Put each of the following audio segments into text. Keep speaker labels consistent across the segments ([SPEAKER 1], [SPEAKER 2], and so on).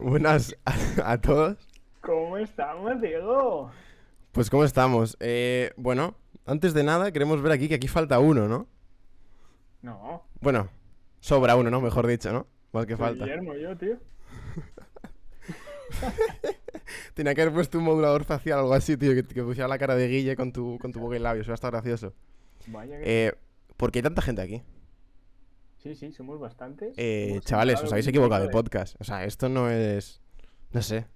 [SPEAKER 1] Buenas a, a todos.
[SPEAKER 2] ¿Cómo estamos, Diego?
[SPEAKER 1] Pues ¿cómo estamos? Eh, bueno, antes de nada queremos ver aquí que aquí falta uno, ¿no?
[SPEAKER 2] No,
[SPEAKER 1] Bueno, sobra uno, ¿no? Mejor dicho, ¿no? Más que
[SPEAKER 2] soy
[SPEAKER 1] falta.
[SPEAKER 2] Guillermo, yo, tío.
[SPEAKER 1] Tenía que haber puesto un modulador facial o algo así, tío, que, que pusiera la cara de Guille con tu, con tu boca y labios. Hubiera estado gracioso.
[SPEAKER 2] Vaya que...
[SPEAKER 1] Eh, ¿Por qué hay tanta gente aquí?
[SPEAKER 2] sí, sí, somos bastantes.
[SPEAKER 1] Eh,
[SPEAKER 2] Hemos
[SPEAKER 1] chavales,
[SPEAKER 2] juntado
[SPEAKER 1] os habéis
[SPEAKER 2] un
[SPEAKER 1] equivocado de
[SPEAKER 2] poquito
[SPEAKER 1] podcast. O sea, esto no es... No sé. En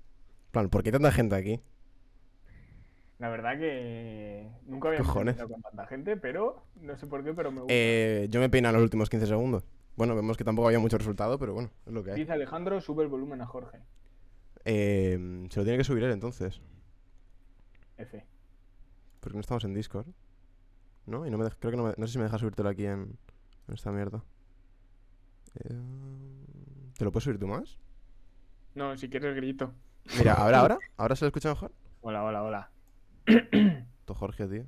[SPEAKER 1] plan, ¿por qué hay tanta gente aquí?
[SPEAKER 2] La verdad que nunca había
[SPEAKER 1] Cojones.
[SPEAKER 2] con tanta gente, pero no sé por qué, pero me gusta.
[SPEAKER 1] Eh, yo me peinan los últimos 15 segundos. Bueno, vemos que tampoco había mucho resultado, pero bueno, es lo que hay.
[SPEAKER 2] Dice Alejandro, sube el volumen a Jorge.
[SPEAKER 1] Eh, se lo tiene que subir él entonces.
[SPEAKER 2] F.
[SPEAKER 1] Porque no estamos en Discord. ¿No? Y no me dej- creo que no, me- no sé si me deja subírtelo aquí en, en esta mierda. Eh, ¿Te lo puedes subir tú más?
[SPEAKER 2] No, si quieres grito.
[SPEAKER 1] Mira, ahora, ahora, ahora se lo escucha mejor.
[SPEAKER 2] Hola, hola, hola.
[SPEAKER 1] Tú, Jorge, tío.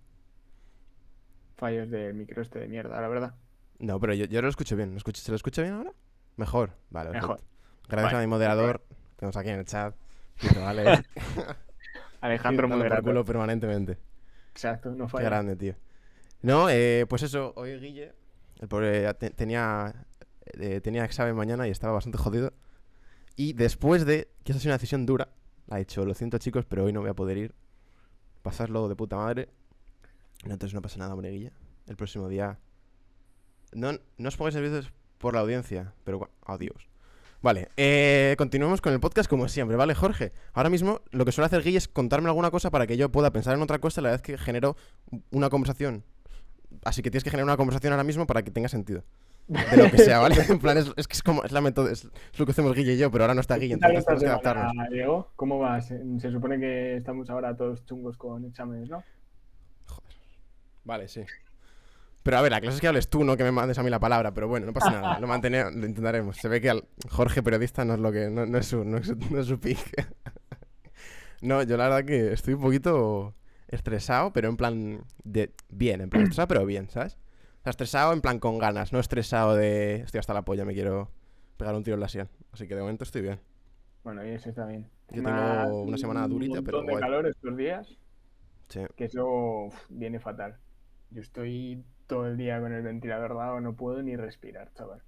[SPEAKER 2] Fallos del micro este de mierda, la verdad.
[SPEAKER 1] No, pero yo, yo lo escucho bien. ¿Lo escucho- ¿Se lo escucha bien ahora? Mejor. Vale,
[SPEAKER 2] Mejor.
[SPEAKER 1] perfecto. Gracias
[SPEAKER 2] Vale,
[SPEAKER 1] a mi moderador que nos aquí en el chat. Tito, vale.
[SPEAKER 2] Alejandro
[SPEAKER 1] dando por
[SPEAKER 2] Moderador.
[SPEAKER 1] culo permanentemente.
[SPEAKER 2] Exacto, no
[SPEAKER 1] Qué
[SPEAKER 2] falla.
[SPEAKER 1] grande, tío. No, eh, pues eso, hoy Guille, el pobre, te- tenía, eh, tenía examen mañana y estaba bastante jodido. Y después de, que esa ha sido una decisión dura, ha dicho, lo siento chicos, pero hoy no voy a poder ir. Pasarlo de puta madre. No, entonces no pasa nada, hombre, Guille. El próximo día... No, no os pongáis nerviosos por la audiencia, pero... gua- Adiós. Vale, eh, continuemos con el podcast como siempre, ¿vale, Jorge? Ahora mismo lo que suele hacer Guille es contarme alguna cosa para que yo pueda pensar en otra cosa la vez que genero una conversación. Así que tienes que generar una conversación ahora mismo para que tenga sentido. De lo que sea, ¿vale? En plan, es, es que es como, es la método, es, es lo que hacemos Guille y yo, pero ahora no está Guille,
[SPEAKER 2] Dale
[SPEAKER 1] entonces
[SPEAKER 2] esta
[SPEAKER 1] tenemos que
[SPEAKER 2] semana,
[SPEAKER 1] adaptarnos.
[SPEAKER 2] Diego, ¿cómo vas? Se, se supone que estamos ahora todos chungos con exámenes, ¿no?
[SPEAKER 1] Vale, sí. Pero a ver, la clase es que hables tú, no que me mandes a mí la palabra, pero bueno, no pasa nada, lo mantenemos, lo intentaremos. Se ve que al Jorge periodista no es lo que, no, no es su, no es su, no es su pick. no, yo la verdad que estoy un poquito estresado, pero en plan de bien, en plan estresado, pero bien, ¿sabes? O sea, estresado en plan con ganas, no estresado de estoy hasta la polla, me quiero pegar un tiro en la sien. Así que de momento estoy bien.
[SPEAKER 2] Bueno, y eso está bien.
[SPEAKER 1] Yo
[SPEAKER 2] Encima,
[SPEAKER 1] tengo una semana durita,
[SPEAKER 2] un
[SPEAKER 1] pero
[SPEAKER 2] montón de
[SPEAKER 1] guay.
[SPEAKER 2] calor estos días,
[SPEAKER 1] Sí.
[SPEAKER 2] que eso uf, viene fatal. Yo estoy todo el día con el ventilador dado, no puedo ni respirar, chaval.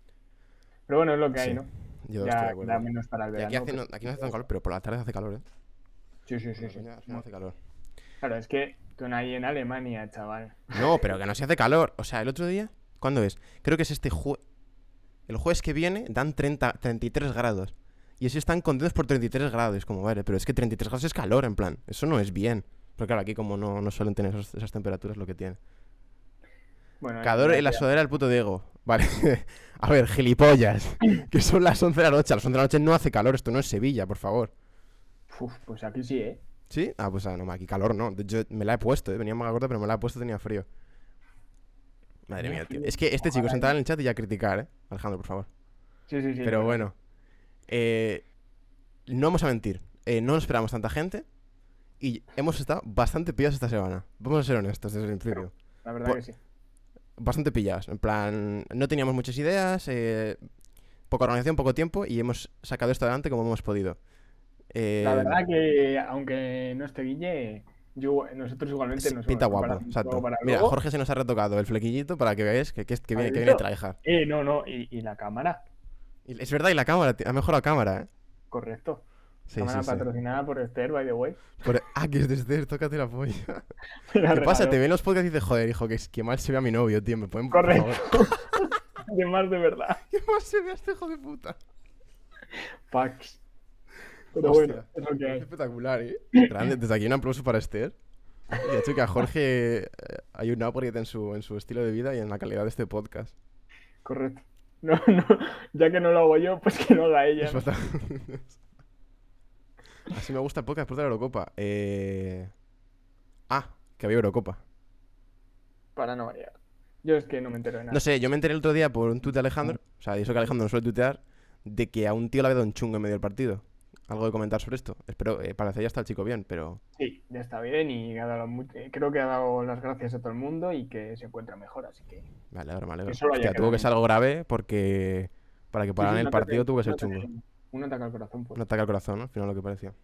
[SPEAKER 2] Pero bueno, es lo que
[SPEAKER 1] Sí,
[SPEAKER 2] hay, ¿no?
[SPEAKER 1] Yo estoy
[SPEAKER 2] ya
[SPEAKER 1] de
[SPEAKER 2] da
[SPEAKER 1] acuerdo.
[SPEAKER 2] menos para el
[SPEAKER 1] Y aquí,
[SPEAKER 2] verano.
[SPEAKER 1] hace- no, aquí no hace tan calor, pero por la tarde hace calor, ¿eh?
[SPEAKER 2] pero- Sí, sí, sí. sí.
[SPEAKER 1] Por la mañana hace calor.
[SPEAKER 2] Claro, es que tú ahí en Alemania, chaval.
[SPEAKER 1] No, pero que no se hace calor. O sea, el otro día, ¿cuándo es? Creo que es este jueves. El jueves que viene dan 30, 33 grados. Y así están contentos por 33 grados. Es como, vale, pero es que 33 grados es calor, en plan. Eso no es bien. Pero claro, aquí como no, no suelen tener esas, esas temperaturas lo que tienen.
[SPEAKER 2] Bueno,
[SPEAKER 1] Calor en la
[SPEAKER 2] Francia-
[SPEAKER 1] sudadera del puto Diego. Vale. a ver, gilipollas. Que son las 11 de la noche. A las 11 de la noche no hace calor. Esto no es Sevilla, por favor.
[SPEAKER 2] Uf, pues aquí sí, ¿eh?
[SPEAKER 1] ¿Sí? Ah, pues ah, no, aquí calor no. Yo me la he puesto, ¿eh? venía manga corta, pero me la he puesto tenía frío. Madre
[SPEAKER 2] Tenía
[SPEAKER 1] mía, tío.
[SPEAKER 2] frío.
[SPEAKER 1] Es que este chico
[SPEAKER 2] Ojalá,
[SPEAKER 1] se entraba en el chat y ya a criticar, ¿eh? Alejandro, por favor.
[SPEAKER 2] Sí, sí, sí.
[SPEAKER 1] Pero bueno. eh, no vamos a mentir. eh, no nos esperamos tanta gente. Y hemos estado bastante pillados esta semana. Vamos a ser honestos desde el principio.
[SPEAKER 2] La verdad
[SPEAKER 1] por-
[SPEAKER 2] que sí.
[SPEAKER 1] Bastante pillados. En plan, no teníamos muchas ideas. eh, poca organización, poco tiempo. Y hemos sacado esto adelante como hemos podido. Eh,
[SPEAKER 2] La verdad que, aunque no esté Guille, yo, nosotros igualmente
[SPEAKER 1] Sí,
[SPEAKER 2] nos
[SPEAKER 1] pinta
[SPEAKER 2] hemos
[SPEAKER 1] guapo,
[SPEAKER 2] preparado un
[SPEAKER 1] exacto.
[SPEAKER 2] poco para
[SPEAKER 1] Mira,
[SPEAKER 2] luego.
[SPEAKER 1] Jorge se nos ha retocado el flequillito para que veáis que, que, es- que viene, que
[SPEAKER 2] ¿Has
[SPEAKER 1] viene
[SPEAKER 2] visto?
[SPEAKER 1] tryhard.
[SPEAKER 2] Eh, no, no, y, y la cámara,
[SPEAKER 1] Y- Es verdad, y la cámara, tío, ha mejorado cámara, ¿eh?
[SPEAKER 2] correcto.
[SPEAKER 1] Sí, sí,
[SPEAKER 2] cámara
[SPEAKER 1] sí.
[SPEAKER 2] patrocinada por Esther, by the way.
[SPEAKER 1] Por- Ah, que es de Esther, tócate la polla.
[SPEAKER 2] Me la
[SPEAKER 1] ¿Qué pasa?
[SPEAKER 2] regaló.
[SPEAKER 1] Te ven los podcasts y dices, joder, hijo, que, es- que mal se ve a mi novio, tío. ¿Me pueden por
[SPEAKER 2] Correcto.
[SPEAKER 1] favor?
[SPEAKER 2] De más de verdad.
[SPEAKER 1] ¿Qué mal se ve a este hijo de puta?
[SPEAKER 2] Pax. Pero
[SPEAKER 1] Hostia.
[SPEAKER 2] bueno, es lo que
[SPEAKER 1] Es
[SPEAKER 2] hay.
[SPEAKER 1] espectacular, ¿eh? Grande. Desde aquí un aplauso para Esther. Y ha hecho que a Jorge eh, hay un upgrade en su, en su estilo de vida y en la calidad de este podcast.
[SPEAKER 2] Correcto. No, no, ya que no lo hago yo, pues que no lo haga ella.
[SPEAKER 1] Es fatal. Así me gusta el podcast después de la Eurocopa. Eh... Ah, que había Eurocopa.
[SPEAKER 2] Para no variar. Yo es que no me entero de nada.
[SPEAKER 1] No sé, yo me enteré el otro día por un tuit de Alejandro, o sea, y eso que Alejandro no suele tuitear, de que a un tío le había dado un chungo en medio del partido. Algo de comentar sobre esto. Espero, eh, parece ya está el chico bien, pero
[SPEAKER 2] Sí, ya está bien y ha dado mu- eh, creo que ha dado las gracias a todo el mundo y que se encuentra mejor, así que.
[SPEAKER 1] me alegro, me alegro.
[SPEAKER 2] Que solo haya
[SPEAKER 1] Hostia, tuvo
[SPEAKER 2] quedado
[SPEAKER 1] que ser
[SPEAKER 2] bien.
[SPEAKER 1] algo grave porque para que pararan
[SPEAKER 2] Sí, sí,
[SPEAKER 1] el
[SPEAKER 2] no te
[SPEAKER 1] partido
[SPEAKER 2] creo,
[SPEAKER 1] tuvo que ser
[SPEAKER 2] no te
[SPEAKER 1] chungo.
[SPEAKER 2] creo. Un ataque al corazón, pues.
[SPEAKER 1] Un ataque al corazón, ¿no? Al final lo que pareció.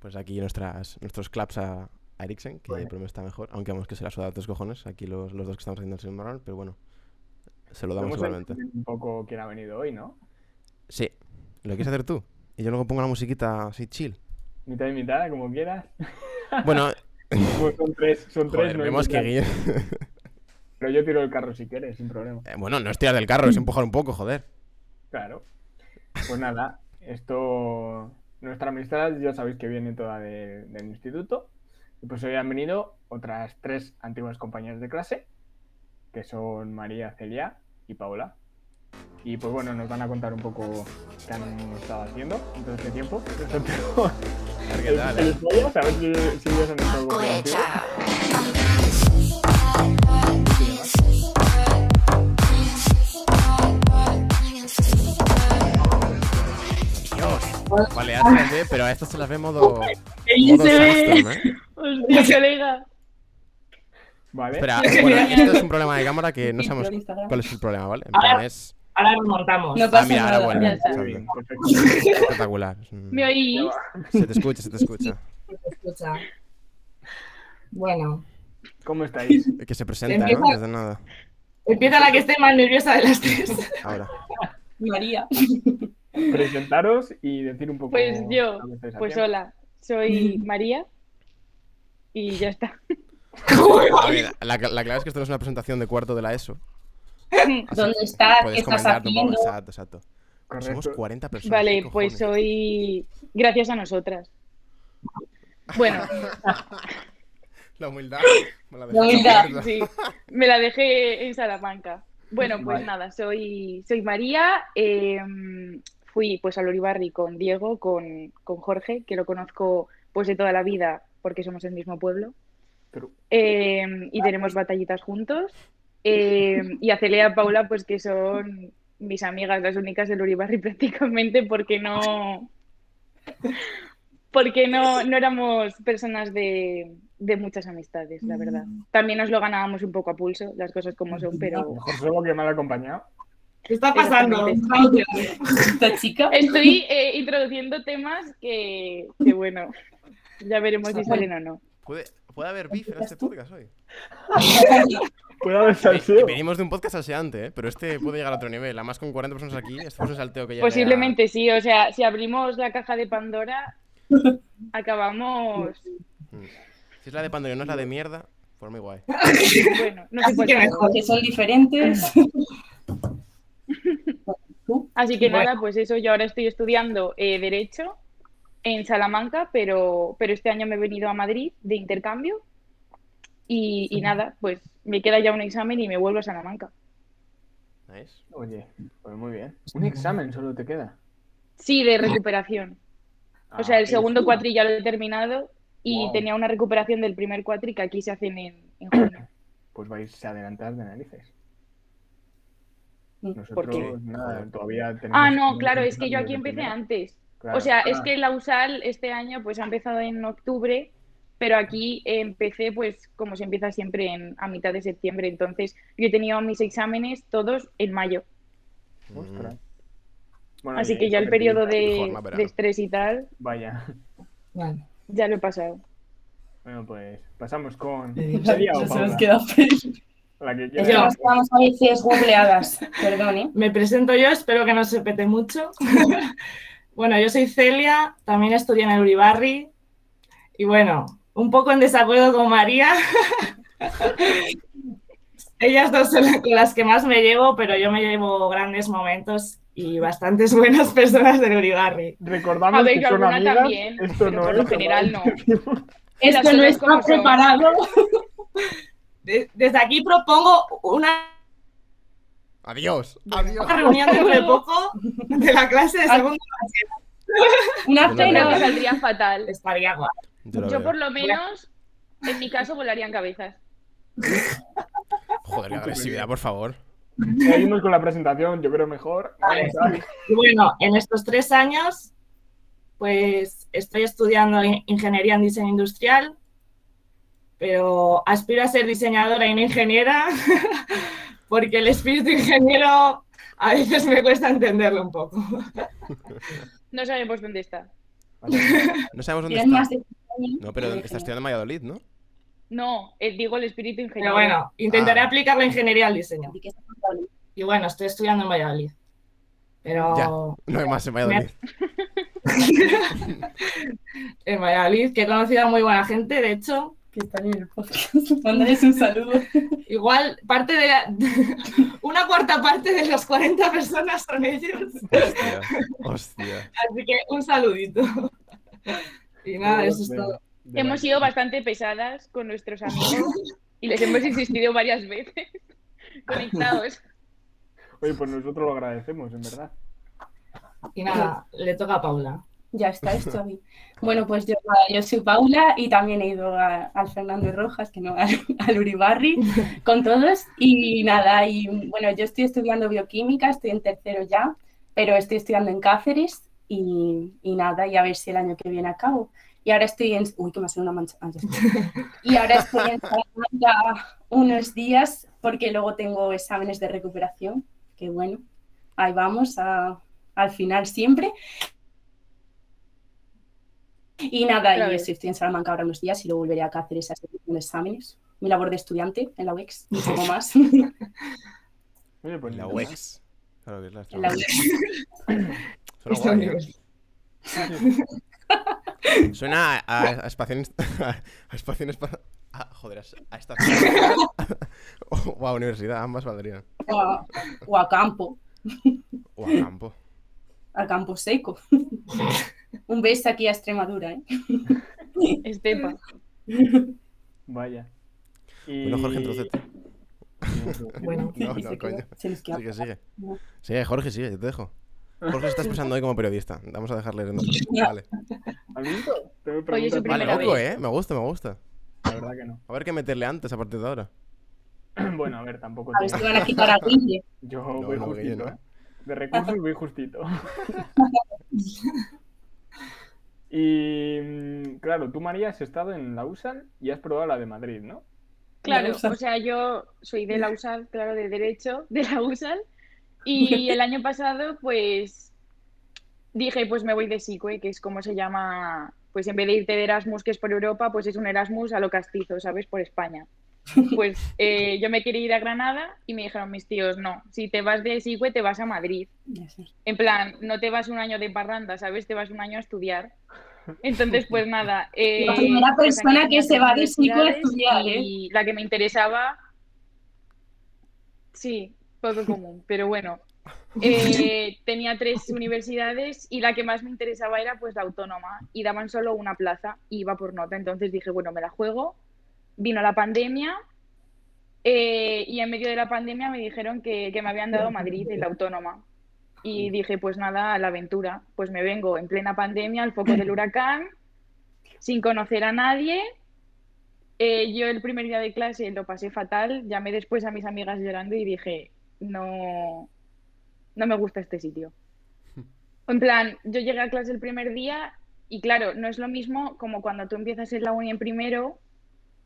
[SPEAKER 1] Pues aquí nuestras, nuestros claps a, a Eriksen, que
[SPEAKER 2] Vale.
[SPEAKER 1] por mí está mejor. Aunque vamos que se la suda a tres cojones. Aquí los, los dos que estamos haciendo el sin moral, pero bueno. Se lo damos
[SPEAKER 2] Vamos a
[SPEAKER 1] igualmente.
[SPEAKER 2] entender un poco quién ha venido hoy, ¿no?
[SPEAKER 1] Sí. ¿Lo quieres hacer tú? Y yo luego pongo la musiquita así chill.
[SPEAKER 2] Mitad y mitad, como quieras.
[SPEAKER 1] Bueno,
[SPEAKER 2] Pues son tres, son tres.
[SPEAKER 1] joder,
[SPEAKER 2] no hay
[SPEAKER 1] vemos que
[SPEAKER 2] mitad.
[SPEAKER 1] Guille...
[SPEAKER 2] Pero yo tiro el carro si quieres, sin problema.
[SPEAKER 1] Eh, Bueno, no es tirar del carro, es empujar un poco, joder.
[SPEAKER 2] Claro. Pues nada, esto. Nuestra amistad ya sabéis que viene toda de- del instituto. Y pues hoy han venido otras tres antiguas compañeras de clase, que son María, Celia y Paola. Y pues bueno, nos van a contar un poco qué han estado haciendo en todo este tiempo. Nosotros- el- el spoiler, a ver si, si ellos han estado convencidos.
[SPEAKER 1] Dios, vale, haces, eh, pero a estas se las ve modo.
[SPEAKER 3] ¡Ella
[SPEAKER 1] modo
[SPEAKER 3] se ve! Pues,
[SPEAKER 1] Sandstorm, eh.
[SPEAKER 3] ¡Hostia, colega!
[SPEAKER 2] Vale.
[SPEAKER 1] Espera,
[SPEAKER 3] Qué
[SPEAKER 1] bueno,
[SPEAKER 3] genial.
[SPEAKER 1] esto es un problema de cámara que no
[SPEAKER 3] Sí,
[SPEAKER 1] sabemos
[SPEAKER 3] por Instagram.
[SPEAKER 1] cuál es el problema, ¿vale? En
[SPEAKER 3] Ahora-
[SPEAKER 1] plan, es.
[SPEAKER 3] Ahora nos montamos.
[SPEAKER 4] No
[SPEAKER 1] Ah,
[SPEAKER 4] pasa
[SPEAKER 1] mira, ahora
[SPEAKER 4] nada.
[SPEAKER 1] vuelve.
[SPEAKER 4] ya está.
[SPEAKER 2] Muy bien,
[SPEAKER 1] Exacto.
[SPEAKER 2] perfecto.
[SPEAKER 1] Espectacular. es un-
[SPEAKER 3] ¿Me oís?
[SPEAKER 1] Se te escucha, se te escucha.
[SPEAKER 4] Escucha. Bueno,
[SPEAKER 2] ¿Cómo estáis?
[SPEAKER 1] Que se presenta, ¿no?
[SPEAKER 4] Empieza-
[SPEAKER 1] Desde nada.
[SPEAKER 4] empieza la que esté más nerviosa de las tres.
[SPEAKER 1] Ahora.
[SPEAKER 4] María.
[SPEAKER 2] Presentaros y decir un poco.
[SPEAKER 3] Pues yo,
[SPEAKER 2] lo que estáis
[SPEAKER 3] Pues
[SPEAKER 2] haciendo.
[SPEAKER 3] hola, soy María y ya está.
[SPEAKER 1] A ver, la, la clave es que esto no es una presentación de cuarto de la E ESO.
[SPEAKER 4] ¿Dónde estás?
[SPEAKER 1] Puedes
[SPEAKER 4] ¿Qué estás
[SPEAKER 1] comentar un poco,
[SPEAKER 4] haciendo?
[SPEAKER 1] exacto, exacto. Somos
[SPEAKER 2] Correcto.
[SPEAKER 1] 40 personas.
[SPEAKER 3] Vale,
[SPEAKER 1] ¿qué
[SPEAKER 3] pues
[SPEAKER 1] cojones?
[SPEAKER 3] soy gracias a nosotras. Bueno,
[SPEAKER 1] La humildad. ¿eh? me la
[SPEAKER 4] La
[SPEAKER 1] dejaste,
[SPEAKER 4] humildad,
[SPEAKER 1] ¿verdad?
[SPEAKER 3] sí, me la dejé en Salamanca. Bueno, pues
[SPEAKER 2] Vale.
[SPEAKER 3] nada, soy, soy María. em, fui pues al Uribarri con Diego, con, con Jorge, que lo conozco pues de toda la vida porque somos el mismo pueblo.
[SPEAKER 2] Pero-
[SPEAKER 3] Eh, y tenemos batallitas juntos. Eh, y a Celia y a Paula, pues que son mis amigas, las únicas del Uribarri prácticamente, porque no. Porque no, no éramos personas de, de muchas amistades, la verdad.
[SPEAKER 4] Mm.
[SPEAKER 3] También nos lo ganábamos un poco a pulso, las cosas como son, pero
[SPEAKER 2] Mejor solo que mal acompañado.
[SPEAKER 4] ¿Qué está pasando? Esta chica.
[SPEAKER 3] estoy eh, introduciendo temas que, que, bueno, ya veremos si salen o no.
[SPEAKER 1] ¿Puede, puede haber beef en este podcast hoy.
[SPEAKER 2] Puede haber
[SPEAKER 1] Y
[SPEAKER 2] salseo.
[SPEAKER 1] venimos de un podcast salseante, ¿eh? pero este puede llegar a otro nivel. Además, con 40 personas aquí, esto es un salteo que ya.
[SPEAKER 3] Posiblemente sí, o sea, si abrimos la caja de Pandora, acabamos.
[SPEAKER 1] Si es la de Pandora y no es la de mierda, pues muy guay.
[SPEAKER 3] Bueno, no
[SPEAKER 4] Así
[SPEAKER 3] sé
[SPEAKER 4] que mejor, Pues que son diferentes.
[SPEAKER 3] Así que
[SPEAKER 4] Bueno.
[SPEAKER 3] nada, pues eso, yo ahora estoy estudiando eh, Derecho en Salamanca, pero, pero este año me he venido a Madrid de intercambio y, y nada, pues me queda ya un examen y me vuelvo a Salamanca.
[SPEAKER 1] Nice.
[SPEAKER 2] Oye, pues muy bien. Un examen solo te queda.
[SPEAKER 3] Sí, de recuperación. O
[SPEAKER 2] Ah,
[SPEAKER 3] sea, el segundo cuatri ya lo he terminado y
[SPEAKER 2] Wow.
[SPEAKER 3] tenía una recuperación del primer cuatri que aquí se hacen en, en junio.
[SPEAKER 2] Pues vais a adelantar de narices.
[SPEAKER 4] ¿Por
[SPEAKER 2] Nosotros,
[SPEAKER 1] qué?
[SPEAKER 2] nada, todavía tenemos.
[SPEAKER 3] Ah, no, claro, es que yo aquí empecé antes.
[SPEAKER 2] Claro.
[SPEAKER 3] O sea, es
[SPEAKER 2] Ah,
[SPEAKER 3] que la USAL este año pues ha empezado en octubre, pero aquí eh, empecé pues como se empieza siempre en, a mitad de septiembre. Entonces yo he tenido mis exámenes todos en mayo.
[SPEAKER 2] ostras.
[SPEAKER 1] Mm.
[SPEAKER 2] Bueno,
[SPEAKER 3] Así
[SPEAKER 2] oye,
[SPEAKER 3] que ya
[SPEAKER 2] eso
[SPEAKER 3] el
[SPEAKER 2] te digo,
[SPEAKER 3] periodo
[SPEAKER 1] Mejor
[SPEAKER 3] de,
[SPEAKER 1] más verano.
[SPEAKER 3] de estrés y tal
[SPEAKER 2] Vaya.
[SPEAKER 4] Vale.
[SPEAKER 3] ya lo he pasado.
[SPEAKER 2] Bueno, pues pasamos con. Celia o
[SPEAKER 5] Ya se
[SPEAKER 2] Paula?
[SPEAKER 5] nos queda
[SPEAKER 2] La que
[SPEAKER 4] Es que
[SPEAKER 2] quiera.
[SPEAKER 4] nos quedamos a veces googleadas. Perdón, ¿eh?
[SPEAKER 5] Me presento yo, espero que no se pete mucho. bueno, yo soy Celia, también estudié en el Uribarri y bueno, un poco en desacuerdo con María. Ellas dos son las- con las que más me llevo, pero yo me llevo grandes momentos y bastantes buenas personas del Uribarri.
[SPEAKER 2] Recordamos
[SPEAKER 3] A ver,
[SPEAKER 2] que
[SPEAKER 3] yo
[SPEAKER 2] son
[SPEAKER 3] alguna
[SPEAKER 2] amigas.
[SPEAKER 3] también,
[SPEAKER 2] Esto
[SPEAKER 3] pero
[SPEAKER 2] no
[SPEAKER 3] por
[SPEAKER 2] es.
[SPEAKER 3] lo general no.
[SPEAKER 4] Esto no
[SPEAKER 3] cosas como
[SPEAKER 4] está
[SPEAKER 3] son.
[SPEAKER 4] preparado.
[SPEAKER 5] De- desde aquí propongo una
[SPEAKER 1] Adiós. Adiós.
[SPEAKER 5] reunión dentro de poco de la clase
[SPEAKER 4] Ah.
[SPEAKER 5] de segundo.
[SPEAKER 4] Una
[SPEAKER 1] Una
[SPEAKER 3] Pero me
[SPEAKER 4] cena.
[SPEAKER 3] saldría fatal.
[SPEAKER 5] Estaría guay.
[SPEAKER 1] Yo lo
[SPEAKER 3] Yo
[SPEAKER 1] veo.
[SPEAKER 3] por lo menos, en mi caso, volarían cabezas.
[SPEAKER 1] Joder, qué agresividad, por favor.
[SPEAKER 2] Seguimos con la presentación, yo creo mejor.
[SPEAKER 5] Vale.
[SPEAKER 2] Vamos a-
[SPEAKER 5] Y bueno, en estos tres años, pues estoy estudiando in- ingeniería en diseño industrial, pero aspiro a ser diseñadora y no ingeniera, porque el espíritu ingeniero a veces me cuesta entenderlo un poco.
[SPEAKER 3] No sabemos dónde está.
[SPEAKER 1] No sabemos dónde
[SPEAKER 4] Tienes más
[SPEAKER 1] está.
[SPEAKER 4] de Eh, cien
[SPEAKER 1] No, pero
[SPEAKER 4] que
[SPEAKER 1] está
[SPEAKER 4] de
[SPEAKER 1] este
[SPEAKER 4] cien.
[SPEAKER 1] estudiando en Valladolid, ¿no?
[SPEAKER 3] No, eh, digo el espíritu ingeniero.
[SPEAKER 5] Pero bueno, intentaré
[SPEAKER 1] Ah.
[SPEAKER 5] aplicar la ingeniería al diseño.
[SPEAKER 4] Así que está contable.
[SPEAKER 5] Y bueno, estoy estudiando en Valladolid. Pero
[SPEAKER 1] No hay más en Valladolid.
[SPEAKER 5] en Valladolid, que he conocido a muy buena gente, de hecho,
[SPEAKER 4] Que están en el podcast. Mándales un saludo.
[SPEAKER 5] igual parte de la- una cuarta parte de las 40 personas son ellos.
[SPEAKER 1] Hostia. Hostia.
[SPEAKER 5] Así que un saludito. Y nada, Ah, eso es
[SPEAKER 2] De-
[SPEAKER 5] todo.
[SPEAKER 2] de
[SPEAKER 3] Hemos
[SPEAKER 2] la-
[SPEAKER 3] sido bastante pesadas con nuestros amigos y les hemos insistido varias veces. Conectados.
[SPEAKER 2] Oye, pues nosotros lo agradecemos, en verdad.
[SPEAKER 5] Y nada, le toca a Paula.
[SPEAKER 4] Ya está, esto a mí. Bueno, pues yo, nada, yo soy Paula y también he ido a- al Fernando Rojas, que no, al, al Uribarri, con todos. Y nada, y bueno, yo estoy estudiando bioquímica, estoy en tercero ya, pero estoy estudiando en Cáceres y, y nada, y a ver si el año que viene acabo. Y ahora estoy en. Uy, que me ha salido una mancha. Ah, ya está. Y ahora estoy en Salamanca unos días porque luego tengo exámenes de recuperación, que bueno, ahí vamos a- al final siempre. Y nada,
[SPEAKER 3] Otra
[SPEAKER 4] y
[SPEAKER 3] vez.
[SPEAKER 4] eso, estoy en Salamanca ahora unos días y luego volveré acá a hacer esas exámenes. Mi labor de estudiante en la UEX, un poco más. en
[SPEAKER 2] Oye, pues
[SPEAKER 1] En la
[SPEAKER 2] nada.
[SPEAKER 1] UEX. Claro que es la
[SPEAKER 4] la
[SPEAKER 1] Extremadura.
[SPEAKER 4] UEX.
[SPEAKER 1] Suena guay, ¿eh?
[SPEAKER 5] Esta universidad.
[SPEAKER 1] Suena a, a, a espacio... inst- A, a espacio... inst- a- joder, a, s- a esta... o, o a universidad, ambas valdrían.
[SPEAKER 4] O a, o a campo,
[SPEAKER 1] O a campo.
[SPEAKER 4] a campo seco. un beso aquí a Extremadura, ¿eh?
[SPEAKER 3] Estepa.
[SPEAKER 2] Vaya. Y...
[SPEAKER 1] Bueno, Jorge Entrocete.
[SPEAKER 5] Bueno.
[SPEAKER 1] No,
[SPEAKER 4] Y se
[SPEAKER 1] no,
[SPEAKER 4] quedó-
[SPEAKER 1] coño.
[SPEAKER 4] se nos queda
[SPEAKER 1] Sigue, sigue.
[SPEAKER 4] No.
[SPEAKER 1] Sigue, Jorge, sigue, yo te dejo. Jorge se está expresando hoy como periodista. Vamos a dejarle en Vale,
[SPEAKER 2] Alberto, tengo
[SPEAKER 3] Oye,
[SPEAKER 2] preguntas
[SPEAKER 1] vale
[SPEAKER 2] para-
[SPEAKER 3] su Primera
[SPEAKER 1] loco,
[SPEAKER 3] vez.
[SPEAKER 1] ¿eh? Me gusta, me gusta.
[SPEAKER 2] La verdad que
[SPEAKER 1] A ver qué meterle antes a partir de ahora.
[SPEAKER 2] no. Bueno, a ver, tampoco.
[SPEAKER 4] A ver
[SPEAKER 2] tiene-
[SPEAKER 4] si van a quitar a Guille.
[SPEAKER 2] Yo
[SPEAKER 1] No,
[SPEAKER 2] voy
[SPEAKER 1] no,
[SPEAKER 2] justito.
[SPEAKER 1] Guille, no.
[SPEAKER 2] ¿eh? De recursos voy justito. y mm, claro, tú, María, has estado en la USAL y has probado la de Madrid, ¿no?
[SPEAKER 3] Claro,
[SPEAKER 4] La USAL.
[SPEAKER 3] o sea, yo soy de la USAL, claro, de Derecho, de la USAL. Y el año pasado, pues, dije, pues me voy de SICUE, que es como se llama, pues en vez de irte de Erasmus, que es por Europa, pues es un Erasmus a lo castizo, ¿sabes? Por España. Pues eh, yo me quería ir a Granada y me dijeron mis tíos, no, si te vas de SICUE, te vas a Madrid.
[SPEAKER 4] Ya sé.
[SPEAKER 3] En plan, no te vas un año de parranda, ¿sabes? Te vas un año a estudiar. Entonces, pues nada. eh,
[SPEAKER 4] La primera
[SPEAKER 3] pues, aquí
[SPEAKER 4] persona que
[SPEAKER 3] tenía
[SPEAKER 4] se va de psico a
[SPEAKER 3] universidades
[SPEAKER 4] estudiar, ¿eh?
[SPEAKER 3] Y la que me interesaba. Sí, poco común, pero bueno. Eh, tenía tres universidades y la que más me interesaba era pues la autónoma y daban solo una plaza y iba por nota. Entonces dije, bueno, me la juego. Vino la pandemia eh, y en medio de la pandemia me dijeron que, que me habían dado Madrid en la autónoma. Y dije, pues nada, a la aventura. Pues me vengo en plena pandemia, al foco del huracán, sin conocer a nadie. Eh, yo el primer día de clase lo pasé fatal, llamé después a mis amigas llorando y dije, no, no me gusta este sitio. En plan, yo llegué a clase el primer día y claro, no es lo mismo como cuando tú empiezas en la uni en primero,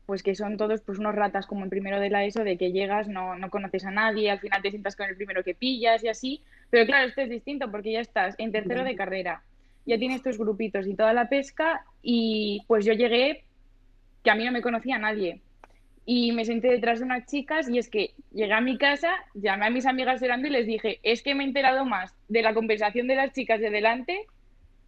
[SPEAKER 3] pues que son todos pues unos ratas como en primero de la ESO, de que llegas, no, no conoces a nadie, al final te sientas con el primero que pillas y así. Pero claro, esto es distinto porque ya estás en tercero de carrera, ya tienes tus grupitos y toda la pesca y pues yo llegué que a mí no me conocía nadie. Y me senté detrás de unas chicas y es que llegué a mi casa, llamé a mis amigas llorando y les dije, es que me he enterado más de la conversación de las chicas de delante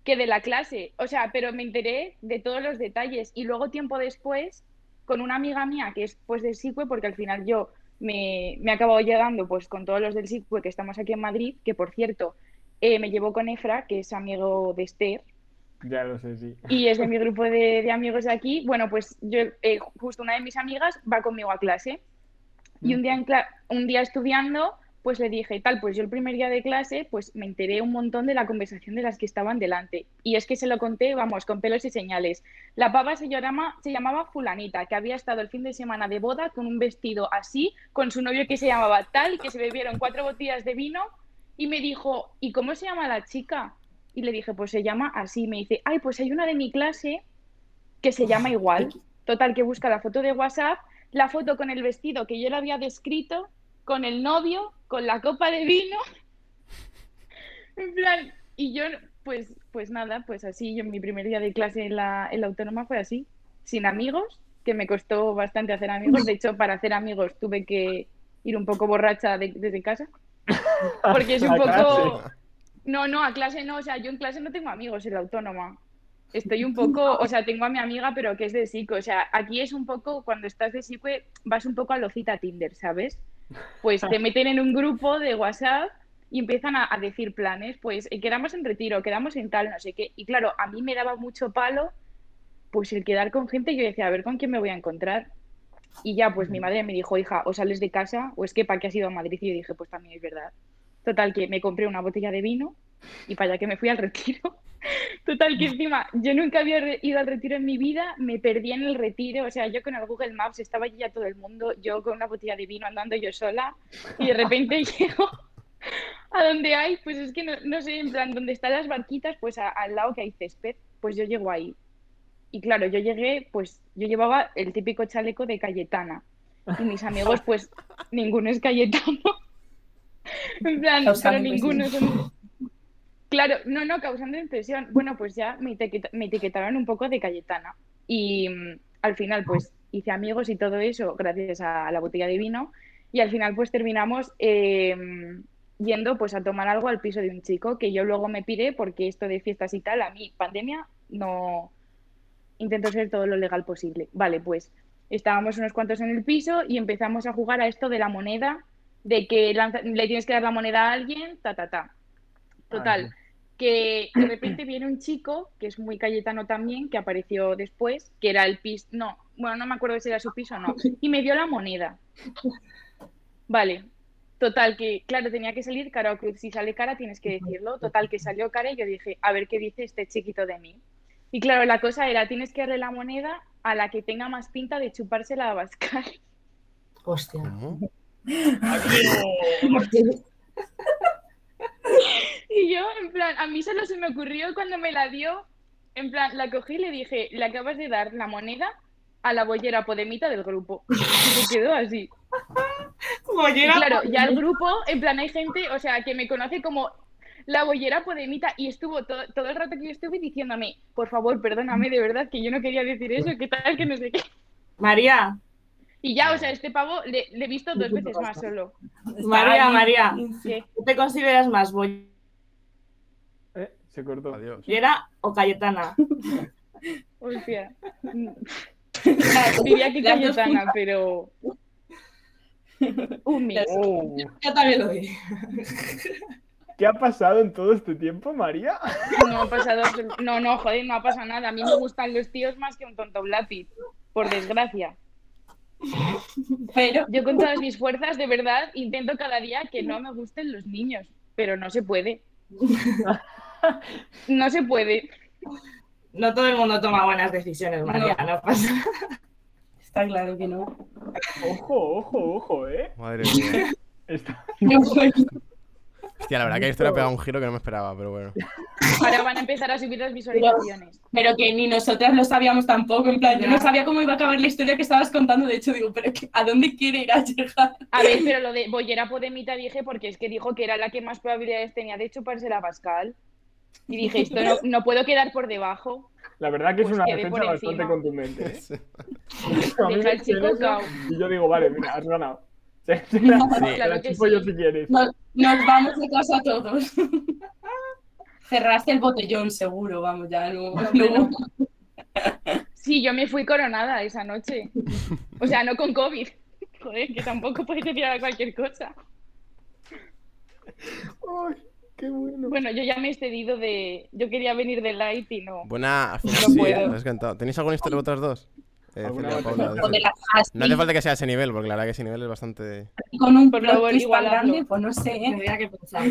[SPEAKER 3] que de la clase. O sea, pero me enteré de todos los detalles. Y luego tiempo después, con una amiga mía que es pues del SICUE, porque al final yo me, me he acabado llegando pues con todos los del SICUE que estamos aquí en Madrid, que por cierto, eh, me llevó con Efra, que es amigo de Esther,
[SPEAKER 2] Ya lo sé, sí.
[SPEAKER 3] y es de mi grupo de, de amigos de aquí. Bueno, pues yo, eh, justo una de mis amigas va conmigo a clase. Y un día, en cla- un día estudiando, pues le dije, tal, pues yo el primer día de clase, pues me enteré un montón de la conversación de las que estaban delante. Y es que se lo conté, vamos, con pelos y señales. La pava se llama- se llamaba fulanita, que había estado el fin de semana de boda con un vestido así, con su novio que se llamaba tal, que se bebieron cuatro botellas de vino. Y me dijo, ¿y cómo se llama la chica? Y le dije, pues se llama así. Me dice, ay, pues hay una de mi clase que se llama igual. Total, que busca la foto de WhatsApp, la foto con el vestido que yo le había descrito, con el novio, con la copa de vino En plan, y yo, pues, pues nada, pues así, yo mi primer día de clase en la, en la autónoma fue así, sin amigos, que me costó bastante hacer amigos. De hecho, para hacer amigos tuve que ir un poco borracha de- desde casa. Porque es un
[SPEAKER 2] A
[SPEAKER 3] poco.
[SPEAKER 2] clase.
[SPEAKER 3] No, no, a clase no. O sea, yo en clase no tengo amigos en la autónoma. Estoy un poco. O sea, tengo a mi amiga, pero que es de psico. O sea, aquí es un poco. Cuando estás de psico, vas un poco a lo cita Tinder, ¿sabes? Pues te meten en un grupo de WhatsApp y empiezan a, a decir planes. Pues eh, quedamos en retiro, quedamos en tal, no sé qué. Y claro, a mí me daba mucho palo. Pues el quedar con gente, yo decía, a ver con quién me voy a encontrar. Y ya, pues mi madre me dijo, hija, o sales de casa o es que para qué has ido a Madrid. Y yo dije, pues también es verdad. Total, que me compré una botella de vino y para allá que me fui al retiro. Total, que encima yo nunca había re- ido al retiro en mi vida, me perdí en el retiro. O sea, yo con el Google Maps estaba allí ya todo el mundo, yo con una botella de vino andando yo sola y de repente llego a donde hay, pues es que no, no sé, en plan, donde están las barquitas, pues a- al lado que hay césped, pues yo llego ahí. Y claro, yo llegué, pues yo llevaba el típico chaleco de Cayetana. Y mis amigos, pues ninguno es Cayetano. En plan,
[SPEAKER 4] Causando
[SPEAKER 3] pero ninguno son- Claro, no, no, causando impresión. Bueno, pues ya me, etiqueta- me etiquetaron un poco de Cayetana. Y mm, al final, pues hice amigos y todo eso gracias a la botella de vino. Y al final, pues terminamos em, yendo pues a tomar algo al piso de un chico que yo luego me piré porque esto de fiestas y tal, a mí, pandemia, no intento ser todo lo legal posible. Vale, pues estábamos unos cuantos en el piso y empezamos a jugar a esto de la moneda, de que lanza- le tienes que dar la moneda a alguien, ta, ta, ta. Total, que de repente viene un chico, que es muy cayetano también, que apareció después, que era el piso, no, bueno, no me acuerdo si era su piso o no, y me dio la moneda. Vale, total, que claro, tenía que salir cara o cruz, si sale cara tienes que decirlo, total, que salió cara y yo dije, a ver qué dice este chiquito de mí. Y claro, la cosa era, tienes que darle la moneda a la que tenga más pinta de chuparse la Abascal.
[SPEAKER 5] Hostia.
[SPEAKER 1] ¿Cómo?
[SPEAKER 3] Y yo, en plan, a mí solo se me ocurrió cuando me la dio, en plan, la cogí y le dije, le acabas de dar la moneda a la bollera podemita del grupo. Y se quedó así. Y
[SPEAKER 5] Bollera
[SPEAKER 3] claro,
[SPEAKER 5] podemita.
[SPEAKER 3] ya el grupo, en plan, hay gente, o sea, que me conoce como la bollera podemita y estuvo to- todo el rato que yo estuve diciéndome, por favor, perdóname, de verdad, que yo no quería decir eso, que tal, que no sé qué.
[SPEAKER 5] María,
[SPEAKER 3] Y ya, o sea, este pavo le, le he visto dos veces más solo.
[SPEAKER 5] María,
[SPEAKER 4] ahí,
[SPEAKER 5] María.
[SPEAKER 4] insi-
[SPEAKER 3] ¿Qué?
[SPEAKER 5] ¿qué te consideras más, bollera
[SPEAKER 2] Eh, se cortó.
[SPEAKER 1] Adiós.
[SPEAKER 5] o Cayetana?
[SPEAKER 3] Hostia.
[SPEAKER 4] Claro,
[SPEAKER 3] Diría que
[SPEAKER 4] las dos
[SPEAKER 3] Cayetana, pero... Un mix.
[SPEAKER 2] Oh,
[SPEAKER 4] Yo también lo vi.
[SPEAKER 2] ¿Qué ha pasado en todo este tiempo, María?
[SPEAKER 3] No ha pasado. absolu- No, no, joder, no ha pasado nada. A mí me gustan los tíos más que un tonto lápiz, por desgracia.
[SPEAKER 4] Pero
[SPEAKER 3] Yo con todas mis fuerzas, de verdad, intento cada día que no me gusten los niños, pero no se puede. No se puede.
[SPEAKER 5] No todo el mundo toma buenas decisiones, María, no, pasa nada.
[SPEAKER 4] está claro que no.
[SPEAKER 2] Ojo, ojo, ojo, ¿eh?
[SPEAKER 1] Madre mía.
[SPEAKER 2] Está-
[SPEAKER 4] pues,
[SPEAKER 1] Hostia, la verdad que la historia ha pegado un giro que no me esperaba, pero bueno.
[SPEAKER 3] Ahora van a empezar a subir las visualizaciones.
[SPEAKER 4] Pero que ni nosotras lo sabíamos tampoco. En plan, yo no sabía cómo iba a acabar la historia que estabas contando. De hecho, digo, pero qué- ¿a dónde quiere ir a llegar?
[SPEAKER 3] A ver, pero lo de Bollera Podemita dije porque es que dijo que era la que más probabilidades tenía de chuparse la Pascal. Y dije, esto no, no puedo quedar por debajo.
[SPEAKER 2] La verdad que es
[SPEAKER 3] Pues
[SPEAKER 2] una
[SPEAKER 3] quedé
[SPEAKER 2] defensa
[SPEAKER 3] por
[SPEAKER 2] bastante
[SPEAKER 3] encima.
[SPEAKER 2] contundente, ¿eh?
[SPEAKER 1] Sí,
[SPEAKER 2] A mí
[SPEAKER 3] Deja
[SPEAKER 2] me
[SPEAKER 3] al chico
[SPEAKER 2] interesa
[SPEAKER 3] cao.
[SPEAKER 2] Y yo digo, vale, mira, has ganado. Se, se la, se la
[SPEAKER 3] Claro que
[SPEAKER 2] chupo
[SPEAKER 3] sí.
[SPEAKER 2] yo si quieres.
[SPEAKER 4] Nos, nos vamos de casa todos. Cerraste el botellón, seguro, vamos, ya no. no-
[SPEAKER 3] Sí, yo me fui coronada esa noche. O sea, no con COVID. Joder, que tampoco puedes decir ahora cualquier cosa.
[SPEAKER 2] Ay, qué bueno.
[SPEAKER 3] Bueno, yo ya me he excedido de. Yo quería venir de light y no.
[SPEAKER 1] Buena, al final
[SPEAKER 3] No
[SPEAKER 1] sí,
[SPEAKER 3] puedo.
[SPEAKER 1] lo has cantado. ¿Tenéis alguna historia de otras dos? Eh,
[SPEAKER 2] ¿Alguna
[SPEAKER 1] Celia,
[SPEAKER 2] otra?
[SPEAKER 1] Paula,
[SPEAKER 4] o de
[SPEAKER 1] decid.
[SPEAKER 4] la Hasti,
[SPEAKER 1] no hace falta que sea ese nivel, porque la verdad que ese nivel es bastante.
[SPEAKER 4] con un
[SPEAKER 3] Por
[SPEAKER 4] plot
[SPEAKER 3] favor,
[SPEAKER 4] twist tan
[SPEAKER 3] igualadlo.
[SPEAKER 4] grande, pues no sé. ¿eh?
[SPEAKER 5] Tendría que pensar.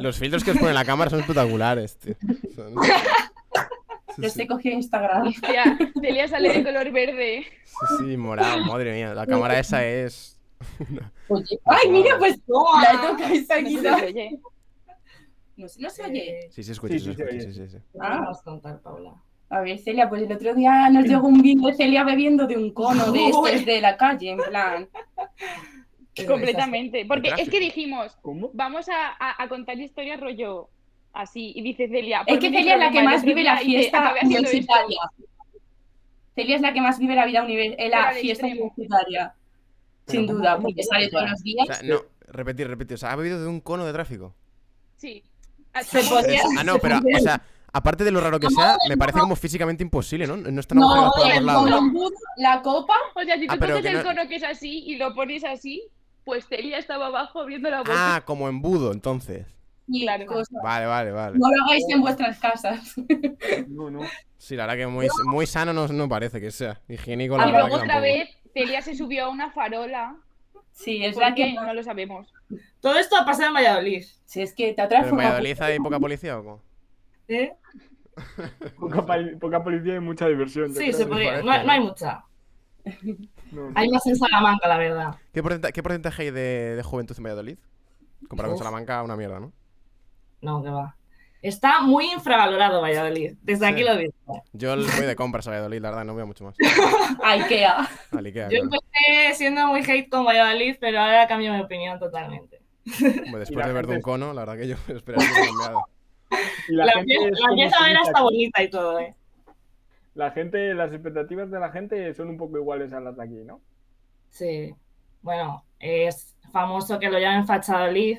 [SPEAKER 1] Los filtros que os pone la cámara son espectaculares, tío. Son- Sí,
[SPEAKER 4] Los
[SPEAKER 1] sí,
[SPEAKER 4] he cogido en Instagram.
[SPEAKER 3] Hostia, Celia sale de color verde.
[SPEAKER 1] sí, sí, morado, madre mía. La cámara esa es.
[SPEAKER 4] Oye,
[SPEAKER 1] Ah,
[SPEAKER 4] ay, mira, pues la he tocado esta
[SPEAKER 3] No se
[SPEAKER 4] guita.
[SPEAKER 3] les oye.
[SPEAKER 4] No, se- no se oye. Ah.
[SPEAKER 5] Eh,
[SPEAKER 1] Sí, sí, escucha,
[SPEAKER 2] Sí,
[SPEAKER 1] sí,
[SPEAKER 2] sí, se
[SPEAKER 1] escucha,
[SPEAKER 2] oye.
[SPEAKER 1] sí, sí, sí.
[SPEAKER 5] ¿qué más contar, Paula?
[SPEAKER 4] A ver, Celia, pues el otro día este, nos llegó un vídeo de Celia bebiendo de un cono de estos de la calle, en plan.
[SPEAKER 5] Pero es así.
[SPEAKER 3] Completamente. Porque es
[SPEAKER 1] Gráfico.
[SPEAKER 3] que dijimos,
[SPEAKER 2] ¿Cómo?
[SPEAKER 3] vamos a, a- a contar historias rollo así. Y dice Celia.
[SPEAKER 4] Es que Celia es la que más vive la fiesta
[SPEAKER 3] universitaria.
[SPEAKER 4] universitaria. Celia es la que más vive la vida univer- eh, la
[SPEAKER 3] Era de
[SPEAKER 4] fiesta
[SPEAKER 3] extremo.
[SPEAKER 4] universitaria. Sin
[SPEAKER 1] pues,
[SPEAKER 5] Pero
[SPEAKER 4] duda,
[SPEAKER 5] ¿cómo?
[SPEAKER 4] porque sale todos los días.
[SPEAKER 1] O sea, no, repetir, repetir. O sea, ha bebido de un cono de tráfico.
[SPEAKER 3] Sí.
[SPEAKER 5] Se podía-
[SPEAKER 1] Ah, no, pero, o sea, aparte de lo raro que sea, me parece como físicamente imposible, ¿no? No están agujeros por
[SPEAKER 4] el
[SPEAKER 1] ambos lados.
[SPEAKER 4] columbus, la copa.
[SPEAKER 3] O sea, si tú
[SPEAKER 1] Ah, pero
[SPEAKER 3] coges
[SPEAKER 1] que no-
[SPEAKER 3] el cono que es así y lo pones así, pues Celia estaba abajo abriendo la boca.
[SPEAKER 1] Ah, como embudo, entonces.
[SPEAKER 4] Y
[SPEAKER 3] Claro.
[SPEAKER 4] cosas.
[SPEAKER 1] Vale, vale, vale.
[SPEAKER 4] No lo hagáis en vuestras casas.
[SPEAKER 2] No, no.
[SPEAKER 1] Sí, la verdad que muy, muy sano no, no parece que sea. Higiénico, la
[SPEAKER 3] y
[SPEAKER 1] verdad
[SPEAKER 3] luego
[SPEAKER 1] que
[SPEAKER 3] otra
[SPEAKER 1] tampoco.
[SPEAKER 3] vez Celia se subió a una farola.
[SPEAKER 4] Sí, es
[SPEAKER 3] ¿Por
[SPEAKER 4] verdad
[SPEAKER 3] qué?
[SPEAKER 4] que.
[SPEAKER 3] No lo sabemos.
[SPEAKER 5] Todo esto ha pasado en Valladolid.
[SPEAKER 4] Si es que te
[SPEAKER 1] ¿Pero
[SPEAKER 4] ha
[SPEAKER 1] en
[SPEAKER 4] transformado.
[SPEAKER 1] Valladolid hay poca policía o cómo?
[SPEAKER 5] ¿eh?
[SPEAKER 2] Poca, pal- poca policía y mucha diversión. yo
[SPEAKER 5] Sí,
[SPEAKER 2] creo.
[SPEAKER 5] se podría.
[SPEAKER 1] parece,
[SPEAKER 5] No, hay- no hay
[SPEAKER 1] ¿no?
[SPEAKER 5] mucha.
[SPEAKER 2] No, no.
[SPEAKER 5] Hay más en Salamanca, la verdad.
[SPEAKER 1] ¿Qué, porcenta- qué porcentaje hay de, de juventud en Valladolid? Comparado con
[SPEAKER 5] Uf.
[SPEAKER 1] Salamanca, una mierda, ¿no?
[SPEAKER 5] No, que va. Está muy infravalorado Valladolid. Desde
[SPEAKER 1] Sí.
[SPEAKER 5] aquí lo digo.
[SPEAKER 1] Yo el- voy de compras a Valladolid, la verdad, no veo mucho más.
[SPEAKER 4] A Ikea.
[SPEAKER 1] Al Ikea,
[SPEAKER 5] Yo
[SPEAKER 1] claro.
[SPEAKER 5] empecé siendo muy hate con Valladolid, pero ahora cambio mi opinión totalmente.
[SPEAKER 1] Hombre,
[SPEAKER 2] Y la
[SPEAKER 1] después de verte
[SPEAKER 2] gente
[SPEAKER 1] un
[SPEAKER 2] es-
[SPEAKER 1] cono, la verdad que yo esperaría que cambiara.
[SPEAKER 2] Y la
[SPEAKER 5] La,
[SPEAKER 2] gente
[SPEAKER 5] empie-
[SPEAKER 2] es
[SPEAKER 5] la
[SPEAKER 2] como
[SPEAKER 5] empiezo a ver
[SPEAKER 2] Sevilla,
[SPEAKER 5] hasta
[SPEAKER 2] tío.
[SPEAKER 5] bonita y todo, ¿eh?
[SPEAKER 2] La gente, las expectativas de la gente son un poco iguales a las de aquí, ¿no?
[SPEAKER 5] Sí. Bueno, es famoso que lo llamen Fachadolid.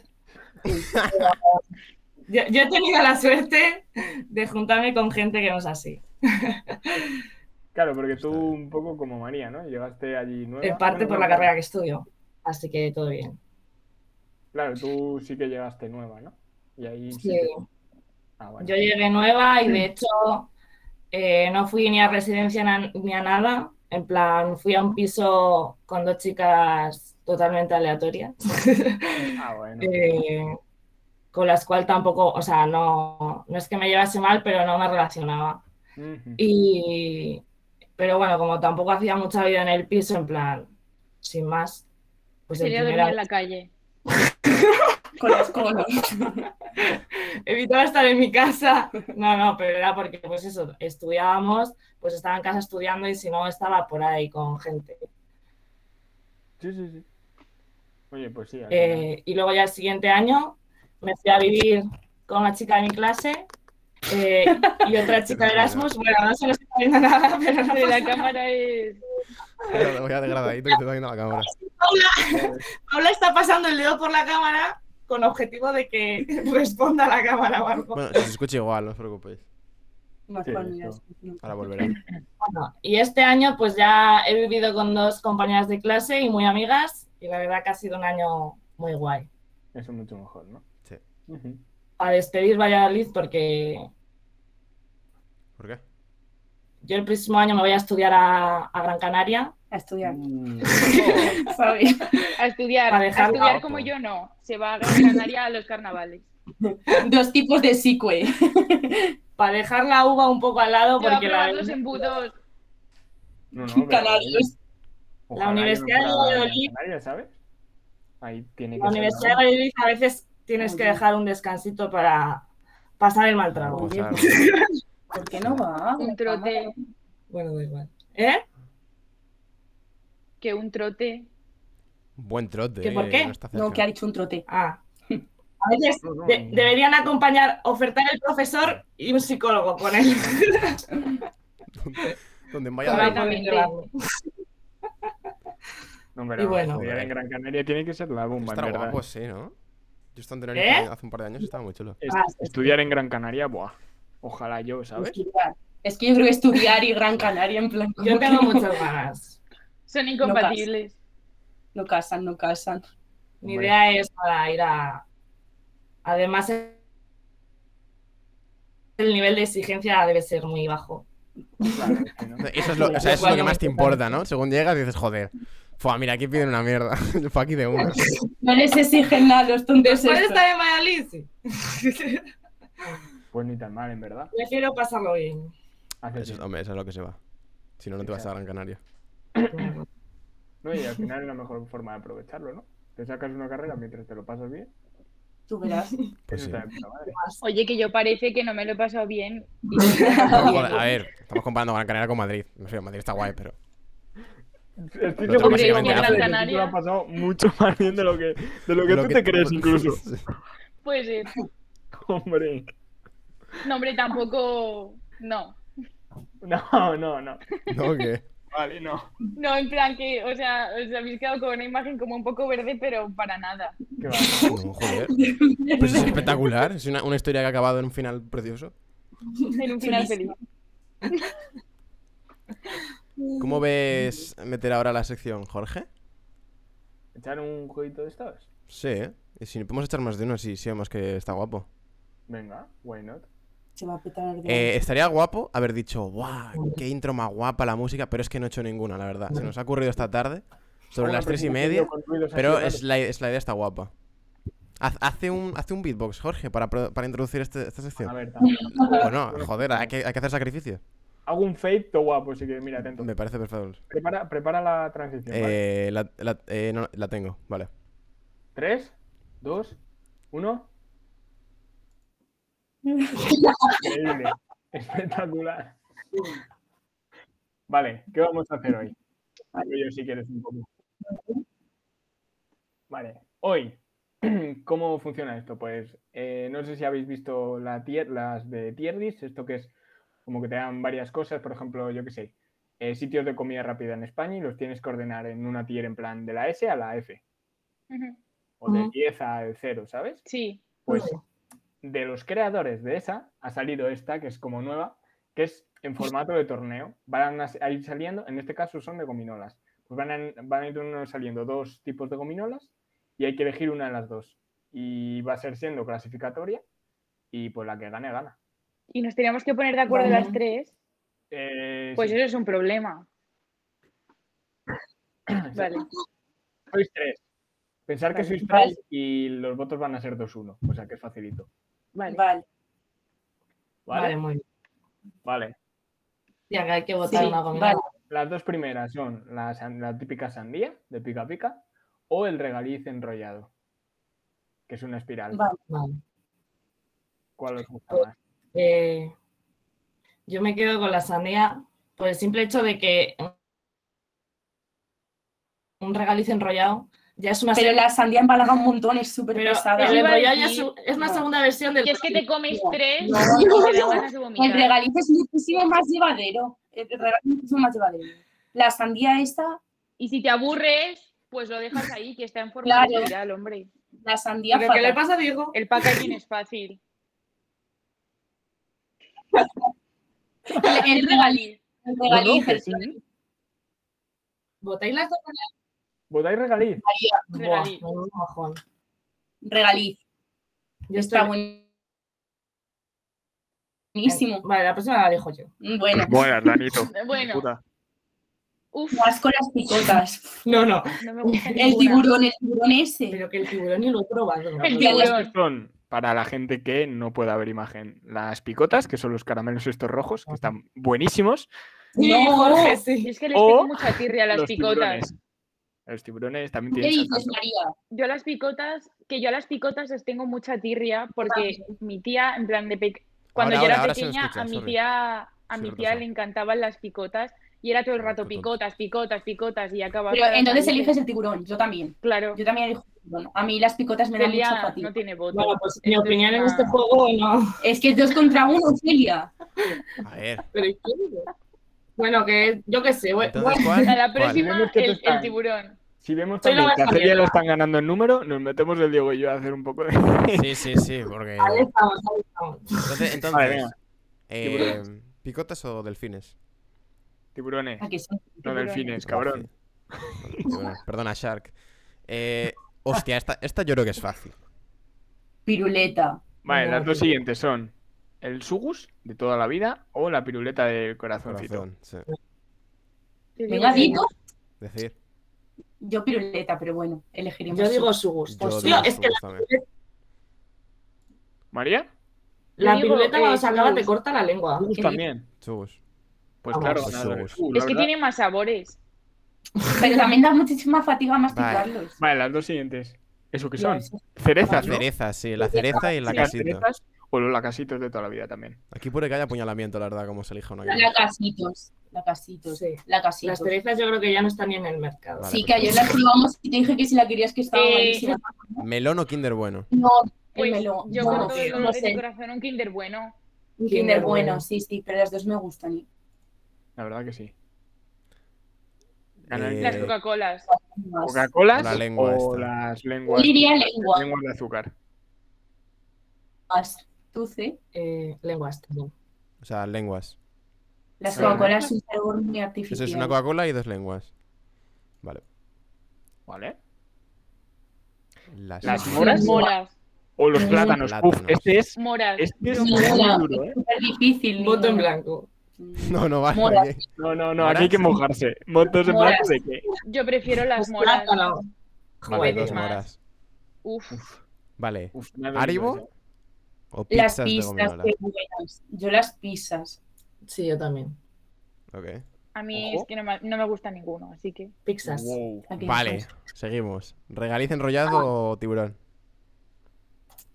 [SPEAKER 5] Yo, yo he tenido la suerte de juntarme con gente que no es así.
[SPEAKER 2] Claro, porque tú
[SPEAKER 1] Está bien.
[SPEAKER 2] un poco como María, ¿no? Llegaste allí nueva.
[SPEAKER 5] En parte
[SPEAKER 2] Bueno,
[SPEAKER 5] por la
[SPEAKER 2] no,
[SPEAKER 5] carrera que estudio. Así que todo bien.
[SPEAKER 2] Claro, tú sí que llegaste nueva, ¿no? Y ahí sí.
[SPEAKER 5] Sí.
[SPEAKER 2] que- Ah, vale.
[SPEAKER 5] Yo llegué nueva y de hecho eh, no fui ni a residencia na- ni a nada. En plan, fui a un piso con dos chicas totalmente aleatorias,
[SPEAKER 2] Ah, bueno.
[SPEAKER 5] eh, con las cuales tampoco, o sea, no, no es que me llevase mal, pero no me relacionaba.
[SPEAKER 2] Ujú.
[SPEAKER 5] Y, pero bueno, como tampoco hacía mucha vida en el piso, en plan, sin más, pues el
[SPEAKER 3] Celia
[SPEAKER 5] primer
[SPEAKER 3] dormía en
[SPEAKER 5] año
[SPEAKER 3] la calle.
[SPEAKER 4] Con los conos.
[SPEAKER 5] evitaba estar en mi casa. No, no, pero era porque, pues eso, estudiábamos, pues estaba en casa estudiando y si no, estaba por ahí con gente.
[SPEAKER 2] Sí, sí, sí. Oye, pues sí. al final.
[SPEAKER 5] Eh, y luego ya el siguiente año me fui a vivir con una chica de mi clase eh, y otra chica de Erasmus. Bueno, no se lo está viendo nada, pero no
[SPEAKER 3] De
[SPEAKER 5] pasa
[SPEAKER 3] la
[SPEAKER 5] nada.
[SPEAKER 3] cámara es.
[SPEAKER 1] Pero Voy a degradadito que te está viendo la cámara.
[SPEAKER 5] Paula está pasando el dedo por la cámara con objetivo de que responda a la cámara o algo.
[SPEAKER 1] Bueno, si se escucha igual, no os preocupéis.
[SPEAKER 4] Más
[SPEAKER 2] Sí,
[SPEAKER 4] por
[SPEAKER 2] eso.
[SPEAKER 4] miras.
[SPEAKER 1] Ahora volveré.
[SPEAKER 5] Bueno, y este año pues ya he vivido con dos compañeras de clase y muy amigas y la verdad que ha sido un año muy guay.
[SPEAKER 2] Eso es mucho mejor, ¿no?
[SPEAKER 1] Sí.
[SPEAKER 2] Ujú.
[SPEAKER 5] Para despedir Valladolid porque
[SPEAKER 1] ¿Por qué?
[SPEAKER 5] yo el próximo año me voy a estudiar a, a Gran Canaria.
[SPEAKER 4] A estudiar.
[SPEAKER 2] Mm.
[SPEAKER 4] Fabi.
[SPEAKER 3] A estudiar.
[SPEAKER 5] Para
[SPEAKER 3] A
[SPEAKER 5] dejarla.
[SPEAKER 3] estudiar como yo no. Se va a Gran Canaria a los carnavales.
[SPEAKER 4] Dos tipos de sequel.
[SPEAKER 5] Para dejar la uva un poco al lado
[SPEAKER 3] Se va a
[SPEAKER 5] porque la,
[SPEAKER 3] probar los embudos.
[SPEAKER 2] No, no, pero-
[SPEAKER 4] Canarios.
[SPEAKER 2] Ojalá
[SPEAKER 5] La Universidad
[SPEAKER 2] yo no fuera
[SPEAKER 5] de Valladolid.
[SPEAKER 2] canaria, ¿sabes? Ahí tiene que
[SPEAKER 5] la
[SPEAKER 2] ser,
[SPEAKER 5] Universidad de
[SPEAKER 2] ¿no?
[SPEAKER 5] Valladolid a veces tienes que dejar un descansito para pasar el mal trago.
[SPEAKER 1] Pues, claro.
[SPEAKER 4] ¿Por qué no va?
[SPEAKER 3] Un trote.
[SPEAKER 5] Bueno, da igual. ¿Eh?
[SPEAKER 3] Que un trote.
[SPEAKER 1] Buen trote.
[SPEAKER 5] ¿Que
[SPEAKER 1] eh,
[SPEAKER 5] por qué?
[SPEAKER 1] no está
[SPEAKER 4] No,
[SPEAKER 1] cerca.
[SPEAKER 4] que ha dicho un trote.
[SPEAKER 5] Ah. A veces
[SPEAKER 2] No, no,
[SPEAKER 5] de-
[SPEAKER 2] no.
[SPEAKER 5] deberían acompañar, ofertar el profesor y un psicólogo con él.
[SPEAKER 1] Donde en
[SPEAKER 5] Para
[SPEAKER 1] Valladolid.
[SPEAKER 3] Correcto.
[SPEAKER 5] poder llevarlo.
[SPEAKER 2] No, pero
[SPEAKER 5] Y bueno.
[SPEAKER 2] estudiar en Gran Canaria tiene que ser la bomba, en
[SPEAKER 1] Pues Está
[SPEAKER 2] verdad.
[SPEAKER 1] guapo, sí, ¿no? Yo estaba en
[SPEAKER 5] ¿Eh?
[SPEAKER 1] Tenerife hace un par de años y estaba muy chulo.
[SPEAKER 2] Es-
[SPEAKER 5] Ah, sí, sí.
[SPEAKER 2] estudiar en Gran Canaria, buah. Ojalá yo, ¿sabes?
[SPEAKER 4] Estudiar. Es que yo creo que estudiar y Gran Canaria en plan.
[SPEAKER 5] Yo
[SPEAKER 4] como
[SPEAKER 5] tengo
[SPEAKER 4] que no-
[SPEAKER 5] muchas ganas.
[SPEAKER 3] Son incompatibles.
[SPEAKER 4] No casan, no casan.
[SPEAKER 5] Mi
[SPEAKER 2] Hombre.
[SPEAKER 5] idea es para ir a. Además, el nivel de exigencia debe ser muy bajo.
[SPEAKER 2] Claro, es que no.
[SPEAKER 1] Eso es lo, o sea, eso es lo que más te importa, ¿no? Según llegas dices, joder, fua, mira, aquí piden una mierda. Yo fue aquí de una.
[SPEAKER 4] No les exigen nada los tontos.
[SPEAKER 5] ¿Puedes
[SPEAKER 4] estos.
[SPEAKER 5] estar en Valladolid? Sí.
[SPEAKER 2] Pues ni tan mal, en verdad.
[SPEAKER 5] Prefiero pasarlo bien.
[SPEAKER 1] Eso,
[SPEAKER 2] Haces
[SPEAKER 1] es-
[SPEAKER 2] bien.
[SPEAKER 1] hombre, eso es lo que se va. Si no, no te vas a Gran Canaria.
[SPEAKER 2] No, y al final es la mejor forma de aprovecharlo, ¿no? Te sacas una carrera mientras te lo pasas bien.
[SPEAKER 4] Tú verás.
[SPEAKER 1] Pues
[SPEAKER 2] eso
[SPEAKER 1] sí.
[SPEAKER 2] está de puta madre.
[SPEAKER 3] Oye, que yo parece que no me lo he pasado bien. "Pues,
[SPEAKER 1] Pero, joder, a ver, estamos comparando Gran Canaria con Madrid. Me refiero, Madrid está guay, pero.
[SPEAKER 2] Estoy
[SPEAKER 1] Lo tengo
[SPEAKER 2] seguro que
[SPEAKER 1] básicamente
[SPEAKER 2] la
[SPEAKER 1] en
[SPEAKER 2] gente de
[SPEAKER 3] Gran
[SPEAKER 2] Cultura
[SPEAKER 3] Canaria.
[SPEAKER 2] ha pasado mucho más bien de lo que, de lo que tú te crees, incluso.
[SPEAKER 3] Pues eh,
[SPEAKER 2] Hombre.
[SPEAKER 3] no, hombre, tampoco. No.
[SPEAKER 2] No, no, no.
[SPEAKER 1] No, que.
[SPEAKER 2] Vale, no.
[SPEAKER 3] No, en plan que, o sea, os habéis quedado con una imagen como un poco verde, pero para nada.
[SPEAKER 2] Qué va.
[SPEAKER 1] No, joder. Pues es espectacular. Es una, una historia que ha acabado en un final precioso.
[SPEAKER 3] En un final feliz.
[SPEAKER 4] Chulísimo.
[SPEAKER 1] ¿Cómo ves meter ahora la sección, Jorge?
[SPEAKER 2] ¿Echar un jueguito de estos?
[SPEAKER 1] Sí, ¿eh? Y si podemos echar más de uno, si sí, vemos que está guapo.
[SPEAKER 2] Venga, why not?
[SPEAKER 4] Se va a petar el
[SPEAKER 1] Eh, estaría guapo haber dicho, ¡guau! ¡Qué intro más guapa la música! Pero es que no he hecho ninguna, la verdad. Se nos ha ocurrido esta tarde, sobre
[SPEAKER 2] Una
[SPEAKER 1] las tres y
[SPEAKER 2] presentación
[SPEAKER 1] media.
[SPEAKER 2] con ruidos
[SPEAKER 1] Pero
[SPEAKER 2] así
[SPEAKER 1] es la, es la idea está guapa. Haz, hace, un, hace un beatbox, Jorge, para, pro- para introducir este- esta
[SPEAKER 2] raros. A
[SPEAKER 1] sección.
[SPEAKER 2] ver, también.
[SPEAKER 1] O no, joder, hay que, hay que hacer sacrificio.
[SPEAKER 2] hago un fade todo guapo, así que mira, atento.
[SPEAKER 1] Me parece perfecto.
[SPEAKER 2] Prepara, prepara la transición. ¿vale?
[SPEAKER 1] Eh, la, la- eh, no, la tengo, vale.
[SPEAKER 2] Tres, dos, uno. Increíble. Espectacular. Vale, ¿qué vamos a hacer hoy? Yo si quieres un poco. Vale, hoy, ¿cómo funciona esto? Pues eh, no sé si habéis visto la tier- las de Tierdis, esto que es como que te dan varias cosas, por ejemplo, yo qué sé, eh, sitios de comida rápida en España y los tienes que ordenar en una tier en plan de la S a la F,
[SPEAKER 3] Ujú.
[SPEAKER 2] o de
[SPEAKER 5] Ujú.
[SPEAKER 2] 10 al 0, ¿sabes?
[SPEAKER 3] Sí.
[SPEAKER 2] Pues de los creadores de esa ha salido esta, que es como nueva, que es en formato de torneo. Van a s- a ir saliendo, en este caso son de gominolas. Pues van a, van a ir saliendo dos tipos de gominolas y hay que elegir una de las dos. Y va a ser siendo clasificatoria y pues la que gane, gana.
[SPEAKER 3] Y nos teníamos que poner de acuerdo
[SPEAKER 5] Vale.
[SPEAKER 3] las tres.
[SPEAKER 2] Eh,
[SPEAKER 3] Pues
[SPEAKER 2] sí.
[SPEAKER 3] eso es un problema.
[SPEAKER 2] Sí.
[SPEAKER 3] Vale.
[SPEAKER 2] Sois tres. Pensar que
[SPEAKER 4] Vale.
[SPEAKER 2] sois
[SPEAKER 4] Vale.
[SPEAKER 2] tres y los votos van a ser 2-1, o sea que es facilito.
[SPEAKER 3] Vale.
[SPEAKER 4] Vale.
[SPEAKER 5] Vale,
[SPEAKER 2] ¿Vale?
[SPEAKER 5] muy bien.
[SPEAKER 2] Vale.
[SPEAKER 5] Ya que hay que votar
[SPEAKER 4] Sí,
[SPEAKER 5] una gominola.
[SPEAKER 2] Las dos primeras son la, san- la típica sandía de pica pica o el regaliz enrollado, que es una espiral.
[SPEAKER 4] Vale.
[SPEAKER 5] Vale.
[SPEAKER 2] ¿Cuál os gusta más?
[SPEAKER 5] Eh, yo me quedo con la sandía por el simple hecho de que un regaliz enrollado ya es una
[SPEAKER 4] Pero la sandía embalaga un montón, es súper
[SPEAKER 5] pero
[SPEAKER 4] pesada.
[SPEAKER 5] el
[SPEAKER 3] Eso iba a
[SPEAKER 5] enrollado ya es,
[SPEAKER 3] decir.
[SPEAKER 5] un- es una
[SPEAKER 4] No.
[SPEAKER 5] segunda versión del
[SPEAKER 3] Y es que te comes
[SPEAKER 4] No,
[SPEAKER 3] tres
[SPEAKER 4] no,
[SPEAKER 3] y te dan
[SPEAKER 4] no.
[SPEAKER 3] ganas de
[SPEAKER 4] El
[SPEAKER 3] vomitar.
[SPEAKER 4] regaliz es muchísimo más llevadero. El regaliz es muchísimo más llevadero. La sandía esta,
[SPEAKER 3] Y si te aburres, pues lo dejas ahí, que está en forma
[SPEAKER 4] Claro.
[SPEAKER 3] natural, hombre.
[SPEAKER 4] la sandía
[SPEAKER 5] ¿Pero qué le
[SPEAKER 4] fatal.
[SPEAKER 5] pasa a Diego?
[SPEAKER 3] El packaging es fácil.
[SPEAKER 4] El, el regaliz. El
[SPEAKER 2] No,
[SPEAKER 4] regaliz.
[SPEAKER 2] no, que
[SPEAKER 4] el-
[SPEAKER 2] sí.
[SPEAKER 5] ¿Votáis las dos en
[SPEAKER 2] ¿Votáis regaliz?
[SPEAKER 5] la- Buah,
[SPEAKER 3] Regaliz.
[SPEAKER 5] menudo mojón.
[SPEAKER 4] regaliz.
[SPEAKER 5] Yo estoy-
[SPEAKER 4] Está buenísimo.
[SPEAKER 5] Vale, la próxima la dejo yo.
[SPEAKER 4] Bueno,
[SPEAKER 2] Buenas, Danito.
[SPEAKER 3] Bueno, uff,
[SPEAKER 4] vas con las picotas.
[SPEAKER 5] No, no.
[SPEAKER 3] no me gusta
[SPEAKER 4] El
[SPEAKER 3] ninguna.
[SPEAKER 4] tiburón, el tiburón ese.
[SPEAKER 5] Pero que el tiburón ni lo he probado.
[SPEAKER 3] El
[SPEAKER 4] Ya las-
[SPEAKER 3] tiburón.
[SPEAKER 2] Son, para la gente que no pueda ver imagen, las picotas, que son los caramelos estos rojos, que están buenísimos.
[SPEAKER 5] Sí,
[SPEAKER 4] No.
[SPEAKER 5] Jorge,
[SPEAKER 3] Y
[SPEAKER 5] sí.
[SPEAKER 3] es que les
[SPEAKER 2] O
[SPEAKER 3] tengo mucha tirria a las
[SPEAKER 2] los
[SPEAKER 3] picotas.
[SPEAKER 2] tiburones. Los tiburones también
[SPEAKER 4] ¿Qué
[SPEAKER 2] tienen
[SPEAKER 4] dices,
[SPEAKER 2] salsa.
[SPEAKER 4] María?
[SPEAKER 3] Yo a las picotas, que yo a las picotas les tengo mucha tirria porque mi tía, en plan de pe- cuando
[SPEAKER 1] Ahora,
[SPEAKER 3] yo era
[SPEAKER 1] ahora, ahora se me
[SPEAKER 3] pequeña,
[SPEAKER 1] escucha,
[SPEAKER 3] a mi
[SPEAKER 1] sorry.
[SPEAKER 3] tía, a
[SPEAKER 1] Sí,
[SPEAKER 3] mi
[SPEAKER 1] lo
[SPEAKER 3] tía
[SPEAKER 1] pasaba.
[SPEAKER 3] le encantaban las picotas y era todo el rato picotas, picotas, picotas y acababa.
[SPEAKER 4] Pero
[SPEAKER 3] hasta las
[SPEAKER 4] entonces
[SPEAKER 3] narices.
[SPEAKER 4] eliges el tiburón, yo también.
[SPEAKER 3] Claro,
[SPEAKER 4] Yo también elijo el tiburón. A mí las picotas me dan
[SPEAKER 3] Celia
[SPEAKER 4] mucha fatiga.
[SPEAKER 3] no tiene voto.
[SPEAKER 5] Bueno, pues mi
[SPEAKER 3] Esto es
[SPEAKER 5] opinión en
[SPEAKER 3] una-
[SPEAKER 5] este juego no.
[SPEAKER 4] Es que es dos contra uno, Celia.
[SPEAKER 1] A ver.
[SPEAKER 5] Pero ¿y qué? Bueno, que yo qué sé. Bueno,
[SPEAKER 1] Entonces, ¿cuál?
[SPEAKER 3] A la
[SPEAKER 1] ¿Cuál?
[SPEAKER 3] próxima,
[SPEAKER 2] Tenemos que
[SPEAKER 3] el,
[SPEAKER 2] testar.
[SPEAKER 3] el tiburón.
[SPEAKER 2] Si vemos
[SPEAKER 5] Soy la
[SPEAKER 2] también que a
[SPEAKER 5] más
[SPEAKER 2] Celia lo
[SPEAKER 5] mierda.
[SPEAKER 2] están ganando en número, nos metemos el Diego y yo a hacer un poco de...
[SPEAKER 1] Sí, sí, sí, porque.
[SPEAKER 5] ahí estamos, ahí estamos.
[SPEAKER 1] Entonces,
[SPEAKER 2] Vale,
[SPEAKER 1] entonces
[SPEAKER 2] venga.
[SPEAKER 1] eh, ¿picotas o delfines?
[SPEAKER 2] Tiburones,
[SPEAKER 4] ¿A que sí?
[SPEAKER 2] no
[SPEAKER 3] tiburones.
[SPEAKER 2] delfines, cabrón.
[SPEAKER 1] Ah, sí. Tiburón. Perdona, Shark. Eh, hostia, esta, esta yo creo que es fácil.
[SPEAKER 4] Piruleta.
[SPEAKER 2] Vale, las dos
[SPEAKER 5] Vale.
[SPEAKER 2] siguientes son el sugus de toda la vida o la piruleta del corazoncito.
[SPEAKER 1] Corazón, sí.
[SPEAKER 4] Venga, Dito.
[SPEAKER 1] Decir.
[SPEAKER 4] Yo piruleta, pero bueno, elegiremos.
[SPEAKER 5] Yo digo su gusto.
[SPEAKER 1] Yo
[SPEAKER 5] Tío,
[SPEAKER 1] digo
[SPEAKER 5] Pues es que
[SPEAKER 1] sugus también.
[SPEAKER 2] ¿María?
[SPEAKER 5] la, la
[SPEAKER 3] Yo digo,
[SPEAKER 5] piruleta cuando
[SPEAKER 3] eh,
[SPEAKER 5] se acaba te
[SPEAKER 3] sugus.
[SPEAKER 5] corta la lengua.
[SPEAKER 2] Sugus también.
[SPEAKER 1] Sugus.
[SPEAKER 2] Pues
[SPEAKER 5] Vamos,
[SPEAKER 2] claro,
[SPEAKER 1] pues
[SPEAKER 2] ganador, el
[SPEAKER 1] sugus.
[SPEAKER 2] sugus, la
[SPEAKER 3] Es que
[SPEAKER 2] verdad.
[SPEAKER 3] tiene más sabores.
[SPEAKER 4] Pero también da muchísima fatiga masticarlos.
[SPEAKER 2] Vale, las dos siguientes. ¿Eso qué son?
[SPEAKER 5] Dios.
[SPEAKER 1] La
[SPEAKER 2] Cerezas, Ah, ¿no?
[SPEAKER 1] cereza, sí, la cereza y la
[SPEAKER 2] Sí, las
[SPEAKER 1] casita.
[SPEAKER 2] cerezas o los lacasitos de toda la vida también.
[SPEAKER 1] Aquí puede que haya apuñalamiento, la verdad, como se elija una que
[SPEAKER 4] Lacasitos. la casito.
[SPEAKER 5] Sí.
[SPEAKER 4] La casito.
[SPEAKER 5] Las cerezas yo creo que ya no están ni en el mercado.
[SPEAKER 1] Vale.
[SPEAKER 4] Sí, que ayer la probamos y te dije que si la querías que estaba
[SPEAKER 3] Eh,
[SPEAKER 4] buenísima.
[SPEAKER 1] ¿Melón o Kinder bueno?
[SPEAKER 4] No,
[SPEAKER 3] Pues,
[SPEAKER 4] el melón.
[SPEAKER 3] yo
[SPEAKER 4] no,
[SPEAKER 3] con todo el
[SPEAKER 4] no
[SPEAKER 3] dolor de mi
[SPEAKER 4] sé.
[SPEAKER 3] corazón, un Kinder bueno.
[SPEAKER 4] Un
[SPEAKER 5] Kinder
[SPEAKER 4] Kinder
[SPEAKER 5] bueno.
[SPEAKER 4] bueno, sí, sí, pero las dos me gustan.
[SPEAKER 2] La verdad que sí.
[SPEAKER 1] Eh,
[SPEAKER 3] Las Coca-Colas.
[SPEAKER 4] Más.
[SPEAKER 2] Coca-Colas
[SPEAKER 1] La lengua
[SPEAKER 2] o
[SPEAKER 1] esta.
[SPEAKER 2] las lenguas,
[SPEAKER 4] Liria
[SPEAKER 2] las
[SPEAKER 4] lengua.
[SPEAKER 2] lenguas de azúcar.
[SPEAKER 4] Más. Dulce.
[SPEAKER 5] Eh, lenguas también.
[SPEAKER 1] O sea, lenguas.
[SPEAKER 4] Las
[SPEAKER 2] Sí.
[SPEAKER 4] Coca-Colas son sabor muy
[SPEAKER 1] Eso
[SPEAKER 4] artificial.
[SPEAKER 1] es una Coca-Cola y dos lenguas. Vale.
[SPEAKER 2] ¿Vale?
[SPEAKER 1] Las,
[SPEAKER 2] Las
[SPEAKER 4] moras.
[SPEAKER 3] Las moras.
[SPEAKER 2] O los
[SPEAKER 4] Mm.
[SPEAKER 2] plátanos.
[SPEAKER 1] Plátanos.
[SPEAKER 2] Uf, este es,
[SPEAKER 3] Moras.
[SPEAKER 2] este es muy
[SPEAKER 4] Ninguna.
[SPEAKER 2] duro, ¿eh?
[SPEAKER 4] Es súper difícil.
[SPEAKER 5] Voto en
[SPEAKER 4] ninguna.
[SPEAKER 5] blanco.
[SPEAKER 4] Mm.
[SPEAKER 1] No, no vale.
[SPEAKER 4] Moras.
[SPEAKER 1] oye.
[SPEAKER 2] No, no, no, aquí hay que mojarse. ¿Motos en
[SPEAKER 4] Moras.
[SPEAKER 2] blanco de qué?
[SPEAKER 3] Yo prefiero las
[SPEAKER 5] Pues
[SPEAKER 3] moras.
[SPEAKER 5] plátano.
[SPEAKER 1] Vale,
[SPEAKER 5] Joder,
[SPEAKER 1] dos
[SPEAKER 3] más.
[SPEAKER 1] moras.
[SPEAKER 3] Uf.
[SPEAKER 1] Vale.
[SPEAKER 2] Uf, me ha venido
[SPEAKER 1] ¿Aribo? O pizzas
[SPEAKER 4] Las
[SPEAKER 1] de
[SPEAKER 4] pizzas,
[SPEAKER 1] gominola.
[SPEAKER 4] qué buenas. Yo las pizzas.
[SPEAKER 5] Sí, yo también.
[SPEAKER 1] Ok.
[SPEAKER 3] A mí
[SPEAKER 2] Ojo.
[SPEAKER 3] es que no me, no me gusta ninguno, así que.
[SPEAKER 2] esa.
[SPEAKER 5] Pizzas.
[SPEAKER 2] Wow.
[SPEAKER 4] ¿A qué
[SPEAKER 1] Vale,
[SPEAKER 4] dices?
[SPEAKER 1] seguimos. ¿Regaliz enrollado o tiburón?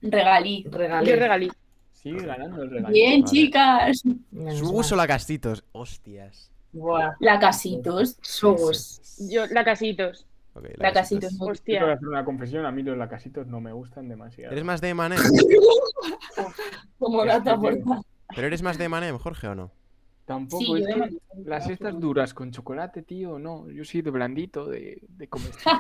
[SPEAKER 4] Regaliz.
[SPEAKER 5] Regalé.
[SPEAKER 3] Yo regalí.
[SPEAKER 1] Pues,
[SPEAKER 2] Sigue ganando el regalo.
[SPEAKER 4] Bien,
[SPEAKER 1] Vale.
[SPEAKER 4] chicas.
[SPEAKER 5] Menos
[SPEAKER 1] Sugus o
[SPEAKER 5] mal.
[SPEAKER 1] la castitos. Hostias.
[SPEAKER 5] Buah.
[SPEAKER 4] La casitos.
[SPEAKER 5] Sugus.
[SPEAKER 3] Yo, la casitos.
[SPEAKER 1] Ok,
[SPEAKER 4] La casitos.
[SPEAKER 2] Yo
[SPEAKER 4] muy-
[SPEAKER 2] te voy a
[SPEAKER 3] Hostia. Eh,
[SPEAKER 2] hacer una confesión, a mí los lacasitos no me gustan demasiado.
[SPEAKER 1] ¿Eres más de Mané?
[SPEAKER 4] Como
[SPEAKER 2] Es que
[SPEAKER 4] data por
[SPEAKER 2] tiene-
[SPEAKER 1] ¿Pero eres más de Manem, Jorge, o no?
[SPEAKER 2] Tampoco
[SPEAKER 4] Sí, yo
[SPEAKER 2] es
[SPEAKER 4] de
[SPEAKER 2] que
[SPEAKER 4] manzana.
[SPEAKER 2] las estas duras con chocolate, tío, no. Yo soy de blandito, de, de comestible.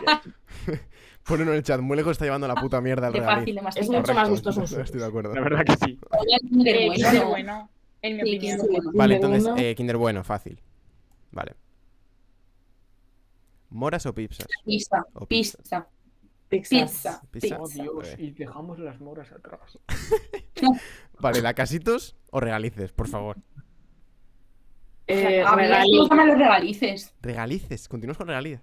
[SPEAKER 1] Pon uno en el chat. Muy lejos está llevando la puta mierda al
[SPEAKER 4] de fácil
[SPEAKER 1] regaliz.
[SPEAKER 4] de
[SPEAKER 5] Es
[SPEAKER 4] masticar.
[SPEAKER 5] mucho más
[SPEAKER 1] Correcto,
[SPEAKER 5] gustoso un Sugus.
[SPEAKER 1] Estoy de acuerdo.
[SPEAKER 2] La verdad que sí.
[SPEAKER 4] Hola, Kinder
[SPEAKER 3] Eh,
[SPEAKER 4] Bueno.
[SPEAKER 3] Kinder bueno, en mi
[SPEAKER 4] Sí,
[SPEAKER 3] opinión.
[SPEAKER 4] Kinder Bueno.
[SPEAKER 1] Vale,
[SPEAKER 5] Kinder
[SPEAKER 1] entonces,
[SPEAKER 5] bueno.
[SPEAKER 1] eh, Kinder bueno, fácil. Vale. ¿Moras o pizzas?
[SPEAKER 4] Pizza.
[SPEAKER 1] O pizza.
[SPEAKER 4] Pizza.
[SPEAKER 5] Pizzas.
[SPEAKER 1] Pizza.
[SPEAKER 4] Pizza. Pizza.
[SPEAKER 2] Oh, Dios,
[SPEAKER 1] Ok.
[SPEAKER 2] y dejamos las moras atrás.
[SPEAKER 1] Vale, ¿la casitos o regalices, por favor?
[SPEAKER 5] Eh,
[SPEAKER 4] A mí es que me
[SPEAKER 5] regalé.
[SPEAKER 4] gustan los regalices.
[SPEAKER 1] Regalices, continuamos con regaliz.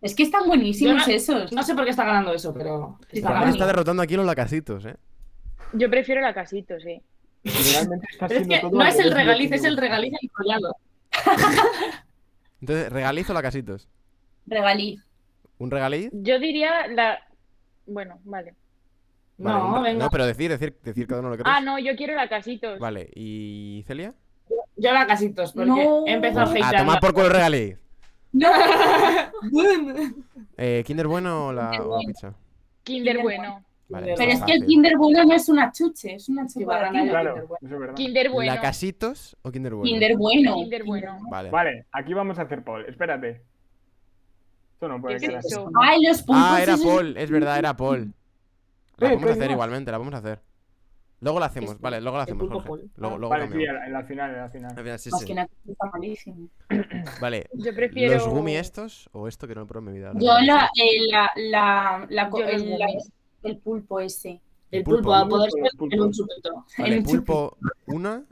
[SPEAKER 4] Es que están buenísimos
[SPEAKER 5] Yo
[SPEAKER 4] esos.
[SPEAKER 5] No sé por qué está ganando eso, pero está
[SPEAKER 1] Ramón está
[SPEAKER 5] ganando.
[SPEAKER 1] derrotando aquí a los lacasitos, ¿eh?
[SPEAKER 3] Yo prefiero la casitos, eh.
[SPEAKER 2] Realmente está
[SPEAKER 5] Pero es
[SPEAKER 2] haciendo
[SPEAKER 5] que
[SPEAKER 2] todo
[SPEAKER 5] no
[SPEAKER 2] al
[SPEAKER 5] es el
[SPEAKER 2] revés de lo
[SPEAKER 5] regaliz,
[SPEAKER 2] que
[SPEAKER 5] es
[SPEAKER 2] me
[SPEAKER 5] el
[SPEAKER 2] gusta.
[SPEAKER 5] regaliz enrollado.
[SPEAKER 1] Entonces, ¿regaliz o lacasitos?
[SPEAKER 4] Regaliz.
[SPEAKER 1] ¿Un regaliz?
[SPEAKER 3] Yo diría la. Bueno, vale.
[SPEAKER 1] Vale,
[SPEAKER 5] No,
[SPEAKER 1] un re-
[SPEAKER 5] venga.
[SPEAKER 1] No, pero decir, decir, decir cada uno lo que
[SPEAKER 3] Ah,
[SPEAKER 1] crees.
[SPEAKER 3] no, yo quiero la casitos.
[SPEAKER 1] Vale, ¿y Celia?
[SPEAKER 5] Yo la casitos, porque
[SPEAKER 4] No.
[SPEAKER 5] he empezado a
[SPEAKER 1] Pues, a
[SPEAKER 5] hatear.
[SPEAKER 1] tomar por culo el regaliz.
[SPEAKER 4] No.
[SPEAKER 1] Eh, ¿Kinder bueno o la, o la pizza?
[SPEAKER 3] Kinder,
[SPEAKER 4] Kinder
[SPEAKER 3] bueno.
[SPEAKER 1] Vale,
[SPEAKER 4] Pero es
[SPEAKER 1] fácil.
[SPEAKER 4] que el Kinder bueno no es una chuche, es una
[SPEAKER 5] Sí, va a
[SPEAKER 4] chuche.
[SPEAKER 5] ganar.
[SPEAKER 2] Claro, eso es verdad.
[SPEAKER 3] Kinder bueno.
[SPEAKER 1] ¿La casitos o Kinder bueno?
[SPEAKER 4] Kinder bueno.
[SPEAKER 3] Kinder bueno.
[SPEAKER 1] Vale.
[SPEAKER 2] Vale, aquí vamos a hacer Paul. Espérate. Esto
[SPEAKER 1] Pues
[SPEAKER 2] no puede
[SPEAKER 3] ¿Qué es
[SPEAKER 2] quedar así.
[SPEAKER 3] eso?
[SPEAKER 4] Ay, los pulpos.
[SPEAKER 1] Ah, era
[SPEAKER 4] esos-
[SPEAKER 1] Paul, es verdad, era Paul. La
[SPEAKER 2] Eh,
[SPEAKER 1] vamos a
[SPEAKER 2] coño.
[SPEAKER 1] hacer igualmente, la vamos a hacer. Luego la hacemos,
[SPEAKER 5] Es-
[SPEAKER 1] vale, luego la
[SPEAKER 5] el
[SPEAKER 1] hacemos,
[SPEAKER 5] pulpo
[SPEAKER 1] Jorge.
[SPEAKER 5] Paul.
[SPEAKER 1] Luego, luego
[SPEAKER 2] Ah, Vale, sí,
[SPEAKER 1] cambiamos.
[SPEAKER 2] al, al final, al final.
[SPEAKER 1] Al final, sí,
[SPEAKER 4] Más
[SPEAKER 1] sí.
[SPEAKER 4] que nada, está malísimo.
[SPEAKER 1] Vale.
[SPEAKER 3] Yo prefiero.
[SPEAKER 1] ¿Los gumi estos o esto que no he probado en mi vida?
[SPEAKER 4] Yo la, eh, la, la, la, co-
[SPEAKER 3] Yo los
[SPEAKER 4] el, la-
[SPEAKER 3] gummies.
[SPEAKER 4] el pulpo ese.
[SPEAKER 5] El
[SPEAKER 1] pulpo.
[SPEAKER 5] pulpo, a poder
[SPEAKER 2] Pulpo,
[SPEAKER 5] ser
[SPEAKER 2] pulpo.
[SPEAKER 5] en un chupito.
[SPEAKER 1] Vale,
[SPEAKER 4] el
[SPEAKER 1] pulpo una.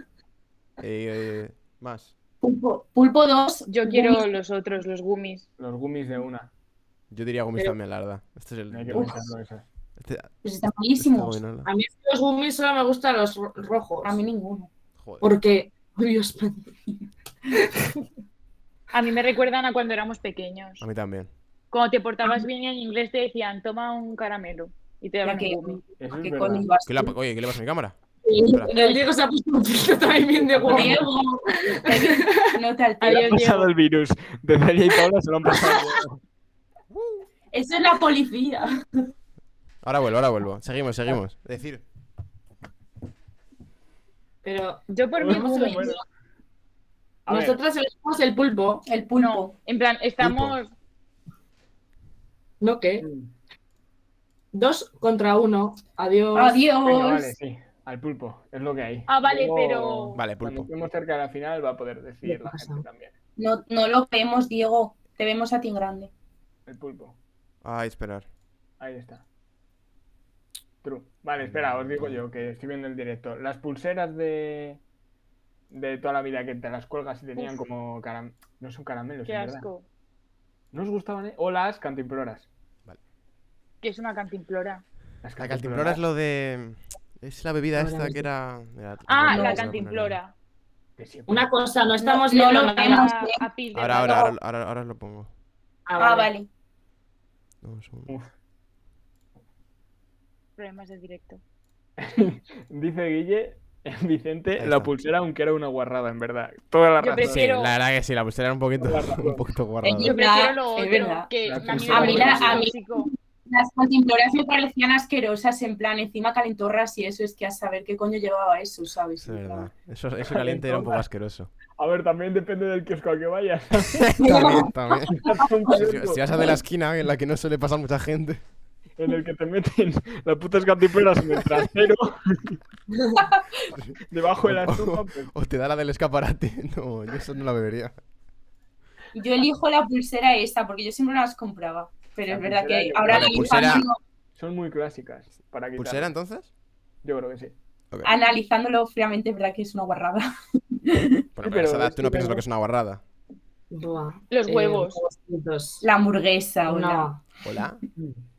[SPEAKER 1] eh, más.
[SPEAKER 4] Pulpo, pulpo 2.
[SPEAKER 3] Yo quiero los otros, los gummies.
[SPEAKER 2] Los gummies de una.
[SPEAKER 1] Yo diría gumis
[SPEAKER 5] Pero-
[SPEAKER 1] también, la verdad. Este es el.
[SPEAKER 2] No hay que
[SPEAKER 1] Uf,
[SPEAKER 2] pensarlo eso.
[SPEAKER 1] este- este
[SPEAKER 4] Pues están
[SPEAKER 1] está
[SPEAKER 4] malísimos.
[SPEAKER 1] bueno, la-
[SPEAKER 5] A mí es que los gummies solo me gustan los ro- rojos.
[SPEAKER 4] A mí ninguno.
[SPEAKER 1] Joder.
[SPEAKER 5] Porque, oh, Dios mío.
[SPEAKER 3] A mí me recuerdan a cuando éramos pequeños.
[SPEAKER 1] A mí también.
[SPEAKER 3] Cuando te portabas bien y en inglés te decían, toma un caramelo. Y te
[SPEAKER 4] La
[SPEAKER 3] daban un
[SPEAKER 4] que,
[SPEAKER 3] gummy.
[SPEAKER 2] Eso
[SPEAKER 4] la
[SPEAKER 2] es
[SPEAKER 4] que con
[SPEAKER 2] verdad.
[SPEAKER 4] el bastón.
[SPEAKER 1] ¿Qué le ha- Oye, ¿qué le pasa a mi cámara?
[SPEAKER 5] El Diego se ha puesto un filtro también de guapo.
[SPEAKER 4] Diego, no te alteres.
[SPEAKER 3] Adiós, Diego.
[SPEAKER 2] el virus. De Celia y Paula se lo han pasado.
[SPEAKER 4] Eso es la policía.
[SPEAKER 1] Ahora vuelvo, ahora vuelvo. Seguimos, seguimos. Decir.
[SPEAKER 5] Pero
[SPEAKER 3] Yo por mí.
[SPEAKER 5] Bueno,
[SPEAKER 3] gummies.
[SPEAKER 5] bueno.
[SPEAKER 2] A ver.
[SPEAKER 5] nosotras elegimos el pulpo,
[SPEAKER 4] El
[SPEAKER 3] No,
[SPEAKER 4] pulpo.
[SPEAKER 3] en plan, estamos.
[SPEAKER 5] ¿no
[SPEAKER 2] Mm,
[SPEAKER 5] qué? Dos contra uno. Adiós.
[SPEAKER 4] Adiós.
[SPEAKER 2] Venga, vale, sí. Al pulpo. Es lo que hay.
[SPEAKER 3] Ah, vale,
[SPEAKER 2] Luego,
[SPEAKER 3] pero-
[SPEAKER 1] Vale,
[SPEAKER 2] Cuando
[SPEAKER 1] pulpo.
[SPEAKER 2] estemos cerca de la final va a poder decir
[SPEAKER 5] ¿Qué
[SPEAKER 2] la
[SPEAKER 5] pasa?
[SPEAKER 2] gente también.
[SPEAKER 4] No, no lo vemos, Diego. Te vemos a ti en grande.
[SPEAKER 2] El pulpo.
[SPEAKER 1] Ay, esperar.
[SPEAKER 2] Ahí está. True. Vale, espera, os digo yo que estoy viendo el directo. Las pulseras de. de toda la vida que te las cuelgas y tenían
[SPEAKER 3] Uf.
[SPEAKER 2] como caram... No son caramelos,
[SPEAKER 3] Qué
[SPEAKER 2] en verdad.
[SPEAKER 3] asco.
[SPEAKER 2] ¿No os gustaban, eh? O las cantimploras.
[SPEAKER 3] Que es una cantimplora.
[SPEAKER 2] Las
[SPEAKER 1] La cantimplora es lo de. Es la bebida esta que era. era-
[SPEAKER 3] Ah,
[SPEAKER 1] no,
[SPEAKER 3] la
[SPEAKER 1] no,
[SPEAKER 3] cantimplora.
[SPEAKER 2] que siempre-
[SPEAKER 5] Una cosa, no estamos
[SPEAKER 4] No, no
[SPEAKER 5] viendo
[SPEAKER 4] lo
[SPEAKER 5] nada.
[SPEAKER 4] vemos.
[SPEAKER 3] A, a pis de
[SPEAKER 1] Ahora,
[SPEAKER 3] gato.
[SPEAKER 1] ahora, ahora, ahora, ahora os lo pongo.
[SPEAKER 4] Ah, vale.
[SPEAKER 1] Dame un segundo.
[SPEAKER 2] Uf.
[SPEAKER 3] Problemas de directo.
[SPEAKER 2] Dice Guille Vicente,
[SPEAKER 1] Ahí
[SPEAKER 2] la
[SPEAKER 1] está.
[SPEAKER 2] pulsera, aunque era una guarrada, en verdad. Toda la
[SPEAKER 3] Yo
[SPEAKER 2] razón.
[SPEAKER 1] Sí,
[SPEAKER 3] prefiero-
[SPEAKER 1] la verdad que sí, la pulsera era un poquito,
[SPEAKER 2] Guarra-
[SPEAKER 1] un poquito guarrada.
[SPEAKER 3] Yo
[SPEAKER 4] Es
[SPEAKER 3] prefiero
[SPEAKER 4] verdad,
[SPEAKER 3] lo
[SPEAKER 4] es
[SPEAKER 3] otro,
[SPEAKER 4] verdad.
[SPEAKER 3] que
[SPEAKER 2] La
[SPEAKER 3] a mí
[SPEAKER 2] pulsera
[SPEAKER 3] me
[SPEAKER 4] guarra.
[SPEAKER 3] parece
[SPEAKER 4] A mí-
[SPEAKER 3] tóxico.
[SPEAKER 4] Las contemploras me parecían asquerosas, en plan, encima calentorras y eso, es que a saber qué coño llevaba eso, ¿sabes?
[SPEAKER 1] Es
[SPEAKER 4] En plan,
[SPEAKER 1] verdad. Eso, eso caliente era un poco asqueroso.
[SPEAKER 2] A ver, también depende del kiosco al que vayas.
[SPEAKER 1] También, también. Si, si vas a de la
[SPEAKER 2] en
[SPEAKER 1] esquina, en la que no suele pasar mucha gente.
[SPEAKER 2] el que te meten las putas cantimploras en el trasero, debajo de la estufa, pues,
[SPEAKER 1] O te da la del escaparate. No, yo eso no la bebería.
[SPEAKER 4] Yo elijo la pulsera esta, porque yo siempre las compraba. Pero
[SPEAKER 2] La
[SPEAKER 4] es verdad
[SPEAKER 2] pulsera
[SPEAKER 4] que
[SPEAKER 2] yo-
[SPEAKER 4] ahora
[SPEAKER 1] Vale,
[SPEAKER 4] analizando-
[SPEAKER 1] pulsera.
[SPEAKER 2] son muy clásicas. Para quitar.
[SPEAKER 1] ¿Pulsera entonces?
[SPEAKER 2] Yo creo que sí.
[SPEAKER 1] Ok.
[SPEAKER 4] analizándolo fríamente, es verdad que es una guarrada.
[SPEAKER 1] Bueno,
[SPEAKER 2] pero
[SPEAKER 1] pero a esa edad
[SPEAKER 2] es
[SPEAKER 1] tú no
[SPEAKER 2] que
[SPEAKER 1] piensas lo
[SPEAKER 2] luego-
[SPEAKER 1] que es una guarrada.
[SPEAKER 5] Buah,
[SPEAKER 3] Los
[SPEAKER 5] eh,
[SPEAKER 3] huevos.
[SPEAKER 5] huevos fritos.
[SPEAKER 4] La hamburguesa, o la-
[SPEAKER 5] No,
[SPEAKER 1] Hola.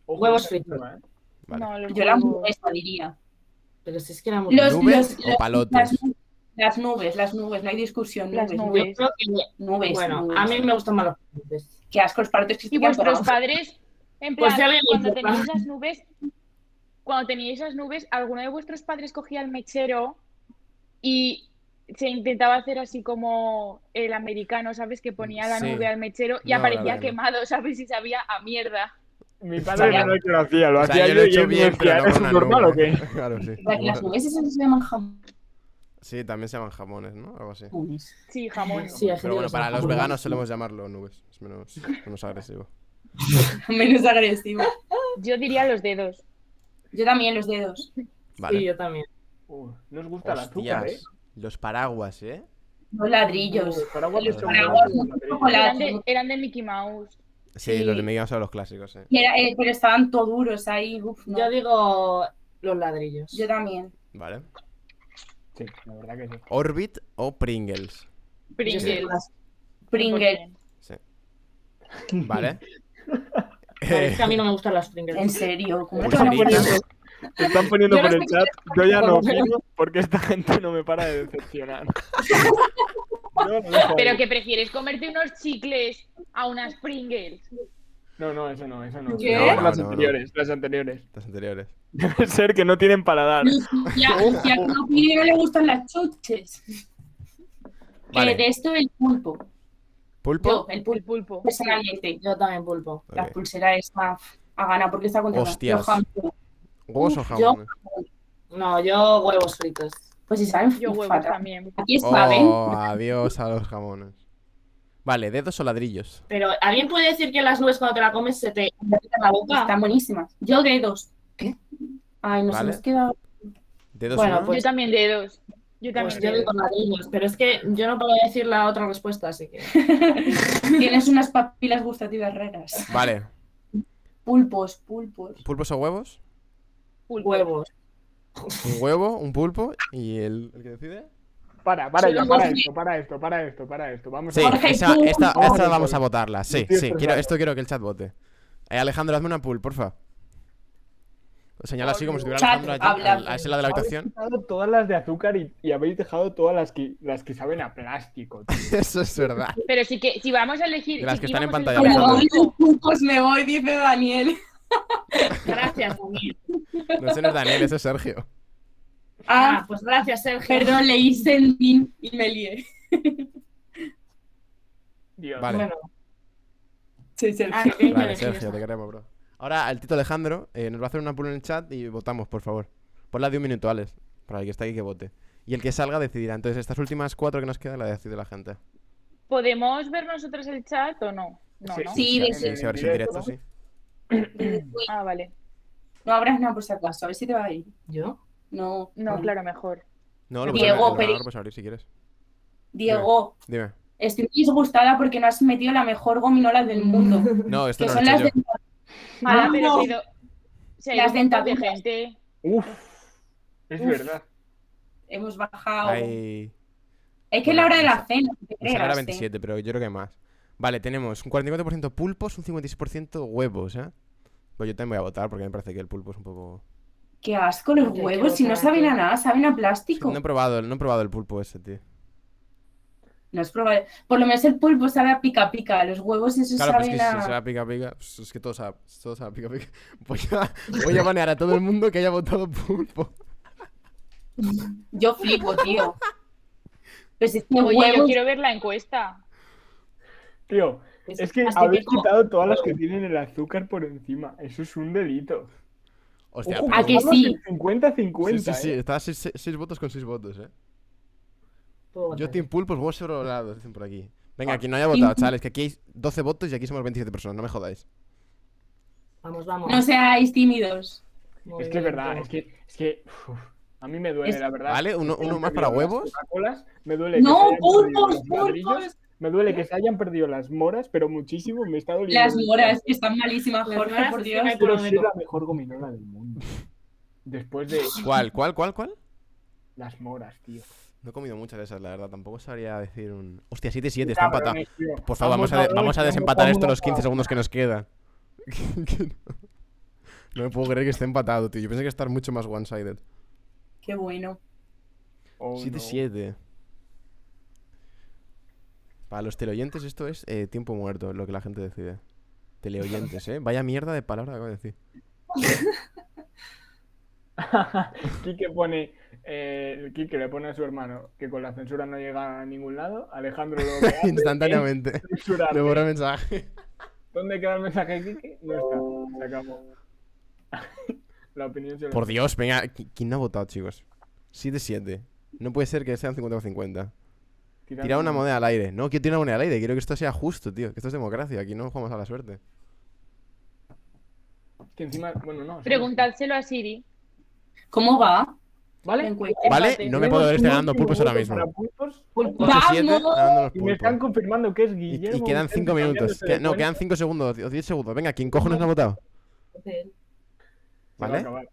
[SPEAKER 2] Ojo,
[SPEAKER 5] Huevos
[SPEAKER 2] con ese
[SPEAKER 5] fritos.
[SPEAKER 2] tema, ¿eh?
[SPEAKER 1] Vale.
[SPEAKER 3] No, los
[SPEAKER 4] Yo la
[SPEAKER 3] huevos.
[SPEAKER 4] hamburguesa diría.
[SPEAKER 5] pero si es que la hamburguesa-
[SPEAKER 4] Los,
[SPEAKER 1] ¿Nubes
[SPEAKER 4] los-
[SPEAKER 1] o
[SPEAKER 4] los-
[SPEAKER 1] palotes?
[SPEAKER 4] las, las nubes, las nubes, no hay discusión.
[SPEAKER 3] Las
[SPEAKER 4] Nubes,
[SPEAKER 3] nubes.
[SPEAKER 4] nubes,
[SPEAKER 5] Yo creo que-
[SPEAKER 4] nubes.
[SPEAKER 5] bueno,
[SPEAKER 4] nubes.
[SPEAKER 5] a mí me gustan más los fritos.
[SPEAKER 4] Qué asco, los palotes que
[SPEAKER 3] Y
[SPEAKER 4] existían, pero
[SPEAKER 3] vuestros padres, en
[SPEAKER 5] Pues
[SPEAKER 3] plan,
[SPEAKER 5] ya le
[SPEAKER 3] cuando
[SPEAKER 5] digo,
[SPEAKER 3] teníais las nubes, cuando teníais las nubes, alguno de vuestros padres cogía el mechero y se intentaba hacer así como el americano, ¿sabes? Que ponía la
[SPEAKER 1] Sí.
[SPEAKER 3] nube al mechero
[SPEAKER 1] No,
[SPEAKER 3] y
[SPEAKER 1] la
[SPEAKER 3] aparecía
[SPEAKER 1] verdad que no.
[SPEAKER 3] quemado, ¿sabes? Y sabía a mierda.
[SPEAKER 2] Mi padre no es que lo hacía, lo
[SPEAKER 1] O sea,
[SPEAKER 2] hacía
[SPEAKER 1] yo
[SPEAKER 2] yo,
[SPEAKER 1] lo he
[SPEAKER 2] y
[SPEAKER 1] hecho
[SPEAKER 2] él me
[SPEAKER 1] bien,
[SPEAKER 2] decía,
[SPEAKER 1] pero no
[SPEAKER 2] ¿eso
[SPEAKER 1] con
[SPEAKER 2] es
[SPEAKER 1] una
[SPEAKER 2] normal
[SPEAKER 1] nube.
[SPEAKER 2] o qué?
[SPEAKER 1] Claro, sí.
[SPEAKER 4] las- las
[SPEAKER 1] Igual.
[SPEAKER 4] nubes esas se llaman jamones.
[SPEAKER 1] Sí, también se llaman jamones, ¿no? Algo así.
[SPEAKER 3] Sí, jamón.
[SPEAKER 5] Sí, hay
[SPEAKER 1] Pero
[SPEAKER 5] gente que
[SPEAKER 1] bueno,
[SPEAKER 5] se
[SPEAKER 1] para
[SPEAKER 5] llama
[SPEAKER 1] los
[SPEAKER 5] jamón.
[SPEAKER 1] veganos solemos llamarlo nubes. Es menos, menos agresivo.
[SPEAKER 4] Menos agresivo.
[SPEAKER 3] Yo diría los dedos.
[SPEAKER 4] Yo también, los dedos.
[SPEAKER 1] Vale.
[SPEAKER 5] Sí, yo también.
[SPEAKER 2] Uh, no os gusta el azúcar, ¿eh?
[SPEAKER 1] Hostias. Los paraguas, ¿eh?
[SPEAKER 4] Los ladrillos.
[SPEAKER 2] Los paraguas
[SPEAKER 1] Los
[SPEAKER 2] son
[SPEAKER 1] paraguas
[SPEAKER 2] buenos,
[SPEAKER 4] son
[SPEAKER 2] la
[SPEAKER 4] como la-
[SPEAKER 3] Eran de, eran de Mickey Mouse.
[SPEAKER 1] Sí,
[SPEAKER 4] Sí.
[SPEAKER 1] los de Miguel son los clásicos, ¿eh?
[SPEAKER 4] Y era- eh, pero estaban todo duros ahí. uf, no.
[SPEAKER 5] Yo digo los ladrillos.
[SPEAKER 4] Yo también.
[SPEAKER 1] Vale.
[SPEAKER 2] Sí, la verdad que sí.
[SPEAKER 1] Orbit o Pringles.
[SPEAKER 5] Yo soy
[SPEAKER 3] Pringles.
[SPEAKER 5] más-
[SPEAKER 4] Pringles.
[SPEAKER 1] Sí. Vale.
[SPEAKER 5] Vale,
[SPEAKER 1] Eh,
[SPEAKER 5] es que a mí no me gustan las Pringles.
[SPEAKER 4] En serio, ¿cómo te van a poner
[SPEAKER 1] pulseritas.
[SPEAKER 4] eso?
[SPEAKER 2] Te están poniendo
[SPEAKER 5] Yo no
[SPEAKER 2] por
[SPEAKER 5] sé
[SPEAKER 2] el
[SPEAKER 5] qué
[SPEAKER 2] chat. Yo ya no
[SPEAKER 5] poniendo.
[SPEAKER 2] opino porque esta gente no me para de decepcionar. Yo lo dejo ahí.
[SPEAKER 3] Pero que prefieres comerte unos chicles a unas Pringles.
[SPEAKER 2] No, no, eso no, eso no.
[SPEAKER 5] ¿Qué?
[SPEAKER 2] No,
[SPEAKER 1] No,
[SPEAKER 2] las
[SPEAKER 1] no, no.
[SPEAKER 2] anteriores, las anteriores.
[SPEAKER 1] Las anteriores.
[SPEAKER 2] Debe ser que no tienen paladar.
[SPEAKER 4] Ya, ya como a Piri no le gustan las chuches.
[SPEAKER 1] Vale.
[SPEAKER 4] Eh, de esto el pulpo. Yo,
[SPEAKER 1] Pulpo.
[SPEAKER 4] el
[SPEAKER 3] El
[SPEAKER 4] pulpo, Pues
[SPEAKER 3] pulpo.
[SPEAKER 4] personalmente.
[SPEAKER 5] Yo también pulpo.
[SPEAKER 1] Ok.
[SPEAKER 4] La pulsera es más a gana porque está contra
[SPEAKER 1] Hostias. Huevos o
[SPEAKER 5] Uf,
[SPEAKER 1] jamón.
[SPEAKER 5] No, yo huevos fritos.
[SPEAKER 4] Pues si saben,
[SPEAKER 3] Yo huevos
[SPEAKER 4] fatal.
[SPEAKER 3] también.
[SPEAKER 4] Aquí es Pavel.
[SPEAKER 1] Oh, adiós a los jamones. Vale, dedos o ladrillos.
[SPEAKER 5] Pero ¿alguien puede decir que las nubes cuando te la comes se te derriten la boca?
[SPEAKER 4] Están buenísimas. Yo dedos.
[SPEAKER 1] ¿Qué?
[SPEAKER 4] Ay, nos
[SPEAKER 1] Vale.
[SPEAKER 4] hemos quedado.
[SPEAKER 1] Dedos
[SPEAKER 5] Bueno,
[SPEAKER 1] uno.
[SPEAKER 5] Pues-
[SPEAKER 3] Yo también dedos. Yo
[SPEAKER 5] Pues
[SPEAKER 3] también
[SPEAKER 5] yo digo
[SPEAKER 3] dedos.
[SPEAKER 5] ladrillos, pero es que yo no puedo decir la otra respuesta, así que.
[SPEAKER 4] Tienes unas papilas gustativas raras.
[SPEAKER 1] Vale.
[SPEAKER 4] Pulpos, pulpos.
[SPEAKER 1] ¿Pulpos o huevos?
[SPEAKER 3] Pulpo.
[SPEAKER 5] Huevos.
[SPEAKER 1] Un huevo, un pulpo y el, el que decide.
[SPEAKER 2] Para, para,
[SPEAKER 4] Sí,
[SPEAKER 2] ya,
[SPEAKER 4] no,
[SPEAKER 2] para
[SPEAKER 4] sí.
[SPEAKER 2] esto, para esto, para esto, para esto. Vamos
[SPEAKER 1] Sí,
[SPEAKER 2] a
[SPEAKER 4] Jorge,
[SPEAKER 1] esa-
[SPEAKER 4] tú.
[SPEAKER 1] esta,
[SPEAKER 2] Vamos,
[SPEAKER 1] esta
[SPEAKER 2] Jorge.
[SPEAKER 1] vamos a votarla. Sí,
[SPEAKER 2] Estoy
[SPEAKER 1] sí, quiero,
[SPEAKER 2] estresado.
[SPEAKER 1] esto quiero que el chat vote. Eh, Alejandro, hazme una pool, porfa. Señala así como si tuviera
[SPEAKER 4] Chat,
[SPEAKER 1] Alejandro allí,
[SPEAKER 4] habla.
[SPEAKER 1] al- a ese lado de la
[SPEAKER 2] Habéis
[SPEAKER 1] habitación.
[SPEAKER 2] dejado todas las de azúcar y, y habéis dejado todas las que, las que saben a plástico. tío.
[SPEAKER 1] Eso es verdad.
[SPEAKER 3] Pero sí que si vamos a elegir.
[SPEAKER 1] De las
[SPEAKER 3] si
[SPEAKER 1] que están en
[SPEAKER 3] íbamos a
[SPEAKER 1] pantalla,
[SPEAKER 3] elegir
[SPEAKER 1] Alejandra.
[SPEAKER 3] algo,
[SPEAKER 4] Pulpos me voy, dice Daniel.
[SPEAKER 5] Gracias, Daniel.
[SPEAKER 1] No ese no es Daniel, ese es Sergio.
[SPEAKER 5] Ah,
[SPEAKER 4] Ah,
[SPEAKER 5] pues gracias, Sergio.
[SPEAKER 4] perdón, leí Sendin y me lié.
[SPEAKER 2] Dios.
[SPEAKER 1] Vale.
[SPEAKER 5] Bueno,
[SPEAKER 4] Sí, sí.
[SPEAKER 5] ah, que
[SPEAKER 1] Vale,
[SPEAKER 5] elegí
[SPEAKER 1] Sergio,
[SPEAKER 5] esa.
[SPEAKER 1] te queremos, bro. Ahora, el Tito Alejandro eh, nos va a hacer una pool en el chat y votamos, por favor. Ponla de un minuto, Alex, para el que está aquí que vote. Y el que salga decidirá. Entonces, estas últimas cuatro que nos quedan las decide la gente.
[SPEAKER 3] ¿Podemos ver nosotros el chat o no? No, ¿no?
[SPEAKER 1] sí,
[SPEAKER 4] Sí. desde-
[SPEAKER 1] sí, ahora sí, en directo, sí.
[SPEAKER 3] Ah, vale.
[SPEAKER 4] No abras nada por si acaso, a ver si te va a ir.
[SPEAKER 5] ¿Yo?
[SPEAKER 4] No.
[SPEAKER 3] No, claro, mejor.
[SPEAKER 1] No, lo puedes
[SPEAKER 4] Diego,
[SPEAKER 1] abrir, el
[SPEAKER 4] pero-
[SPEAKER 1] ordenador puedes abrir si quieres.
[SPEAKER 4] Diego,
[SPEAKER 1] Dime.
[SPEAKER 4] estoy disgustada porque no has metido la mejor gominola del mundo.
[SPEAKER 1] No, esto
[SPEAKER 4] que
[SPEAKER 1] no
[SPEAKER 4] son
[SPEAKER 1] lo he
[SPEAKER 4] las
[SPEAKER 1] hecho yo.
[SPEAKER 4] de...
[SPEAKER 3] Ah, pero
[SPEAKER 4] no.
[SPEAKER 3] si lo- si hay
[SPEAKER 4] Las
[SPEAKER 3] un montón de
[SPEAKER 4] dentaduras.
[SPEAKER 3] gente.
[SPEAKER 2] Uf. Es
[SPEAKER 4] Uf.
[SPEAKER 2] verdad.
[SPEAKER 4] Hemos bajado.
[SPEAKER 1] Hay...
[SPEAKER 4] Es que es la hora de la cena, no te
[SPEAKER 1] Nos sale ahora
[SPEAKER 4] creas, eh.
[SPEAKER 1] 27, pero yo creo que más. Vale, tenemos un 44% pulpos, un 56% huevos, ¿eh? Pues yo también voy a votar porque me parece que el pulpo es un poco...
[SPEAKER 4] Qué asco los
[SPEAKER 5] Porque hay que
[SPEAKER 4] huevos, si no
[SPEAKER 5] botar
[SPEAKER 4] saben a
[SPEAKER 5] aquí.
[SPEAKER 4] nada, saben a plástico.
[SPEAKER 1] No he probado, el- no he probado el pulpo ese, tío.
[SPEAKER 4] No es probable. Por lo menos el pulpo sabe a pica pica, los huevos esos
[SPEAKER 1] Claro, pues
[SPEAKER 4] saben
[SPEAKER 1] que
[SPEAKER 4] a...
[SPEAKER 1] si se va a pica pica, pues es que todo sabe, todo sabe a pica pica. Voy a, voy a banear a todo el mundo que haya votado pulpo.
[SPEAKER 4] Yo flipo, tío. Pues es que
[SPEAKER 3] Oye, yo
[SPEAKER 4] huevos-
[SPEAKER 3] quiero ver la encuesta.
[SPEAKER 2] Tío, es que
[SPEAKER 4] hasta
[SPEAKER 2] habéis
[SPEAKER 4] que no.
[SPEAKER 2] quitado todas las que tienen el azúcar por encima. Eso es un delito.
[SPEAKER 1] Hostia,
[SPEAKER 2] Ojo,
[SPEAKER 1] pero-
[SPEAKER 4] ¿A que
[SPEAKER 2] vamos
[SPEAKER 4] sí?
[SPEAKER 2] en
[SPEAKER 1] Sí,
[SPEAKER 2] 50-50.
[SPEAKER 1] sí, sí,
[SPEAKER 2] ¿eh?
[SPEAKER 1] estaba 6 votos con 6 votos, eh. Yo
[SPEAKER 5] Joder.
[SPEAKER 1] Team Pulpos, vos sobrevalorado, dicen por aquí. Venga,
[SPEAKER 2] Ah.
[SPEAKER 1] quien no haya votado, chavales, que aquí hay 12 votos y aquí somos 27 personas, no me jodáis.
[SPEAKER 5] Vamos, vamos.
[SPEAKER 4] No seáis tímidos.
[SPEAKER 5] Muy
[SPEAKER 2] Es que es
[SPEAKER 5] bien,
[SPEAKER 2] verdad,
[SPEAKER 5] todo.
[SPEAKER 2] es que, es que uf, a mí me duele,
[SPEAKER 4] Es-
[SPEAKER 2] la verdad.
[SPEAKER 1] ¿Vale? Uno,
[SPEAKER 2] Tengo
[SPEAKER 1] uno
[SPEAKER 2] que
[SPEAKER 1] más para
[SPEAKER 2] ver las
[SPEAKER 1] huevos.
[SPEAKER 2] Coca-Colas, me duele que se
[SPEAKER 4] No,
[SPEAKER 2] hayan perdido
[SPEAKER 4] pulpos,
[SPEAKER 2] los ladrillos,
[SPEAKER 4] pulpos.
[SPEAKER 2] Me duele que se hayan perdido las moras, pero muchísimo me está doliendo.
[SPEAKER 4] Las moras, este que están malísimas,
[SPEAKER 5] Las
[SPEAKER 4] Jorge,
[SPEAKER 5] moras
[SPEAKER 4] por
[SPEAKER 5] sí
[SPEAKER 4] Dios.
[SPEAKER 5] me-
[SPEAKER 2] Pero soy la mejor gominola del mundo. Después de
[SPEAKER 1] ¿Cuál, cuál, cuál, cuál?
[SPEAKER 2] las moras, tío.
[SPEAKER 1] No he comido muchas de esas, la verdad. Tampoco sabría decir un. Hostia, 7-7, está empatado.
[SPEAKER 2] Cabrones, tío.
[SPEAKER 1] Por favor, vamos a, de-
[SPEAKER 2] ver
[SPEAKER 1] vamos a
[SPEAKER 2] si
[SPEAKER 1] desempatar
[SPEAKER 2] vamos
[SPEAKER 1] esto
[SPEAKER 2] a-
[SPEAKER 1] los 15 segundos que nos quedan. Que no. no me puedo creer que esté empatado, tío. Yo pensé que estar mucho más one-sided.
[SPEAKER 4] Qué bueno.
[SPEAKER 2] Oh, no.
[SPEAKER 1] 7-7. Para los teleoyentes, esto es eh, tiempo muerto, lo que la gente decide. Teleoyentes, ¿eh? Vaya mierda de palabra que acabo de decir.
[SPEAKER 2] Quique pone, eh, el Quique le pone a su hermano que con la censura no llega a ningún lado. Alejandro lo que hace
[SPEAKER 1] Instantáneamente.
[SPEAKER 2] es censurarme.
[SPEAKER 1] Le borra el mensaje.
[SPEAKER 2] ¿Dónde queda el mensaje de Quique? No está, se acabó. la opinión se lo-
[SPEAKER 1] Por Dios, venga. ¿qui- ¿Quién no ha votado, chicos? 7-7. No puede ser que sean 50-50.
[SPEAKER 2] Tirando-
[SPEAKER 1] Tirar una moneda al aire. No, quiero tirar una moneda al aire. Quiero que esto sea justo, tío. Que esto es democracia. Aquí no jugamos a la suerte.
[SPEAKER 2] Que encima, bueno, no. sí.
[SPEAKER 3] Preguntádselo a Siri.
[SPEAKER 4] ¿Cómo va? la
[SPEAKER 2] ¿Vale?
[SPEAKER 4] encuesta?
[SPEAKER 1] ¿Vale?
[SPEAKER 3] Empate.
[SPEAKER 1] No me
[SPEAKER 2] Tengo
[SPEAKER 1] puedo ver este
[SPEAKER 2] un
[SPEAKER 1] ganando
[SPEAKER 2] último
[SPEAKER 1] pulpos ahora
[SPEAKER 2] voto
[SPEAKER 1] mismo.
[SPEAKER 2] para pulpos.
[SPEAKER 1] 8-7
[SPEAKER 4] ¡Vamos!
[SPEAKER 1] ganando los
[SPEAKER 2] Y me
[SPEAKER 1] pulpos.
[SPEAKER 2] están confirmando que es
[SPEAKER 1] Y-
[SPEAKER 2] Guillermo.
[SPEAKER 1] Y, quedan
[SPEAKER 2] Vicente
[SPEAKER 1] 5 minutos.
[SPEAKER 2] cambiándose
[SPEAKER 1] Que-
[SPEAKER 2] de
[SPEAKER 1] no,
[SPEAKER 2] cuenta.
[SPEAKER 1] quedan 5 segundos o 10 segundos. Venga, ¿quién cojones no ha votado?
[SPEAKER 2] Se va a
[SPEAKER 1] ¿Vale?
[SPEAKER 2] acabar.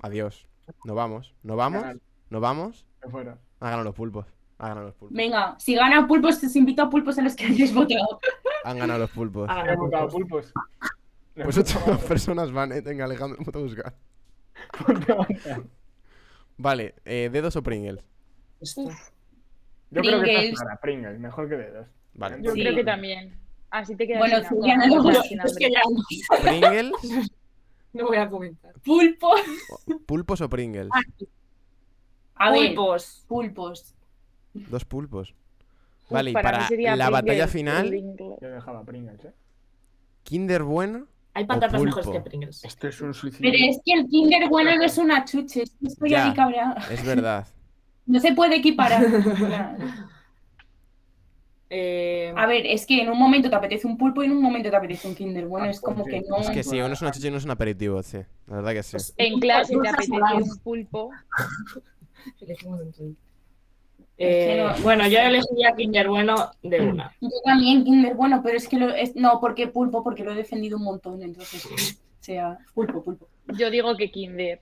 [SPEAKER 1] Adiós. Nos vamos. Nos vamos.
[SPEAKER 2] Ganar.
[SPEAKER 1] Nos vamos.
[SPEAKER 2] Se fueron.
[SPEAKER 1] Ha ganado los pulpos. Ha ganado los pulpos.
[SPEAKER 4] Venga, si gana pulpos, os invito a pulpos en los que hayáis votado.
[SPEAKER 1] Han ganado los pulpos.
[SPEAKER 5] Ah,
[SPEAKER 2] He votado
[SPEAKER 5] pulpos.
[SPEAKER 2] pulpos.
[SPEAKER 1] Pues 8 personas van, eh. Venga, Alejandro, vamos a buscar. Vale, eh, dedos o Pringles.
[SPEAKER 5] Esto.
[SPEAKER 2] Yo creo que
[SPEAKER 4] Pringles.
[SPEAKER 2] estás para Pringles, mejor que dedos.
[SPEAKER 1] Vale.
[SPEAKER 3] Yo
[SPEAKER 4] Sí.
[SPEAKER 3] creo que también. Así te quedas
[SPEAKER 4] Bueno,
[SPEAKER 3] sin agua,
[SPEAKER 4] Juliana,
[SPEAKER 3] te
[SPEAKER 4] no,
[SPEAKER 3] quedas
[SPEAKER 4] yo-
[SPEAKER 3] sin
[SPEAKER 5] Es que
[SPEAKER 3] hambre.
[SPEAKER 5] ya no,
[SPEAKER 1] ¿Pringles?
[SPEAKER 5] no voy a comentar.
[SPEAKER 4] ¡Pulpos!
[SPEAKER 1] ¿Pulpos o Pringles?
[SPEAKER 4] A ver,
[SPEAKER 5] Pulpos.
[SPEAKER 4] pulpos.
[SPEAKER 1] Dos pulpos.
[SPEAKER 3] Uf,
[SPEAKER 1] Vale, y
[SPEAKER 3] para mí
[SPEAKER 1] para
[SPEAKER 3] sería
[SPEAKER 1] la batalla
[SPEAKER 3] Pringles,
[SPEAKER 1] final,
[SPEAKER 3] Pringles.
[SPEAKER 2] Yo dejaba Pringles, ¿eh?
[SPEAKER 1] Kinder bueno.
[SPEAKER 5] Hay patatas
[SPEAKER 1] O
[SPEAKER 5] mejores
[SPEAKER 1] pulpo.
[SPEAKER 5] que Pringles.
[SPEAKER 2] Esto Este es un suicidio.
[SPEAKER 4] Pero es que el Kinder bueno no es una chuche, es que estoy
[SPEAKER 1] Ya.
[SPEAKER 4] ahí cabreada.
[SPEAKER 1] Es verdad.
[SPEAKER 4] No se puede equiparar. Nah.
[SPEAKER 5] Eh,
[SPEAKER 4] A ver, es que en un momento te apetece un pulpo y en un momento te apetece un Kinder bueno, es como que no.
[SPEAKER 1] Es que sí, uno es una chicha y uno es un aperitivo, sí. La verdad que sí.
[SPEAKER 5] pues,
[SPEAKER 3] En clase te
[SPEAKER 5] dulces saladas.
[SPEAKER 3] apetece un pulpo.
[SPEAKER 5] Elegimos entre ellos.
[SPEAKER 4] Es que
[SPEAKER 5] Eh,
[SPEAKER 4] no-
[SPEAKER 5] bueno, yo elegiría Kinder Bueno de una.
[SPEAKER 4] Yo también Kinder bueno, pero es que lo es no, porque pulpo, porque lo he defendido un montón, entonces, o sea, pulpo, pulpo.
[SPEAKER 3] Yo digo que Kinder.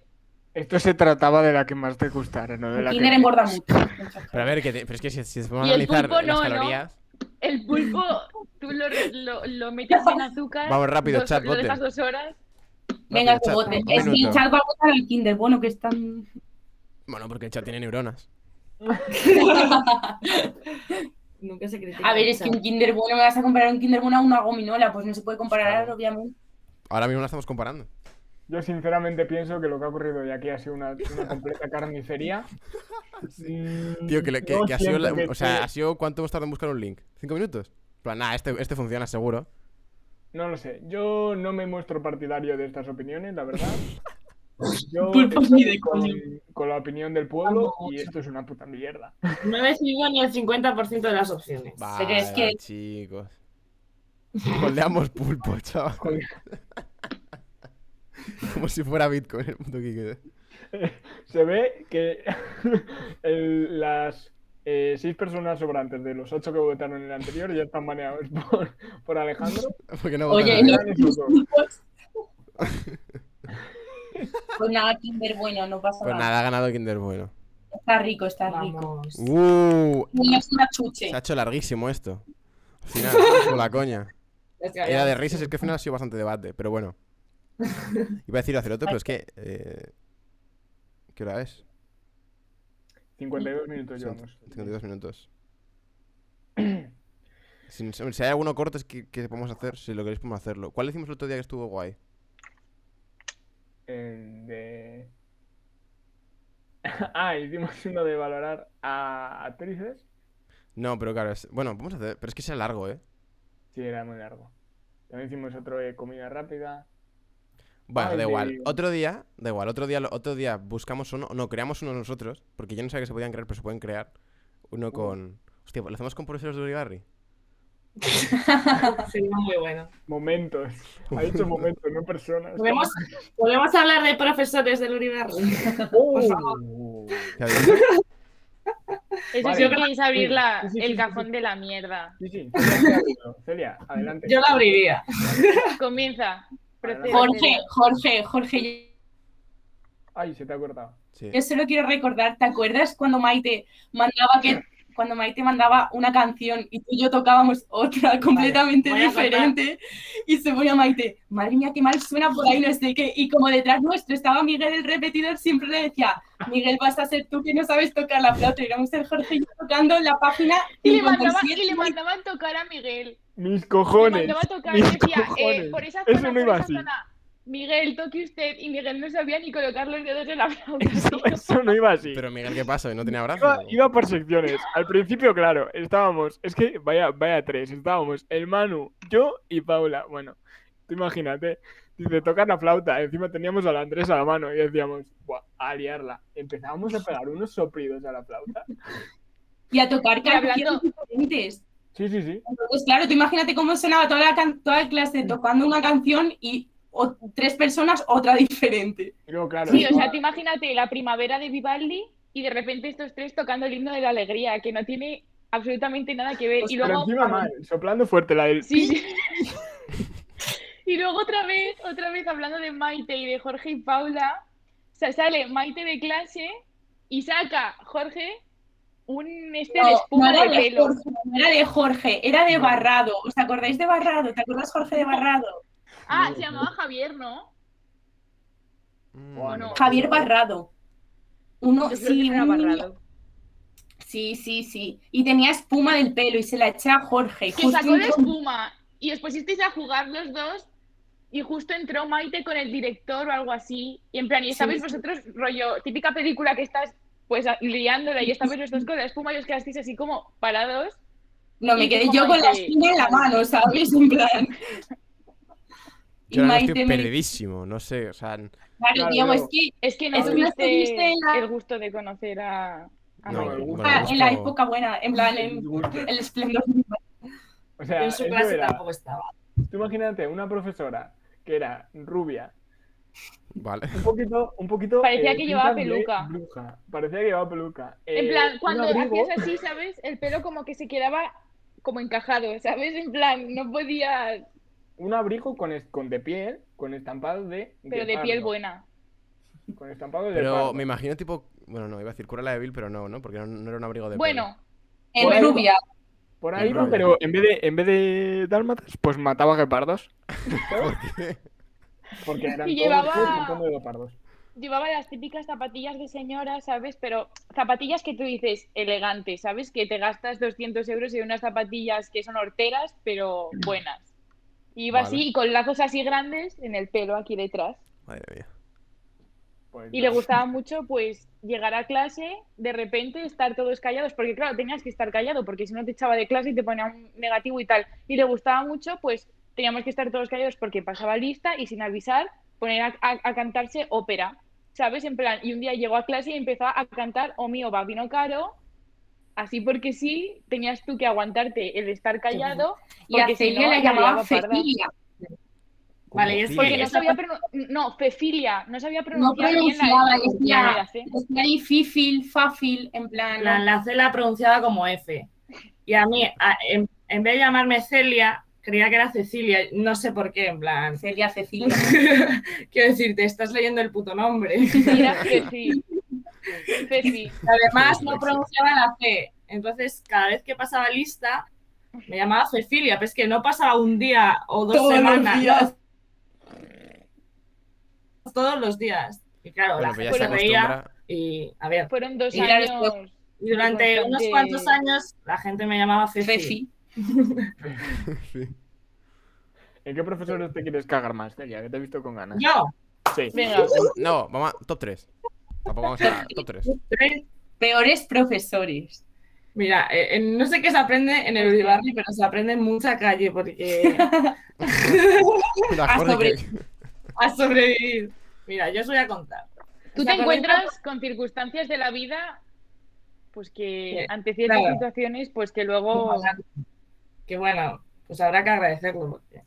[SPEAKER 2] Esto se trataba de la que más te gustara, no de la
[SPEAKER 4] Kinder
[SPEAKER 2] que...
[SPEAKER 4] engorda mucho.
[SPEAKER 1] Pero a ver, que te- pero es que si, si se
[SPEAKER 3] Y
[SPEAKER 1] podemos
[SPEAKER 3] el
[SPEAKER 1] analizar
[SPEAKER 3] pulpo
[SPEAKER 1] las
[SPEAKER 3] no, ¿no?
[SPEAKER 1] calorías.
[SPEAKER 3] El pulpo, tú lo, lo, lo metes en azúcar.
[SPEAKER 1] Vamos, rápido,
[SPEAKER 3] dos-
[SPEAKER 1] chat,
[SPEAKER 3] Lo
[SPEAKER 1] vote.
[SPEAKER 3] dejas dos horas.
[SPEAKER 4] Venga, que
[SPEAKER 1] Rápido, chat,
[SPEAKER 4] voten.
[SPEAKER 1] un
[SPEAKER 4] Es que
[SPEAKER 1] minuto.
[SPEAKER 4] el chat va a votar al Kinder bueno, que es tan...
[SPEAKER 1] Bueno, porque el chat tiene neuronas.
[SPEAKER 5] Nunca se critica.
[SPEAKER 4] A ver, es que un Kinder bueno me vas a comparar un Kinder bueno a una gominola, pues no se puede comparar,
[SPEAKER 1] Claro.
[SPEAKER 4] obviamente.
[SPEAKER 1] Ahora mismo la estamos comparando.
[SPEAKER 2] Yo sinceramente pienso que lo que ha ocurrido de aquí ha sido una, una completa carnicería. Mm,
[SPEAKER 1] Tío, que, le- que-
[SPEAKER 2] yo
[SPEAKER 1] que ha sido. la-
[SPEAKER 2] siento que
[SPEAKER 1] o sea,
[SPEAKER 2] sí.
[SPEAKER 1] ha sido. ¿Cuánto hemos tardado en buscar un link? ¿Cinco minutos? En plan, nada, este, este funciona seguro.
[SPEAKER 2] No lo sé, yo no me muestro partidario de estas opiniones, la verdad. Yo
[SPEAKER 4] Pulpos
[SPEAKER 2] estoy
[SPEAKER 4] ni de
[SPEAKER 2] con,
[SPEAKER 4] coño.
[SPEAKER 2] con la opinión del pueblo
[SPEAKER 5] Vamos.
[SPEAKER 2] y esto es una puta mierda.
[SPEAKER 5] No he decidido ni el 50% de las opciones.
[SPEAKER 1] Vale,
[SPEAKER 4] es que-
[SPEAKER 1] chicos. Coldeamos pulpo, chaval.
[SPEAKER 2] Joder.
[SPEAKER 1] Como si fuera Bitcoin el puto Kike.
[SPEAKER 2] Se ve que el- las eh, seis personas sobrantes de los ocho que votaron en el anterior ya están baneados por, por Alejandro.
[SPEAKER 1] Porque no vota
[SPEAKER 4] Oye,
[SPEAKER 1] nadie.
[SPEAKER 2] Vale, supongo.
[SPEAKER 4] pulpos. Pues nada, Kinder bueno, no pasa
[SPEAKER 1] Pues
[SPEAKER 4] nada.
[SPEAKER 1] nada, ha ganado Kinder Bueno.
[SPEAKER 4] Está rico, está rico.
[SPEAKER 5] Vamos.
[SPEAKER 1] Uh,
[SPEAKER 4] Y es una chuche.
[SPEAKER 1] se ha hecho larguísimo esto. Al final, con la coña.
[SPEAKER 5] Es que
[SPEAKER 1] Era de
[SPEAKER 5] había-
[SPEAKER 1] risas, es que al final ha sido bastante debate, pero bueno. Iba a decir hacer otro, pero es que. eh, ¿Qué hora es?
[SPEAKER 2] 52 minutos
[SPEAKER 1] Son
[SPEAKER 2] llevamos.
[SPEAKER 1] 52 minutos. Si, si hay alguno corto es que, que podemos hacer, si lo queréis podemos hacerlo. ¿Cuál hicimos el otro día que estuvo guay?
[SPEAKER 2] Eh, El de... Ah, hicimos uno de valorar a actrices.
[SPEAKER 1] No, pero claro, es- bueno, vamos a hacer. Pero es que sea largo, ¿eh?
[SPEAKER 2] Sí, era muy largo. También hicimos otro de comida rápida.
[SPEAKER 1] Bueno,
[SPEAKER 2] Ay,
[SPEAKER 1] da
[SPEAKER 2] de-
[SPEAKER 1] igual. Otro día, da igual. Otro día, lo- otro día buscamos uno. No, creamos uno nosotros. Porque yo no sabía que se podían crear, pero se pueden crear.
[SPEAKER 4] Uh.
[SPEAKER 1] Uno con. Hostia, ¿lo hacemos con profesores de Uribarri?
[SPEAKER 5] Sería muy bueno.
[SPEAKER 2] Momentos. Ha dicho momentos, no personas.
[SPEAKER 5] ¿Podemos, podemos hablar de profesores del Uribarri.
[SPEAKER 2] Oh.
[SPEAKER 1] ¿Sabes?
[SPEAKER 3] Eso
[SPEAKER 2] Vale.
[SPEAKER 3] sí que es abrir la-
[SPEAKER 2] Sí, sí, sí, sí,
[SPEAKER 3] el
[SPEAKER 2] sí.
[SPEAKER 3] cajón de la mierda.
[SPEAKER 2] Sí, sí. Celia, Celia, adelante.
[SPEAKER 5] Yo lo abriría.
[SPEAKER 3] Comienza. procede.
[SPEAKER 4] Jorge, Jorge, Jorge,
[SPEAKER 2] Ay, se te ha cortado.
[SPEAKER 1] Sí.
[SPEAKER 4] yo solo quiero recordar, ¿te acuerdas cuando Maite mandaba que cuando Maite mandaba una canción y tú y yo tocábamos otra completamente
[SPEAKER 5] voy a contar.
[SPEAKER 4] diferente y se ponía Maite, madre mía, qué mal suena por ahí, no sé qué, y como detrás nuestro estaba Miguel el repetidor, siempre le decía, Miguel, vas a ser tú que no sabes tocar la flauta, y vamos a ser Jorge y yo tocando la página
[SPEAKER 3] Y le, mandaba,
[SPEAKER 4] 57.
[SPEAKER 3] y le mandaban tocar a Miguel.
[SPEAKER 2] Mis
[SPEAKER 3] Le
[SPEAKER 2] cojones.
[SPEAKER 3] mandaba tocar y
[SPEAKER 2] mis
[SPEAKER 3] decía, eh,
[SPEAKER 2] cojones.
[SPEAKER 3] por esa
[SPEAKER 2] Eso
[SPEAKER 3] zona,
[SPEAKER 2] no
[SPEAKER 3] por
[SPEAKER 2] iba
[SPEAKER 3] esa
[SPEAKER 2] así.
[SPEAKER 3] zona. Miguel, toque usted. Y Miguel no sabía ni colocar los dedos en la flauta.
[SPEAKER 2] Eso,
[SPEAKER 3] tío.
[SPEAKER 2] eso no iba así.
[SPEAKER 1] Pero Miguel, ¿qué pasa? ¿No tenía
[SPEAKER 2] Iba,
[SPEAKER 1] brazos?
[SPEAKER 2] iba por secciones. Al principio, claro, estábamos. Es que vaya, vaya tres. Estábamos el Manu, yo y Paula. Bueno, tú imagínate. Dice, tocar la flauta. Encima teníamos al Andrés a la mano y decíamos, Buah, a liarla. Empezábamos a pegar unos soplidos a la flauta.
[SPEAKER 4] y a tocar
[SPEAKER 3] Y hablando-
[SPEAKER 4] canciones diferentes.
[SPEAKER 2] Sí, sí, sí.
[SPEAKER 4] Entonces, claro, tú imagínate cómo sonaba toda la, can- toda la clase tocando una canción y o- tres personas otra diferente.
[SPEAKER 2] Y luego, claro.
[SPEAKER 3] Sí, o sea,
[SPEAKER 2] estaba-
[SPEAKER 3] tú imagínate la primavera de Vivaldi y de repente estos tres tocando el himno de la alegría, que no tiene absolutamente nada que ver. Y
[SPEAKER 2] Pero
[SPEAKER 3] luego.
[SPEAKER 2] encima mal, soplando fuerte la del.
[SPEAKER 3] Sí, sí. Y luego otra vez, otra vez hablando de Maite y de Jorge y Paula, se sale Maite de clase y saca Jorge un este de espuma de pelo.
[SPEAKER 4] Jorge, no era de Jorge, era de
[SPEAKER 2] No.
[SPEAKER 4] Barrado. ¿Os acordáis de Barrado? ¿Te acuerdas, Jorge, de Barrado?
[SPEAKER 3] Ah, se llamaba Javier, ¿no?
[SPEAKER 1] Mm.
[SPEAKER 4] Oh,
[SPEAKER 2] Buah, no.
[SPEAKER 4] Javier Barrado. Uno,
[SPEAKER 3] Yo creo
[SPEAKER 4] sí,
[SPEAKER 3] que era
[SPEAKER 4] un niño-
[SPEAKER 3] Barrado.
[SPEAKER 4] sí, sí, sí. Y tenía espuma del pelo y se la echa a Jorge.
[SPEAKER 3] Que
[SPEAKER 4] justo
[SPEAKER 3] sacó la
[SPEAKER 4] entró-
[SPEAKER 3] espuma y os pusisteis a jugar los dos y justo entró Maite con el director o algo así. Y en plan, y estabais
[SPEAKER 4] Sí.
[SPEAKER 3] vosotros, rollo, típica película que estás pues liándola y estabais los dos con la espuma y os quedasteis así como parados.
[SPEAKER 4] No, me
[SPEAKER 3] y que
[SPEAKER 4] quedé
[SPEAKER 3] como
[SPEAKER 4] yo con la
[SPEAKER 3] Maite-
[SPEAKER 4] espuma en la mano, ¿sabes? En plan.
[SPEAKER 1] Yo ahora mismo
[SPEAKER 4] Maite
[SPEAKER 1] estoy
[SPEAKER 4] me-
[SPEAKER 1] perdidísimo. No sé, o sea. n-
[SPEAKER 4] Claro,
[SPEAKER 2] Claro,
[SPEAKER 4] Diego,
[SPEAKER 2] yo-
[SPEAKER 4] es que
[SPEAKER 3] Es que no
[SPEAKER 2] Es que
[SPEAKER 4] no
[SPEAKER 3] tuviste
[SPEAKER 4] estuviste en la-
[SPEAKER 3] el gusto de conocer a, a
[SPEAKER 1] No,
[SPEAKER 3] Maite.
[SPEAKER 1] bueno,
[SPEAKER 4] Ah,
[SPEAKER 1] gusto-
[SPEAKER 4] en la época buena, en plan, en-
[SPEAKER 2] Disgusto.
[SPEAKER 4] el esplendor.
[SPEAKER 2] O sea,
[SPEAKER 5] Yo en su
[SPEAKER 2] eso
[SPEAKER 5] clase
[SPEAKER 2] era-
[SPEAKER 5] tampoco estaba.
[SPEAKER 2] tú imagínate una profesora que era rubia,
[SPEAKER 1] Vale.
[SPEAKER 2] un poquito, un poquito.
[SPEAKER 3] Parecía que llevaba
[SPEAKER 2] pinta de
[SPEAKER 3] peluca.
[SPEAKER 2] bruja, Parecía que llevaba peluca.
[SPEAKER 3] En
[SPEAKER 2] Eh,
[SPEAKER 3] plan,
[SPEAKER 2] un
[SPEAKER 3] cuando
[SPEAKER 2] abrigo-
[SPEAKER 3] hacías así, ¿sabes? El pelo como que se quedaba como encajado, ¿sabes? En plan, no podía,
[SPEAKER 2] un abrigo con, es- con de piel, con estampado de.
[SPEAKER 3] pero de piel
[SPEAKER 2] pardo,
[SPEAKER 3] buena.
[SPEAKER 2] Con estampado de.
[SPEAKER 1] Pero
[SPEAKER 2] pardo.
[SPEAKER 1] me imagino tipo. Bueno, no, iba a decir cura la de Bill, pero no, ¿no? Porque no, no era un abrigo de. pelo.
[SPEAKER 3] Bueno,
[SPEAKER 2] Por
[SPEAKER 4] En
[SPEAKER 2] ahí
[SPEAKER 4] rubia.
[SPEAKER 2] Por ahí
[SPEAKER 1] Pero-
[SPEAKER 2] iba, pero en vez de, en vez de dálmatas, pues mataba guepardos.
[SPEAKER 1] ¿Por qué?
[SPEAKER 2] Porque eran
[SPEAKER 3] Y
[SPEAKER 2] todos
[SPEAKER 3] llevaba-
[SPEAKER 2] todos un montón de guepardos.
[SPEAKER 3] llevaba las típicas zapatillas de señora, ¿sabes? Pero zapatillas que tú dices elegantes, ¿sabes? Que te gastas 200 euros en unas zapatillas que son horteras, pero buenas. Y iba
[SPEAKER 1] Vale.
[SPEAKER 3] así, y con lazos así grandes en el pelo aquí detrás.
[SPEAKER 1] Madre mía.
[SPEAKER 2] Pues
[SPEAKER 3] Y
[SPEAKER 2] no.
[SPEAKER 3] le gustaba mucho, pues, llegar a clase, de repente estar todos callados, porque claro, tenías que estar callado, porque si no te echaba de clase y te ponía un negativo y tal. Y le gustaba mucho, pues, teníamos que estar todos callados porque pasaba lista y sin avisar, poner a, a- a cantarse ópera, ¿sabes? En plan, y un día llegó a clase y empezó a cantar O mío va vino caro, así porque sí, tenías tú que aguantarte el estar callado,
[SPEAKER 4] Y a
[SPEAKER 3] Porque si
[SPEAKER 4] Celia
[SPEAKER 3] no,
[SPEAKER 4] la
[SPEAKER 3] la
[SPEAKER 4] llamaba
[SPEAKER 3] liaba parda.
[SPEAKER 4] Cecilia.
[SPEAKER 5] Vale, y es
[SPEAKER 1] Sí.
[SPEAKER 3] porque no
[SPEAKER 5] Esa
[SPEAKER 3] sabía pronunciar, no, fefilia, no sabía pronunciar bien
[SPEAKER 4] pronunciaba,
[SPEAKER 3] la,
[SPEAKER 4] decía-
[SPEAKER 3] la- la C.
[SPEAKER 4] Decía difícil, fácil, en plan.
[SPEAKER 5] La, la C la pronunciaba como F. Y a mí, a- en, en vez de llamarme Celia, creía que era Cecilia. No sé por qué, en plan.
[SPEAKER 4] Celia, Cecilia.
[SPEAKER 5] Quiero decir, te estás leyendo el puto nombre.
[SPEAKER 3] Era Fefi. Fefi.
[SPEAKER 5] Y Además, no pronunciaba la C. Entonces, cada vez que pasaba lista, me llamaba Cecilia, pero es que no pasaba un día o dos
[SPEAKER 4] Todos los
[SPEAKER 5] semanas. no,
[SPEAKER 4] días.
[SPEAKER 5] todos los días. Y claro,
[SPEAKER 1] Bueno,
[SPEAKER 5] la
[SPEAKER 1] pues ya
[SPEAKER 5] gente
[SPEAKER 1] se
[SPEAKER 5] se reía.
[SPEAKER 1] acostumbra.
[SPEAKER 5] Y a ver,
[SPEAKER 3] Fueron dos
[SPEAKER 4] Y claro,
[SPEAKER 3] años.
[SPEAKER 5] y durante unos
[SPEAKER 3] Bastante-
[SPEAKER 5] cuantos años la gente me llamaba Ceci.
[SPEAKER 4] Pues Fefi.
[SPEAKER 1] Sí.
[SPEAKER 2] ¿En qué profesores te quieres cagar más, Celia? Que te he visto con ganas.
[SPEAKER 5] Yo,
[SPEAKER 2] Sí.
[SPEAKER 3] Venga,
[SPEAKER 1] No, vamos a. Top 3. Tampoco vamos a. Top 3.
[SPEAKER 5] Tres.
[SPEAKER 4] Peores profesores.
[SPEAKER 5] Mira, eh, eh, no sé qué se aprende en el Uribarri, pero se aprende en mucha calle porque
[SPEAKER 1] La
[SPEAKER 4] Ah,
[SPEAKER 1] Jorge
[SPEAKER 4] sobre-
[SPEAKER 1] que-
[SPEAKER 5] a sobrevivir. Mira, yo os voy a contar.
[SPEAKER 3] Tú
[SPEAKER 5] ¿Os
[SPEAKER 3] te
[SPEAKER 5] acordáis
[SPEAKER 3] encuentras con circunstancias de la vida, pues que
[SPEAKER 5] Sí,
[SPEAKER 3] ante ciertas
[SPEAKER 5] claro.
[SPEAKER 3] situaciones, pues que luego.
[SPEAKER 5] Que bueno, pues habrá que agradecerlo. porque-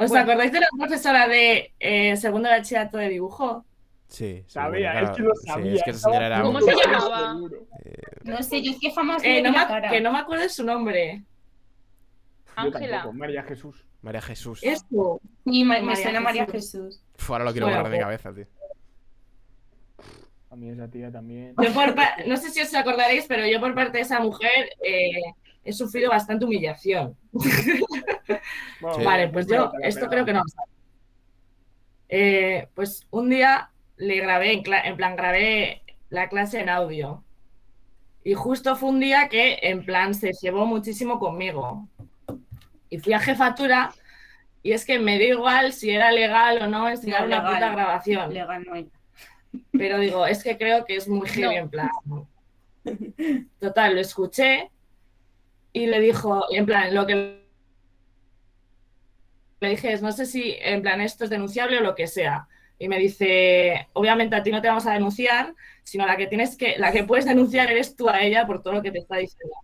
[SPEAKER 5] ¿Os
[SPEAKER 3] Bueno.
[SPEAKER 5] acordáis de la profesora de eh, segundo bachillerato de dibujo?
[SPEAKER 1] Sí, sí,
[SPEAKER 2] Sabía,
[SPEAKER 1] bueno,
[SPEAKER 2] es que
[SPEAKER 1] claro,
[SPEAKER 2] lo
[SPEAKER 1] sí,
[SPEAKER 2] sabía.
[SPEAKER 1] es que esa señora era.
[SPEAKER 2] estaba
[SPEAKER 3] ¿Cómo
[SPEAKER 1] un-
[SPEAKER 3] se
[SPEAKER 2] seguro,
[SPEAKER 3] llamaba?
[SPEAKER 2] seguro.
[SPEAKER 1] eh,
[SPEAKER 4] No sé, yo es que jamás
[SPEAKER 5] Eh,
[SPEAKER 4] vi
[SPEAKER 5] no
[SPEAKER 4] la
[SPEAKER 5] me,
[SPEAKER 4] cara.
[SPEAKER 5] que no me acuerdo de su nombre.
[SPEAKER 2] Yo
[SPEAKER 3] Ángela.
[SPEAKER 2] tampoco, María Jesús.
[SPEAKER 1] María Jesús.
[SPEAKER 5] Eso.
[SPEAKER 4] Ni ma- me,
[SPEAKER 5] María
[SPEAKER 4] suena María
[SPEAKER 5] Jesús.
[SPEAKER 4] Jesús.
[SPEAKER 1] Uf, ahora lo quiero
[SPEAKER 5] Bueno,
[SPEAKER 1] borrar de mi
[SPEAKER 5] pues-
[SPEAKER 1] cabeza, tío.
[SPEAKER 2] A mí esa tía también.
[SPEAKER 5] Yo por pa- no sé si os acordaréis, pero yo por parte de esa mujer eh, he sufrido bastante humillación.
[SPEAKER 2] Bueno,
[SPEAKER 1] Sí.
[SPEAKER 5] Vale, pues yo
[SPEAKER 2] te la
[SPEAKER 5] esto
[SPEAKER 2] pela.
[SPEAKER 5] creo que no. lo sabe. Eh, pues un día le grabé, en, cla- en plan, grabé la clase en audio. Y justo fue un día que, en plan, se llevó muchísimo conmigo. Y fui a jefatura y es que me dio igual si era legal o no enseñar
[SPEAKER 4] No,
[SPEAKER 5] una
[SPEAKER 4] legal.
[SPEAKER 5] puta grabación.
[SPEAKER 4] Le ganó ella.
[SPEAKER 5] Pero digo, es que creo que es muy heavy
[SPEAKER 3] No.
[SPEAKER 5] en plan. Total, lo escuché y le dijo, en plan, lo que le dije es, no sé si, en plan, esto es denunciable o lo que sea. Y me dice, obviamente a ti no te vamos a denunciar, sino la que tienes que, la que puedes denunciar eres tú a ella por todo lo que te está diciendo.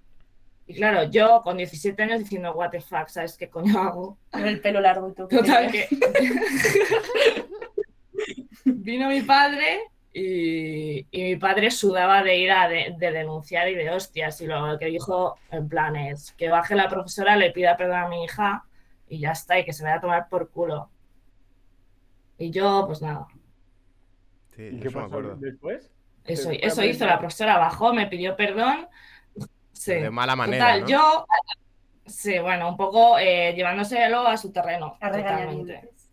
[SPEAKER 5] Y claro, yo con 17 años diciendo, what the fuck, ¿sabes qué coño hago?
[SPEAKER 4] Con el pelo largo y todo.
[SPEAKER 5] Total que vino mi padre y, y mi padre sudaba de ir a de, de denunciar y de hostias. Y lo que dijo en plan es que baje la profesora, le pida perdón a mi hija y ya está, y que se me va a tomar por culo. Y yo, pues nada,
[SPEAKER 1] Sí,
[SPEAKER 2] ¿Y
[SPEAKER 1] yo Eh,
[SPEAKER 2] qué
[SPEAKER 1] eso me
[SPEAKER 2] pasó
[SPEAKER 1] acuerdo.
[SPEAKER 2] después?
[SPEAKER 5] eso,
[SPEAKER 2] Sí,
[SPEAKER 5] eso
[SPEAKER 2] fue
[SPEAKER 5] hizo.
[SPEAKER 2] aprender.
[SPEAKER 5] La profesora bajó, me pidió perdón. Sí.
[SPEAKER 1] De mala manera.
[SPEAKER 5] Total,
[SPEAKER 1] ¿no?
[SPEAKER 5] yo. Sí, bueno, un poco eh, llevándoselo a su terreno.
[SPEAKER 4] A
[SPEAKER 5] totalmente.
[SPEAKER 4] regañadientes.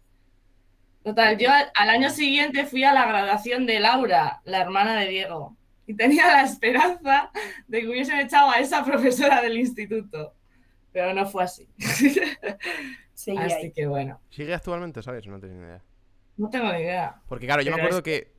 [SPEAKER 5] Total, yo al, al año siguiente fui a la graduación de Laura, la hermana de Diego, y tenía la esperanza de que hubiesen echado a esa profesora del instituto, pero no fue así.
[SPEAKER 4] Seguía
[SPEAKER 5] Así
[SPEAKER 4] ahí.
[SPEAKER 5] que bueno,
[SPEAKER 1] ¿Sigue actualmente, sabes? No tengo ni idea.
[SPEAKER 5] no tengo ni idea.
[SPEAKER 1] Porque claro, yo me
[SPEAKER 5] Pero
[SPEAKER 1] acuerdo que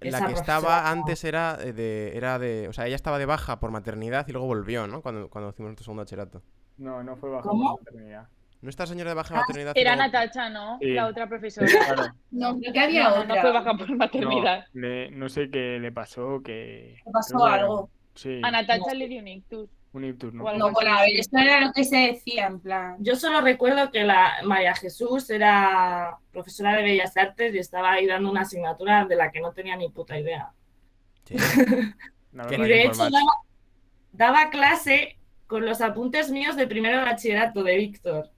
[SPEAKER 1] la
[SPEAKER 5] esa
[SPEAKER 1] que estaba antes era eh, de, era de... O sea, ella estaba de baja por maternidad y luego volvió, ¿no? Cuando, cuando hicimos nuestro segundo bachillerato.
[SPEAKER 2] No, no fue bajo
[SPEAKER 5] ¿Cómo?
[SPEAKER 2] la maternidad.
[SPEAKER 1] ¿No está señora de baja maternidad? y
[SPEAKER 3] Era
[SPEAKER 1] luego-
[SPEAKER 3] Natacha, ¿no?
[SPEAKER 2] Sí.
[SPEAKER 3] La otra profesora.
[SPEAKER 2] Claro.
[SPEAKER 4] No, creo que
[SPEAKER 3] No,
[SPEAKER 4] había
[SPEAKER 3] no,
[SPEAKER 4] otra.
[SPEAKER 3] no fue baja por maternidad.
[SPEAKER 2] No, le- no sé qué le pasó, que...
[SPEAKER 4] Me pasó
[SPEAKER 2] creo que-
[SPEAKER 4] algo.
[SPEAKER 2] Sí,
[SPEAKER 3] A Natacha le dio un ictus.
[SPEAKER 2] un ictus, ¿no?
[SPEAKER 3] o algo
[SPEAKER 4] No, bueno, pues, a ver, esto era lo que se decía, en plan.
[SPEAKER 5] Yo solo recuerdo que la María Jesús era profesora de Bellas Artes y estaba ahí dando una asignatura de la que no tenía ni puta idea.
[SPEAKER 1] Sí. Que
[SPEAKER 2] La
[SPEAKER 5] Y
[SPEAKER 2] verdad
[SPEAKER 1] Raquel
[SPEAKER 5] de hecho
[SPEAKER 1] Corbach.
[SPEAKER 5] daba, daba clase con los apuntes míos de primero de bachillerato de Víctor.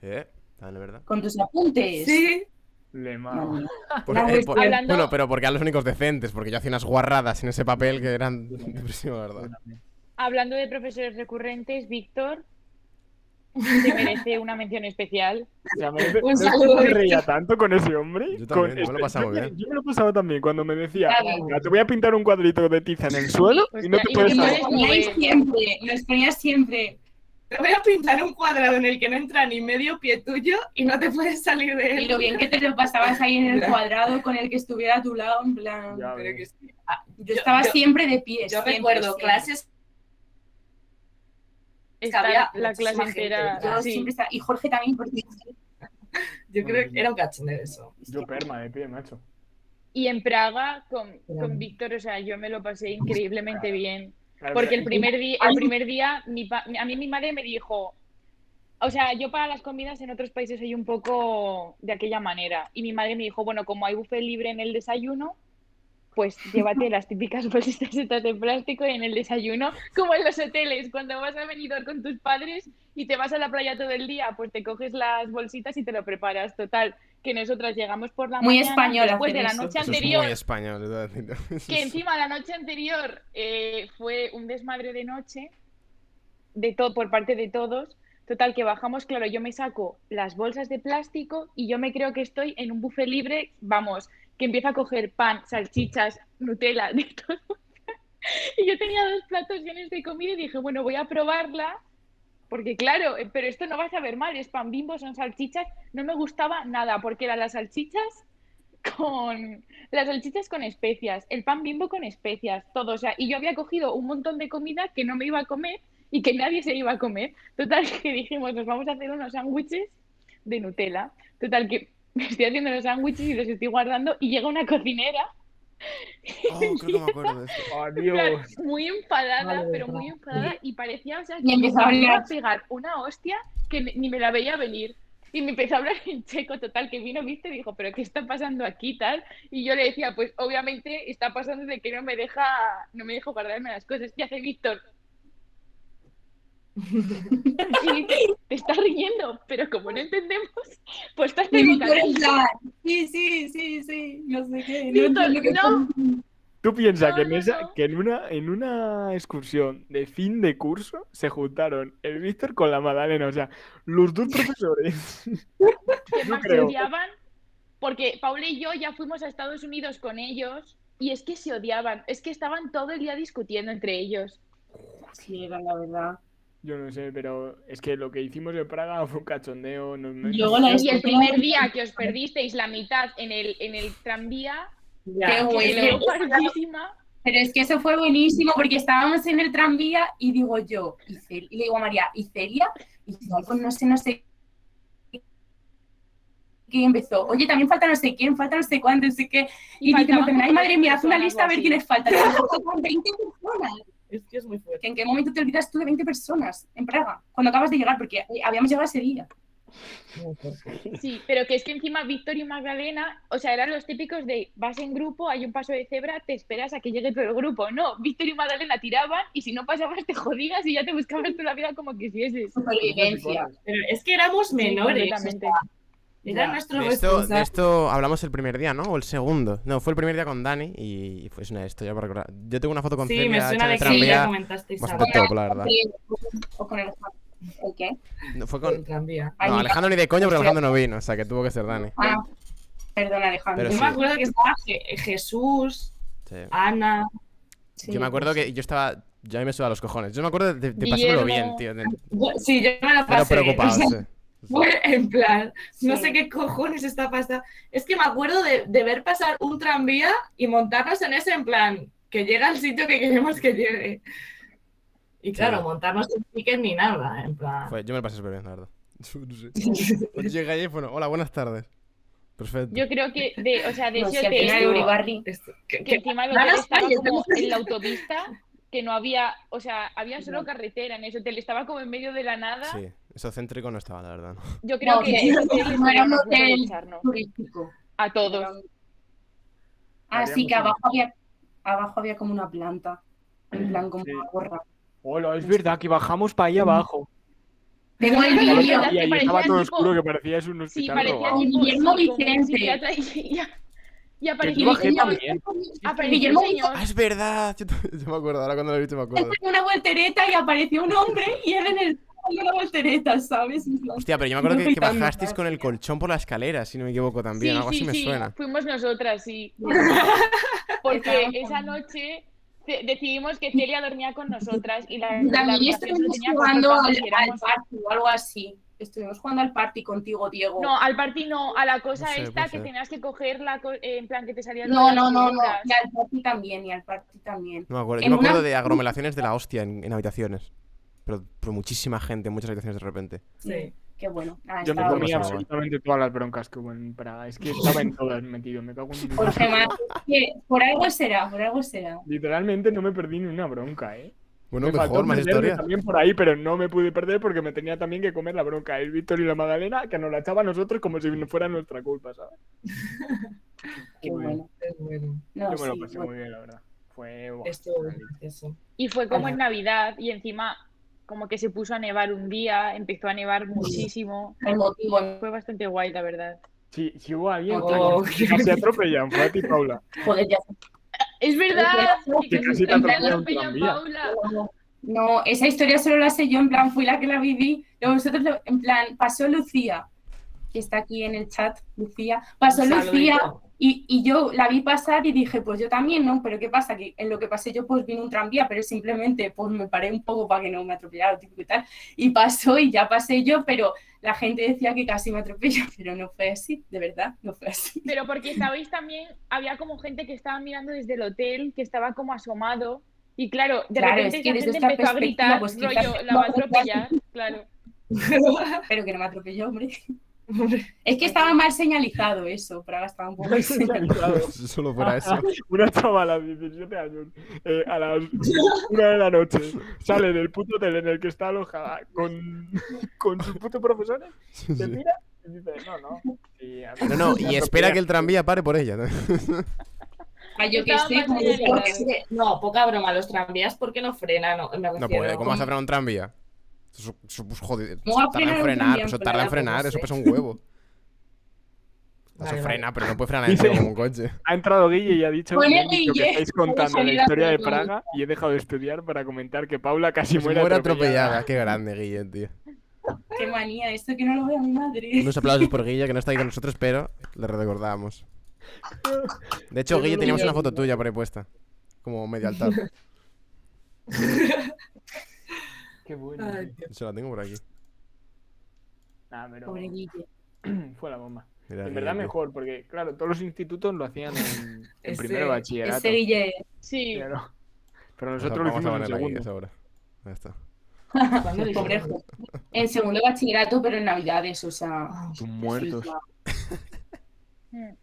[SPEAKER 1] Sí, también ¿eh? es verdad.
[SPEAKER 4] Con tus apuntes.
[SPEAKER 5] Sí,
[SPEAKER 2] que le
[SPEAKER 4] No,
[SPEAKER 2] mama.
[SPEAKER 4] no.
[SPEAKER 1] Porque-
[SPEAKER 5] muy
[SPEAKER 1] eh, por-
[SPEAKER 3] hablando-
[SPEAKER 1] Bueno, pero porque eran los únicos decentes, porque yo hacía unas guarradas en ese papel que eran depresivas, ¿verdad?
[SPEAKER 3] Hablando de profesores recurrentes, Víctor se merece una mención especial.
[SPEAKER 2] O sea, me-
[SPEAKER 5] Un
[SPEAKER 2] no sé
[SPEAKER 5] saludo,
[SPEAKER 2] si me
[SPEAKER 5] Víctor.
[SPEAKER 2] reía tanto con ese hombre.
[SPEAKER 1] Yo también,
[SPEAKER 2] con
[SPEAKER 1] yo me lo
[SPEAKER 2] este-
[SPEAKER 1] pasaba muy
[SPEAKER 2] yo, me-
[SPEAKER 1] bien.
[SPEAKER 2] yo me lo pasaba también cuando me decía,
[SPEAKER 4] Claro.
[SPEAKER 2] "Venga, te voy a pintar un cuadrito de tiza en el suelo Pues y no
[SPEAKER 3] Hostia,
[SPEAKER 2] te
[SPEAKER 3] y
[SPEAKER 2] puedes
[SPEAKER 4] Y
[SPEAKER 5] pues
[SPEAKER 3] no
[SPEAKER 4] nos
[SPEAKER 2] salir.
[SPEAKER 3] es-
[SPEAKER 4] poníais siempre, nos ponías siempre.
[SPEAKER 5] Te voy a pintar un cuadrado en el que no entra ni medio pie tuyo y no te puedes salir de
[SPEAKER 4] Y
[SPEAKER 5] él.
[SPEAKER 4] lo bien que te lo pasabas ahí en el cuadrado con el que estuviera a tu lado, en plan.
[SPEAKER 2] Ya
[SPEAKER 5] Pero
[SPEAKER 2] ves.
[SPEAKER 5] que sí. Ah,
[SPEAKER 4] Yo estaba siempre de pie.
[SPEAKER 5] Yo
[SPEAKER 4] siempre,
[SPEAKER 5] recuerdo
[SPEAKER 4] siempre.
[SPEAKER 5] clases.
[SPEAKER 3] Está
[SPEAKER 5] Había
[SPEAKER 3] la clase
[SPEAKER 5] muchísima
[SPEAKER 3] entera.
[SPEAKER 5] gente,
[SPEAKER 4] Yo
[SPEAKER 3] sí.
[SPEAKER 4] siempre estaba- Y Jorge también, porque
[SPEAKER 5] Yo creo que era un cachondeo eso.
[SPEAKER 2] Yo perma de pie, macho.
[SPEAKER 3] Y en Praga con,
[SPEAKER 5] Pero-
[SPEAKER 3] con Víctor, o sea, yo me lo pasé increíblemente bien.
[SPEAKER 2] La
[SPEAKER 3] Porque el
[SPEAKER 2] verdad-
[SPEAKER 3] primer día, el primer día mi pa- a mí mi madre me dijo, o sea, yo para las comidas en otros países soy un poco de aquella manera. Y mi madre me dijo, bueno, como hay buffet libre en el desayuno, pues llévate las típicas bolsitas estas de plástico en el desayuno, como en los hoteles, cuando vas a venidor con tus padres y te vas a la playa todo el día, pues te coges las bolsitas y te lo preparas. Total, que nosotras llegamos por la
[SPEAKER 4] Muy
[SPEAKER 3] mañana,
[SPEAKER 4] española
[SPEAKER 3] después
[SPEAKER 4] hacer
[SPEAKER 3] de la
[SPEAKER 4] eso.
[SPEAKER 3] noche
[SPEAKER 1] Eso es
[SPEAKER 3] anterior
[SPEAKER 1] muy español. yo te voy a decir.
[SPEAKER 3] que encima la noche anterior eh, fue un desmadre de noche de todo por parte de todos. Total, que bajamos, claro, yo me saco las bolsas de plástico y yo me creo que estoy en un buffet libre, vamos, que empieza a coger pan, salchichas, Nutella, de todo. Y yo tenía dos platos llenos de comida y dije, bueno, voy a probarla, porque claro, eh, pero esto no va a saber mal, es pan bimbo, son salchichas. No me gustaba nada, porque eran las salchichas con las salchichas con especias, el pan bimbo con especias, todo. O sea, y yo había cogido un montón de comida que no me iba a comer y que nadie se iba a comer. Total, que dijimos, nos vamos a hacer unos sándwiches de Nutella. Total, que me estoy haciendo los sándwiches y los estoy guardando y llega una cocinera.
[SPEAKER 1] Oh, creo que me acuerdo de esto.
[SPEAKER 3] en plan,
[SPEAKER 2] Adiós.
[SPEAKER 3] Muy enfadada,
[SPEAKER 5] Vale,
[SPEAKER 3] pero
[SPEAKER 5] va.
[SPEAKER 3] muy enfadada y parecía, o sea, que
[SPEAKER 4] Y
[SPEAKER 3] me
[SPEAKER 4] empezó a
[SPEAKER 3] iba a
[SPEAKER 4] hablar.
[SPEAKER 3] pegar una hostia que ni- ni me la veía venir. Y me empezó a hablar en checo total, que vino, viste, y dijo, pero ¿qué está pasando aquí tal? Y yo le decía, pues obviamente está pasando de que no me deja, no me deja guardarme las cosas. ¿Qué hace Víctor? Y dice, te estás riendo, pero como no entendemos, pues estás
[SPEAKER 4] Y Víctor
[SPEAKER 3] provocando.
[SPEAKER 4] en plan, Sí, sí, sí, sí, no sé qué. no
[SPEAKER 3] Víctor,
[SPEAKER 4] entiendo qué
[SPEAKER 3] no.
[SPEAKER 4] pasa.
[SPEAKER 2] Tú piensas
[SPEAKER 3] No,
[SPEAKER 2] que, en
[SPEAKER 3] no,
[SPEAKER 2] esa-
[SPEAKER 3] no.
[SPEAKER 2] que en, una, en una excursión de fin de curso se juntaron el Víctor con la Madalena, o sea, los dos profesores.
[SPEAKER 3] que
[SPEAKER 2] Yo
[SPEAKER 3] más se
[SPEAKER 2] creo.
[SPEAKER 3] odiaban porque Paula y yo ya fuimos a Estados Unidos con ellos y es que se odiaban, es que estaban todo el día discutiendo entre ellos.
[SPEAKER 4] Sí, era la verdad.
[SPEAKER 2] Yo no sé, pero es que lo que hicimos en Praga fue un cachondeo. no- no-
[SPEAKER 4] Yo la
[SPEAKER 3] Y el
[SPEAKER 4] escuché-
[SPEAKER 3] primer día que os
[SPEAKER 4] ¿eh?
[SPEAKER 3] perdisteis la mitad en el, en el tranvía,
[SPEAKER 5] Ya.
[SPEAKER 4] Qué
[SPEAKER 3] que
[SPEAKER 4] bueno.
[SPEAKER 3] quedó pardísima.
[SPEAKER 4] Pero es que eso fue buenísimo porque estábamos en el tranvía y digo yo, y, Cel- y le digo a María, ¿y Celia? Y dice, "Ay, pues no sé, no sé. qué empezó, oye, también falta no sé quién, falta no sé cuánto, no sé qué. Y, dice,
[SPEAKER 3] faltaban
[SPEAKER 4] ay,
[SPEAKER 3] como
[SPEAKER 4] madre
[SPEAKER 3] tres
[SPEAKER 4] mía, haz una
[SPEAKER 3] personas
[SPEAKER 4] lista a
[SPEAKER 3] o
[SPEAKER 4] ver
[SPEAKER 3] así.
[SPEAKER 4] quiénes faltan. Faltan 20 personas.
[SPEAKER 5] Es que es muy fuerte.
[SPEAKER 4] que ¿En qué momento te olvidas tú de 20 personas en Praga? Cuando acabas de llegar, porque eh, habíamos llegado ese día.
[SPEAKER 3] Sí, pero que es que encima Víctor y Magdalena, o sea, eran los típicos de vas en grupo, hay un paso de cebra, te esperas a que llegue todo el grupo. No, Víctor y Magdalena tiraban y si no pasabas te jodías y ya te buscabas tú la vida como quisieses.
[SPEAKER 4] Supervivencia.
[SPEAKER 5] Pero es que éramos
[SPEAKER 3] Sí,
[SPEAKER 5] menores.
[SPEAKER 3] completamente.
[SPEAKER 5] Era
[SPEAKER 2] Ya.
[SPEAKER 5] nuestro
[SPEAKER 1] De esto, de
[SPEAKER 5] responsable.
[SPEAKER 1] esto hablamos el primer día, ¿no? O el segundo. No, fue el primer día con Dani y pues una esto ya para recordar. Yo tengo una foto con
[SPEAKER 5] Sí,
[SPEAKER 1] Celia
[SPEAKER 5] me
[SPEAKER 1] hecha
[SPEAKER 5] suena
[SPEAKER 1] en
[SPEAKER 5] de
[SPEAKER 1] el
[SPEAKER 5] que sí, ya
[SPEAKER 1] tranvía
[SPEAKER 5] comentasteis
[SPEAKER 1] bastante
[SPEAKER 5] algo.
[SPEAKER 1] top, la verdad.
[SPEAKER 4] O con el ¿El qué?
[SPEAKER 1] No, fue
[SPEAKER 5] El
[SPEAKER 1] con...
[SPEAKER 5] tranvía.
[SPEAKER 1] No,
[SPEAKER 4] Ay,
[SPEAKER 1] Alejandro ni de coño, pero Alejandro no vino, o sea que tuvo que ser Dani.
[SPEAKER 4] Ah, perdón, Alejandro.
[SPEAKER 1] Pero
[SPEAKER 5] Yo
[SPEAKER 1] sí.
[SPEAKER 5] me acuerdo que estaba Je- Jesús,
[SPEAKER 1] Sí.
[SPEAKER 5] Ana.
[SPEAKER 4] Sí.
[SPEAKER 1] Yo me acuerdo que yo estaba. Yo a mí me suda los cojones. Yo me acuerdo de, de pasármelo bien,
[SPEAKER 3] Guillermo.
[SPEAKER 1] tío. De,
[SPEAKER 5] Yo- sí, yo me la
[SPEAKER 1] pero
[SPEAKER 5] pasé. bien,
[SPEAKER 1] preocupado,
[SPEAKER 5] o sea,
[SPEAKER 1] sí.
[SPEAKER 5] Fue en plan, no
[SPEAKER 4] Sí.
[SPEAKER 5] sé qué cojones está pasando. Es que me acuerdo de, de ver pasar un tranvía y montarnos en ese en plan, que llega al sitio que queremos que llegue. Y claro,
[SPEAKER 1] Sí.
[SPEAKER 5] montarnos en ticket ni nada, en plan.
[SPEAKER 1] Fue- yo me lo pasé súper bien, la verdad. No sé. Cuando llegué allí, bueno, hola, buenas tardes. Perfecto.
[SPEAKER 3] Yo creo que, de, o sea, de
[SPEAKER 4] No,
[SPEAKER 3] ese
[SPEAKER 4] si al
[SPEAKER 3] hotel,
[SPEAKER 4] final
[SPEAKER 5] estuvo-
[SPEAKER 4] Uribarri-
[SPEAKER 5] Es- que-
[SPEAKER 3] que
[SPEAKER 5] que-
[SPEAKER 3] encima el
[SPEAKER 5] Van
[SPEAKER 3] hotel
[SPEAKER 5] a
[SPEAKER 3] estaba
[SPEAKER 5] España,
[SPEAKER 3] como
[SPEAKER 5] estamos-
[SPEAKER 3] en la autovista, que no había, o sea, había solo carretera en ese hotel, estaba como en medio de la nada.
[SPEAKER 1] Sí, eso céntrico no estaba, la verdad. ¿no?
[SPEAKER 3] Yo creo
[SPEAKER 4] No,
[SPEAKER 3] que
[SPEAKER 4] sí,
[SPEAKER 3] ese
[SPEAKER 4] sí,
[SPEAKER 3] hotel
[SPEAKER 4] no era un
[SPEAKER 3] estaría
[SPEAKER 4] hotel.
[SPEAKER 3] muy bueno echarnos
[SPEAKER 4] turístico.
[SPEAKER 3] a todos.
[SPEAKER 4] Así
[SPEAKER 2] Había
[SPEAKER 4] que
[SPEAKER 2] mucho
[SPEAKER 4] abajo había, abajo había como una planta. En plan, como
[SPEAKER 2] Sí.
[SPEAKER 4] una gorra.
[SPEAKER 2] Hola, es verdad que bajamos para allá abajo.
[SPEAKER 4] Tengo el
[SPEAKER 2] Y
[SPEAKER 4] vídeo.
[SPEAKER 3] que
[SPEAKER 2] ahí estaba
[SPEAKER 3] parecía
[SPEAKER 2] todo
[SPEAKER 3] tipo-
[SPEAKER 2] oscuro que parecías un
[SPEAKER 3] Sí,
[SPEAKER 2] hospital
[SPEAKER 3] parecía
[SPEAKER 2] robado.
[SPEAKER 4] Con
[SPEAKER 3] tipo-
[SPEAKER 4] Guillermo
[SPEAKER 3] sí, como un
[SPEAKER 4] Vicente.
[SPEAKER 3] psiquiatra y, y, y
[SPEAKER 2] Que
[SPEAKER 3] apareció
[SPEAKER 2] yo
[SPEAKER 3] un
[SPEAKER 2] bajé
[SPEAKER 3] señor.
[SPEAKER 2] también.
[SPEAKER 3] apareció
[SPEAKER 4] Guillermo
[SPEAKER 3] un señor.
[SPEAKER 1] Ah, es verdad. Yo, t- yo me acuerdo, ahora cuando lo he visto me acuerdo.
[SPEAKER 4] Hice una voltereta y apareció un hombre y él en el en una voltereta, ¿sabes? En plan,
[SPEAKER 1] Hostia, pero yo me acuerdo
[SPEAKER 4] No
[SPEAKER 1] que, que
[SPEAKER 4] gritando,
[SPEAKER 1] bajasteis con el colchón por la escalera, si no me equivoco también.
[SPEAKER 3] Sí,
[SPEAKER 1] Algo así
[SPEAKER 3] sí,
[SPEAKER 1] me
[SPEAKER 3] sí,
[SPEAKER 1] suena.
[SPEAKER 3] Fuimos nosotras, sí. Porque
[SPEAKER 4] Estábamos
[SPEAKER 3] esa
[SPEAKER 4] jugando.
[SPEAKER 3] noche ce- decidimos que Celia dormía con nosotras y la, la
[SPEAKER 4] También
[SPEAKER 3] habitación solo
[SPEAKER 4] estuvimos
[SPEAKER 3] tenía cuatro
[SPEAKER 4] jugando al,
[SPEAKER 3] camas y
[SPEAKER 4] al
[SPEAKER 3] éramos-
[SPEAKER 4] party o algo así. Estuvimos jugando al party contigo, Diego.
[SPEAKER 3] No, al party no, a la cosa
[SPEAKER 1] No sé,
[SPEAKER 3] esta
[SPEAKER 1] puede
[SPEAKER 3] que
[SPEAKER 1] ser.
[SPEAKER 3] tenías que coger la co- eh, en plan que te salía
[SPEAKER 4] no, no, no, no. Y al party también, y al party también.
[SPEAKER 1] No me acuerdo. Yo
[SPEAKER 4] En
[SPEAKER 1] me acuerdo
[SPEAKER 4] una-
[SPEAKER 1] de aglomeraciones de la hostia en, en habitaciones. Pero, pero muchísima gente, muchas habitaciones de repente.
[SPEAKER 5] Sí.
[SPEAKER 4] Qué bueno. Ah,
[SPEAKER 2] Yo me
[SPEAKER 4] estaba
[SPEAKER 1] acuerdo.
[SPEAKER 2] comí
[SPEAKER 1] bueno.
[SPEAKER 2] absolutamente todas las broncas que hubo en Praga. Es que estaba en todas metido, me cago en Dios.
[SPEAKER 4] Jorge Mas, es que por algo será, por algo será.
[SPEAKER 2] Literalmente no me perdí ni una bronca, ¿eh?
[SPEAKER 1] Bueno,
[SPEAKER 2] me faltó
[SPEAKER 1] mejor, más
[SPEAKER 2] perderme
[SPEAKER 1] historias.
[SPEAKER 2] también por ahí, pero no me pude perder porque me tenía también que comer la bronca. El Víctor y la Magdalena que nos la echaba a nosotros como si no fuera nuestra culpa, ¿sabes?
[SPEAKER 4] Qué
[SPEAKER 2] Muy bien.
[SPEAKER 4] bueno.
[SPEAKER 5] es bueno,
[SPEAKER 4] No,
[SPEAKER 2] Yo me lo
[SPEAKER 4] sí,
[SPEAKER 2] pasé
[SPEAKER 4] bueno.
[SPEAKER 2] muy bien, la verdad. Fue buah,
[SPEAKER 5] esto, eso.
[SPEAKER 3] Y fue como
[SPEAKER 5] Ajá.
[SPEAKER 3] en Navidad y encima como que se puso a nevar un día, empezó a nevar muchísimo.
[SPEAKER 4] El motivo.
[SPEAKER 3] Fue bastante guay, la verdad.
[SPEAKER 2] Sí, sí hubo alguien
[SPEAKER 5] Oh,
[SPEAKER 2] que casi atropellan, fue a ti, Paula.
[SPEAKER 4] Joder, ya
[SPEAKER 3] Es verdad.
[SPEAKER 4] Que
[SPEAKER 3] que
[SPEAKER 2] casi te
[SPEAKER 3] en plan
[SPEAKER 2] atropella un
[SPEAKER 3] atropelló a
[SPEAKER 2] tranvía.
[SPEAKER 3] Paula.
[SPEAKER 4] No, esa historia solo la sé yo, en plan, fui la que la viví. Luego vosotros, lo- en plan, pasó Lucía, que está aquí en el chat, Lucía. Pasó
[SPEAKER 5] Un
[SPEAKER 4] Lucía
[SPEAKER 5] saludito.
[SPEAKER 4] y, y yo la vi pasar y dije, pues yo también, ¿no? Pero ¿qué pasa? Que en lo que pasé yo, pues vino un tranvía, pero simplemente, pues me paré un poco para que no me atropellara, típico y tal. Y pasó y ya pasé yo, pero la gente decía que casi me atropelló, pero no fue así, de verdad, no fue así.
[SPEAKER 3] Pero porque, ¿sabéis? También había como gente que estaba mirando desde el hotel, que estaba como asomado. Y claro, de
[SPEAKER 4] Claro,
[SPEAKER 3] repente
[SPEAKER 4] es que
[SPEAKER 3] esa
[SPEAKER 4] desde
[SPEAKER 3] gente
[SPEAKER 4] esta
[SPEAKER 3] empezó a
[SPEAKER 4] perspectiva,
[SPEAKER 3] gritar,
[SPEAKER 4] pues, quizás
[SPEAKER 3] rollo, la
[SPEAKER 4] no
[SPEAKER 3] va a
[SPEAKER 4] aguantas.
[SPEAKER 3] atropellar, claro.
[SPEAKER 4] Pero que no me atropelló, hombre.
[SPEAKER 5] Hombre,
[SPEAKER 4] Es que estaba mal señalizado eso, Praga estaba un poco
[SPEAKER 2] Claro.
[SPEAKER 1] Solo fuera eso.
[SPEAKER 2] Una chavala de 17 años, eh, a las 1 de la noche, sale del puto hotel en el que está alojada con, con sus putos profesores,
[SPEAKER 1] Sí,
[SPEAKER 2] te
[SPEAKER 1] sí.
[SPEAKER 2] mira y dice, no, no. sí, a mí
[SPEAKER 1] No, no,
[SPEAKER 2] me
[SPEAKER 1] y
[SPEAKER 2] atropella".
[SPEAKER 1] espera que el tranvía pare por ella. ¿no?
[SPEAKER 4] Ah, yo que
[SPEAKER 3] Estaba
[SPEAKER 4] sé,
[SPEAKER 3] mal
[SPEAKER 4] como
[SPEAKER 5] es
[SPEAKER 3] señalizado.
[SPEAKER 4] que-
[SPEAKER 5] que- no, poca broma, los tranvías, ¿por qué no frenan? No, me
[SPEAKER 1] No,
[SPEAKER 5] refiero-
[SPEAKER 1] pues, ¿cómo vas a frenar un tranvía? Eso, eso, pues, joder,
[SPEAKER 4] ¿Cómo va a
[SPEAKER 1] eso tarda
[SPEAKER 4] frenar
[SPEAKER 1] en
[SPEAKER 4] un
[SPEAKER 1] frenar,
[SPEAKER 4] tranvía en
[SPEAKER 1] eso tarda en
[SPEAKER 5] frenar?
[SPEAKER 1] frenar,
[SPEAKER 5] No
[SPEAKER 1] eso
[SPEAKER 5] sé.
[SPEAKER 1] pesa un huevo. Eso
[SPEAKER 5] Vale, vale.
[SPEAKER 1] frena, pero no puede frenar entero como un coche.
[SPEAKER 2] Ha entrado Guille y ha dicho,
[SPEAKER 4] Pone
[SPEAKER 2] "Me han dicho que
[SPEAKER 4] Guille,
[SPEAKER 2] estáis
[SPEAKER 4] voy a
[SPEAKER 2] contando la
[SPEAKER 4] salir a
[SPEAKER 2] historia de
[SPEAKER 4] hacer la
[SPEAKER 2] Praga y he dejado de estudiar para comentar que Paula casi
[SPEAKER 1] Se
[SPEAKER 2] muere,
[SPEAKER 1] Pues muere atropellada. Qué grande, Guille, tío.
[SPEAKER 4] Qué manía, esto que no lo vea mi madre.
[SPEAKER 1] Unos aplausos por Guille, que no está ahí con nosotros, pero le recordábamos. De hecho, Guille, teníamos una foto tuya por ahí puesta. Como medio altar.
[SPEAKER 2] Qué bueno.
[SPEAKER 5] Ay,
[SPEAKER 2] tío.
[SPEAKER 5] Dios.
[SPEAKER 1] Se la tengo por aquí.
[SPEAKER 2] Nah, pero
[SPEAKER 4] Pobre Guille.
[SPEAKER 2] fue la bomba.
[SPEAKER 1] Mira,
[SPEAKER 2] En
[SPEAKER 1] Guille,
[SPEAKER 2] verdad
[SPEAKER 1] tío.
[SPEAKER 2] mejor, porque claro, todos los institutos lo hacían en, en
[SPEAKER 5] Ese-
[SPEAKER 2] primero de bachillerato.
[SPEAKER 4] Ese Guille,
[SPEAKER 3] Sí,
[SPEAKER 2] Pero, pero
[SPEAKER 1] Pues
[SPEAKER 2] nosotros lo
[SPEAKER 1] vamos a
[SPEAKER 2] hicimos en
[SPEAKER 1] poner aquí,
[SPEAKER 2] segundo.
[SPEAKER 1] es ahora. Ahí está.
[SPEAKER 5] ¿Cuándo le-
[SPEAKER 4] pobrejo. En segundo de bachillerato, pero en navidades, o sea.
[SPEAKER 5] Ah,
[SPEAKER 2] muertos.
[SPEAKER 4] sí, ya.
[SPEAKER 3] Mm.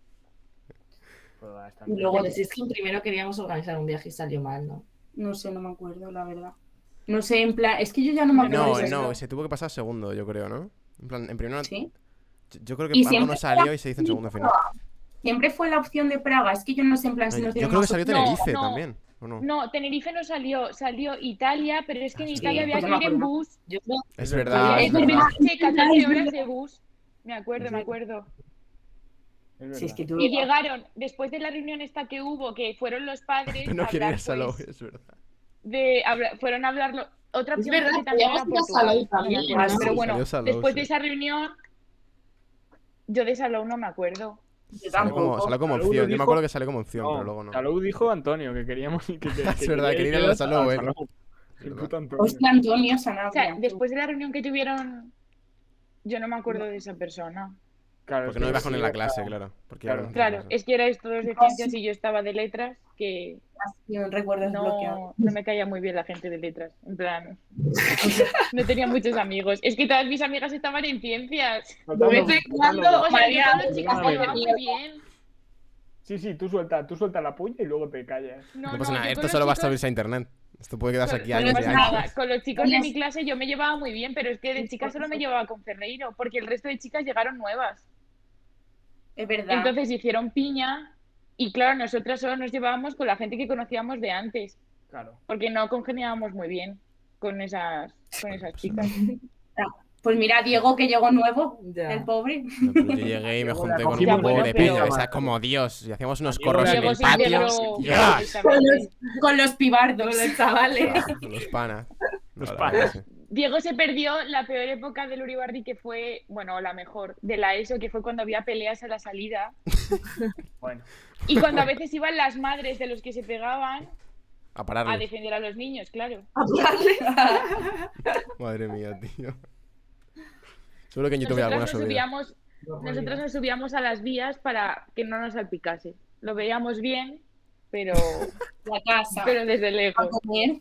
[SPEAKER 4] Y luego
[SPEAKER 5] Pues es que primero queríamos organizar un viaje y salió mal, ¿no?
[SPEAKER 4] No sé, no me acuerdo, la verdad. No sé, en plan, es que yo ya no me acuerdo.
[SPEAKER 1] No,
[SPEAKER 4] de esas
[SPEAKER 1] no,
[SPEAKER 4] cosas.
[SPEAKER 1] se tuvo que pasar a segundo, yo creo, ¿no? En plan, en primero.
[SPEAKER 4] Sí.
[SPEAKER 1] yo- Yo creo que
[SPEAKER 4] Y
[SPEAKER 1] algo no
[SPEAKER 4] siempre
[SPEAKER 1] salió y se hizo en segundo al final.
[SPEAKER 4] Siempre fue la opción de Praga, es que yo no sé en plan si
[SPEAKER 1] Ay,
[SPEAKER 4] nos
[SPEAKER 1] Yo
[SPEAKER 4] dieron
[SPEAKER 1] creo que salió
[SPEAKER 4] más opciones.
[SPEAKER 3] No,
[SPEAKER 1] Tenerife
[SPEAKER 3] no.
[SPEAKER 1] también, ¿o no?
[SPEAKER 3] No, Tenerife no salió, salió Italia, pero es que en
[SPEAKER 1] Ah, sí,
[SPEAKER 3] Italia
[SPEAKER 1] verdad.
[SPEAKER 5] Pues
[SPEAKER 3] había que ir en bus. Eh,
[SPEAKER 5] Yo creo
[SPEAKER 1] Es
[SPEAKER 2] Es
[SPEAKER 5] Ah,
[SPEAKER 1] verdad,
[SPEAKER 4] verdad.
[SPEAKER 1] es
[SPEAKER 4] Es
[SPEAKER 1] verdad.
[SPEAKER 4] verdad.
[SPEAKER 3] 14 horas de bus. Me acuerdo, me acuerdo.
[SPEAKER 4] Si es que tú-
[SPEAKER 3] Y llegaron, después de la reunión esta que hubo, que fueron los padres
[SPEAKER 1] Pero no
[SPEAKER 3] a
[SPEAKER 1] quería
[SPEAKER 3] hablar,
[SPEAKER 1] ir a Salou,
[SPEAKER 3] pues,
[SPEAKER 1] es verdad.
[SPEAKER 3] de, habla- fueron a hablarlo. Otra
[SPEAKER 5] Es
[SPEAKER 3] opción
[SPEAKER 5] verdad,
[SPEAKER 3] que también era
[SPEAKER 5] podíamos ir a
[SPEAKER 3] Portugal, no
[SPEAKER 5] Salou
[SPEAKER 3] me
[SPEAKER 5] también,
[SPEAKER 3] acuerdo,
[SPEAKER 5] ¿no?
[SPEAKER 3] Pero bueno,
[SPEAKER 1] Salió Salou,
[SPEAKER 3] después
[SPEAKER 1] sí.
[SPEAKER 3] de esa reunión, yo de Salou no me acuerdo.
[SPEAKER 4] Yo
[SPEAKER 1] Salió como,
[SPEAKER 4] tampoco.
[SPEAKER 1] salió como
[SPEAKER 2] Salou
[SPEAKER 1] opción,
[SPEAKER 2] lo
[SPEAKER 1] yo me
[SPEAKER 2] dijo-
[SPEAKER 1] acuerdo que salió como opción,
[SPEAKER 2] No,
[SPEAKER 1] pero luego no.
[SPEAKER 2] Salou dijo Antonio que queríamos que, que,
[SPEAKER 1] Es verdad, quería ir a la Salou, eh.
[SPEAKER 2] El
[SPEAKER 1] Verdad.
[SPEAKER 2] puto Antonio.
[SPEAKER 4] Hostia, Antonio
[SPEAKER 3] O sea,
[SPEAKER 4] Sanabria.
[SPEAKER 3] después de la reunión que tuvieron, yo no me acuerdo de esa persona.
[SPEAKER 2] Claro,
[SPEAKER 1] Porque
[SPEAKER 2] es
[SPEAKER 1] no
[SPEAKER 2] que
[SPEAKER 1] ibas con él en la
[SPEAKER 2] sí,
[SPEAKER 1] claro. clase, claro. Porque
[SPEAKER 2] Claro.
[SPEAKER 1] íbamos en la
[SPEAKER 3] Claro,
[SPEAKER 1] clase.
[SPEAKER 3] es que erais todos de
[SPEAKER 4] Ah, sí.
[SPEAKER 3] ciencias y yo estaba de letras, que
[SPEAKER 4] Recuerdos bloqueados.
[SPEAKER 3] no, no me caía muy bien la gente de letras. En plan, no tenía muchos amigos. Es que todas mis amigas estaban en ciencias.
[SPEAKER 5] De
[SPEAKER 2] Faltando-
[SPEAKER 5] vez en cuando,
[SPEAKER 3] O sea,
[SPEAKER 5] María,
[SPEAKER 3] yo con las chicas me llevaba muy bien.
[SPEAKER 2] Sí, sí, tú suelta, tú suelta la puña y luego te callas.
[SPEAKER 3] No,
[SPEAKER 1] No pasa nada,
[SPEAKER 3] yo con
[SPEAKER 1] esto
[SPEAKER 3] los
[SPEAKER 1] solo va a
[SPEAKER 3] chicos-
[SPEAKER 1] subirse a internet. Esto puede quedarse
[SPEAKER 3] con-
[SPEAKER 1] aquí
[SPEAKER 3] con
[SPEAKER 1] años
[SPEAKER 3] los-
[SPEAKER 1] y
[SPEAKER 4] no
[SPEAKER 1] años.
[SPEAKER 4] nada.
[SPEAKER 3] Con los chicos de
[SPEAKER 4] Con
[SPEAKER 3] mi
[SPEAKER 4] las-
[SPEAKER 3] clase yo me llevaba muy bien, pero es que de chicas solo me llevaba con Ferreiro, porque el resto de chicas llegaron nuevas.
[SPEAKER 4] Es verdad.
[SPEAKER 3] Entonces hicieron piña y claro, nosotras solo nos llevábamos con la gente que conocíamos de antes,
[SPEAKER 2] Claro.
[SPEAKER 3] porque no congeniábamos muy bien con esas, con esas chicas.
[SPEAKER 4] Pues mira, Diego que llegó nuevo,
[SPEAKER 5] Ya.
[SPEAKER 4] el pobre.
[SPEAKER 1] No, pero yo llegué y me junté con
[SPEAKER 2] Ya,
[SPEAKER 1] un
[SPEAKER 2] bueno,
[SPEAKER 1] pobre
[SPEAKER 2] pero-
[SPEAKER 1] pillo, que está como Dios, y hacíamos unos
[SPEAKER 2] Diego
[SPEAKER 1] corros en
[SPEAKER 2] Diego
[SPEAKER 1] el
[SPEAKER 3] se
[SPEAKER 1] patio.
[SPEAKER 3] integró
[SPEAKER 1] ¡Dios!
[SPEAKER 4] Con
[SPEAKER 3] perfectamente.
[SPEAKER 4] los, con los pibardos.
[SPEAKER 5] con los chavales.
[SPEAKER 1] Los panas.
[SPEAKER 2] Los
[SPEAKER 1] La verdad
[SPEAKER 2] panas.
[SPEAKER 1] que sí.
[SPEAKER 3] Diego se perdió la peor época del Uribarri que fue, bueno, la mejor, de la ESO, que fue cuando había peleas a la salida
[SPEAKER 2] Bueno,
[SPEAKER 3] y cuando a veces iban las madres de los que se pegaban
[SPEAKER 1] A
[SPEAKER 3] a
[SPEAKER 1] pararle.
[SPEAKER 3] defender a los niños, claro.
[SPEAKER 1] Madre mía, tío. Seguro que en YouTube hay alguna
[SPEAKER 3] Nosotros nos
[SPEAKER 1] subida.
[SPEAKER 3] subíamos, nosotros nos subíamos a las vías para que no nos salpicase. Lo veíamos bien, pero,
[SPEAKER 4] La casa.
[SPEAKER 3] pero desde
[SPEAKER 4] A
[SPEAKER 3] lejos.
[SPEAKER 4] comer.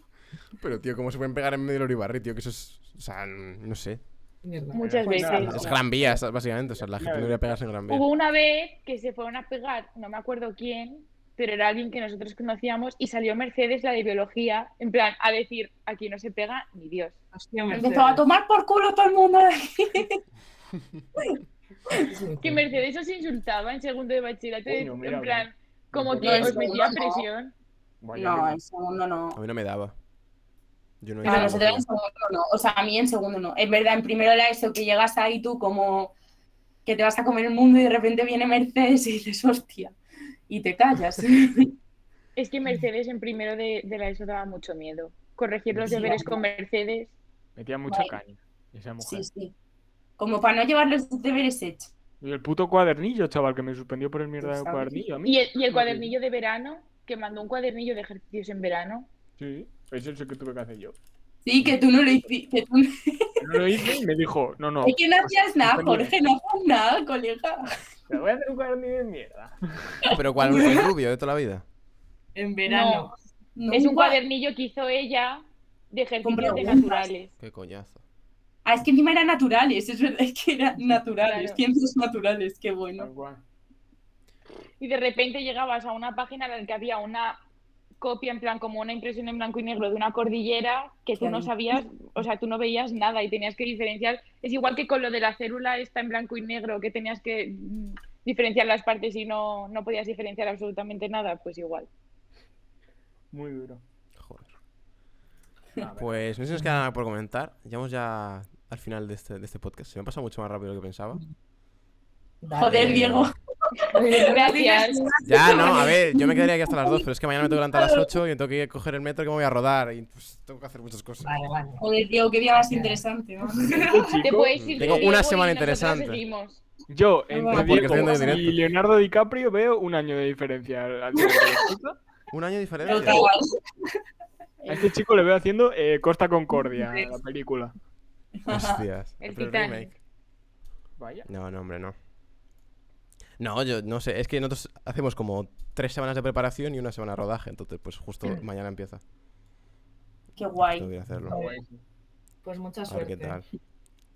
[SPEAKER 1] Pero, tío, ¿cómo se pueden pegar en medio del Oribarri, tío? Que eso es. O sea, no sé.
[SPEAKER 5] Mierda.
[SPEAKER 3] Muchas
[SPEAKER 2] Pues
[SPEAKER 3] veces.
[SPEAKER 2] nada,
[SPEAKER 1] Es Gran Vía, sa- básicamente. O sea, la gente no debería pegarse en Gran Vía.
[SPEAKER 3] Hubo una vez que se fueron a pegar, no me acuerdo quién, pero era alguien que nosotros conocíamos y salió Mercedes, la de biología, en plan, a decir, aquí no se pega ni Dios.
[SPEAKER 5] Hostia, Mercedes.
[SPEAKER 4] Empezó a tomar por culo todo el mundo.
[SPEAKER 3] Que Mercedes os insultaba en segundo de bachillerato,
[SPEAKER 2] Coño,
[SPEAKER 3] en
[SPEAKER 2] mira, mira.
[SPEAKER 3] plan, como que
[SPEAKER 2] No, en
[SPEAKER 3] os
[SPEAKER 4] segundo
[SPEAKER 3] metía
[SPEAKER 4] no.
[SPEAKER 3] presión.
[SPEAKER 2] vaya
[SPEAKER 4] No,
[SPEAKER 2] que-
[SPEAKER 4] en segundo no.
[SPEAKER 1] A mí no me daba. Yo no
[SPEAKER 4] No,
[SPEAKER 1] hice
[SPEAKER 4] nosotros en
[SPEAKER 1] nada.
[SPEAKER 4] segundo no. O sea, a mí en segundo no. Es verdad, en primero la ESO que llegas ahí tú como que te vas a comer el mundo y de repente viene Mercedes y dices, hostia. Y te callas.
[SPEAKER 3] Es
[SPEAKER 2] Mm.
[SPEAKER 3] que Mercedes en primero de, de la ESO daba mucho miedo. Corregir los
[SPEAKER 2] Sí,
[SPEAKER 3] deberes
[SPEAKER 4] ¿no?
[SPEAKER 3] con Mercedes.
[SPEAKER 2] Metía mucha caña esa mujer.
[SPEAKER 4] Sí, sí. Como para no llevar los deberes hechos.
[SPEAKER 2] Y el puto cuadernillo, chaval, que me suspendió por el mierda del
[SPEAKER 4] ¿Sabes?
[SPEAKER 2] cuadernillo. A mí.
[SPEAKER 3] Y el, y el cuadernillo de verano, que mandó un cuadernillo de ejercicios en verano.
[SPEAKER 2] Sí, eso es lo que tuve que hacer yo.
[SPEAKER 4] Sí, que tú no lo hiciste. Que tú...
[SPEAKER 2] No lo hice y me dijo, no, no.
[SPEAKER 4] Es que no hacías nada,
[SPEAKER 2] Antonio.
[SPEAKER 4] Jorge, no hacías nada, colega.
[SPEAKER 2] Te voy a hacer un cuadernillo de mierda.
[SPEAKER 1] Pero cuál el rubio de toda la vida.
[SPEAKER 5] En verano.
[SPEAKER 4] No.
[SPEAKER 3] Es un cuadernillo que hizo ella de ejercicios de
[SPEAKER 4] preguntas.
[SPEAKER 3] naturales.
[SPEAKER 1] Qué coñazo.
[SPEAKER 4] Ah, es que encima eran naturales, es verdad, es que eran naturales,
[SPEAKER 3] Claro.
[SPEAKER 4] ciencias naturales, qué bueno.
[SPEAKER 2] Tal cual.
[SPEAKER 3] Y de repente llegabas a una página en la que había una copia, en plan, como una impresión en blanco y negro de una cordillera que tú no
[SPEAKER 4] Claro.
[SPEAKER 3] sabías, o sea, tú no veías nada y tenías que diferenciar. Es igual que con lo de la célula esta en blanco y negro, que tenías que mm, diferenciar las partes y no, no podías diferenciar absolutamente nada, pues igual.
[SPEAKER 2] Muy duro.
[SPEAKER 1] Joder.
[SPEAKER 2] A ver.
[SPEAKER 1] Pues no sé si nos queda nada por comentar. Llegamos ya al final de este, de este podcast. Se me ha pasado mucho más rápido de lo que pensaba.
[SPEAKER 4] Joder,
[SPEAKER 1] Eh,
[SPEAKER 4] Diego.
[SPEAKER 3] Gracias.
[SPEAKER 1] Ya, no, a ver, yo me quedaría aquí hasta las 2, pero es que mañana me tengo que levantar a las 8 y me tengo que ir a coger el metro que me voy a rodar y pues tengo que hacer muchas cosas.
[SPEAKER 5] Vale, vale.
[SPEAKER 4] Joder, Diego, qué día más interesante. ¿no?
[SPEAKER 2] Tú,
[SPEAKER 3] Te
[SPEAKER 2] chico,
[SPEAKER 3] puedes ir
[SPEAKER 1] Tengo
[SPEAKER 3] de
[SPEAKER 1] una
[SPEAKER 3] Diego y
[SPEAKER 1] semana
[SPEAKER 3] nosotras
[SPEAKER 1] interesante.
[SPEAKER 3] seguimos.
[SPEAKER 2] yo
[SPEAKER 4] Porque
[SPEAKER 2] entre
[SPEAKER 4] estoy
[SPEAKER 2] Diego
[SPEAKER 1] haciendo directo.
[SPEAKER 2] y Leonardo DiCaprio veo un año de diferencia al al Diego de la puta.
[SPEAKER 1] Un año de diferencia.
[SPEAKER 4] Total.
[SPEAKER 2] A este chico le veo haciendo eh, Costa Concordia, la película.
[SPEAKER 1] Hostias.
[SPEAKER 3] El
[SPEAKER 1] Pero
[SPEAKER 3] Titanic.
[SPEAKER 1] remake.
[SPEAKER 2] Vaya.
[SPEAKER 1] No, no, hombre, no. No, yo no sé, es que nosotros hacemos como tres semanas de preparación y una semana de rodaje, entonces pues justo mañana empieza.
[SPEAKER 4] Qué
[SPEAKER 1] Tengo que
[SPEAKER 4] guay.
[SPEAKER 1] ir a hacerlo.
[SPEAKER 5] Pues mucha
[SPEAKER 1] A ver qué
[SPEAKER 5] suerte.
[SPEAKER 1] tal.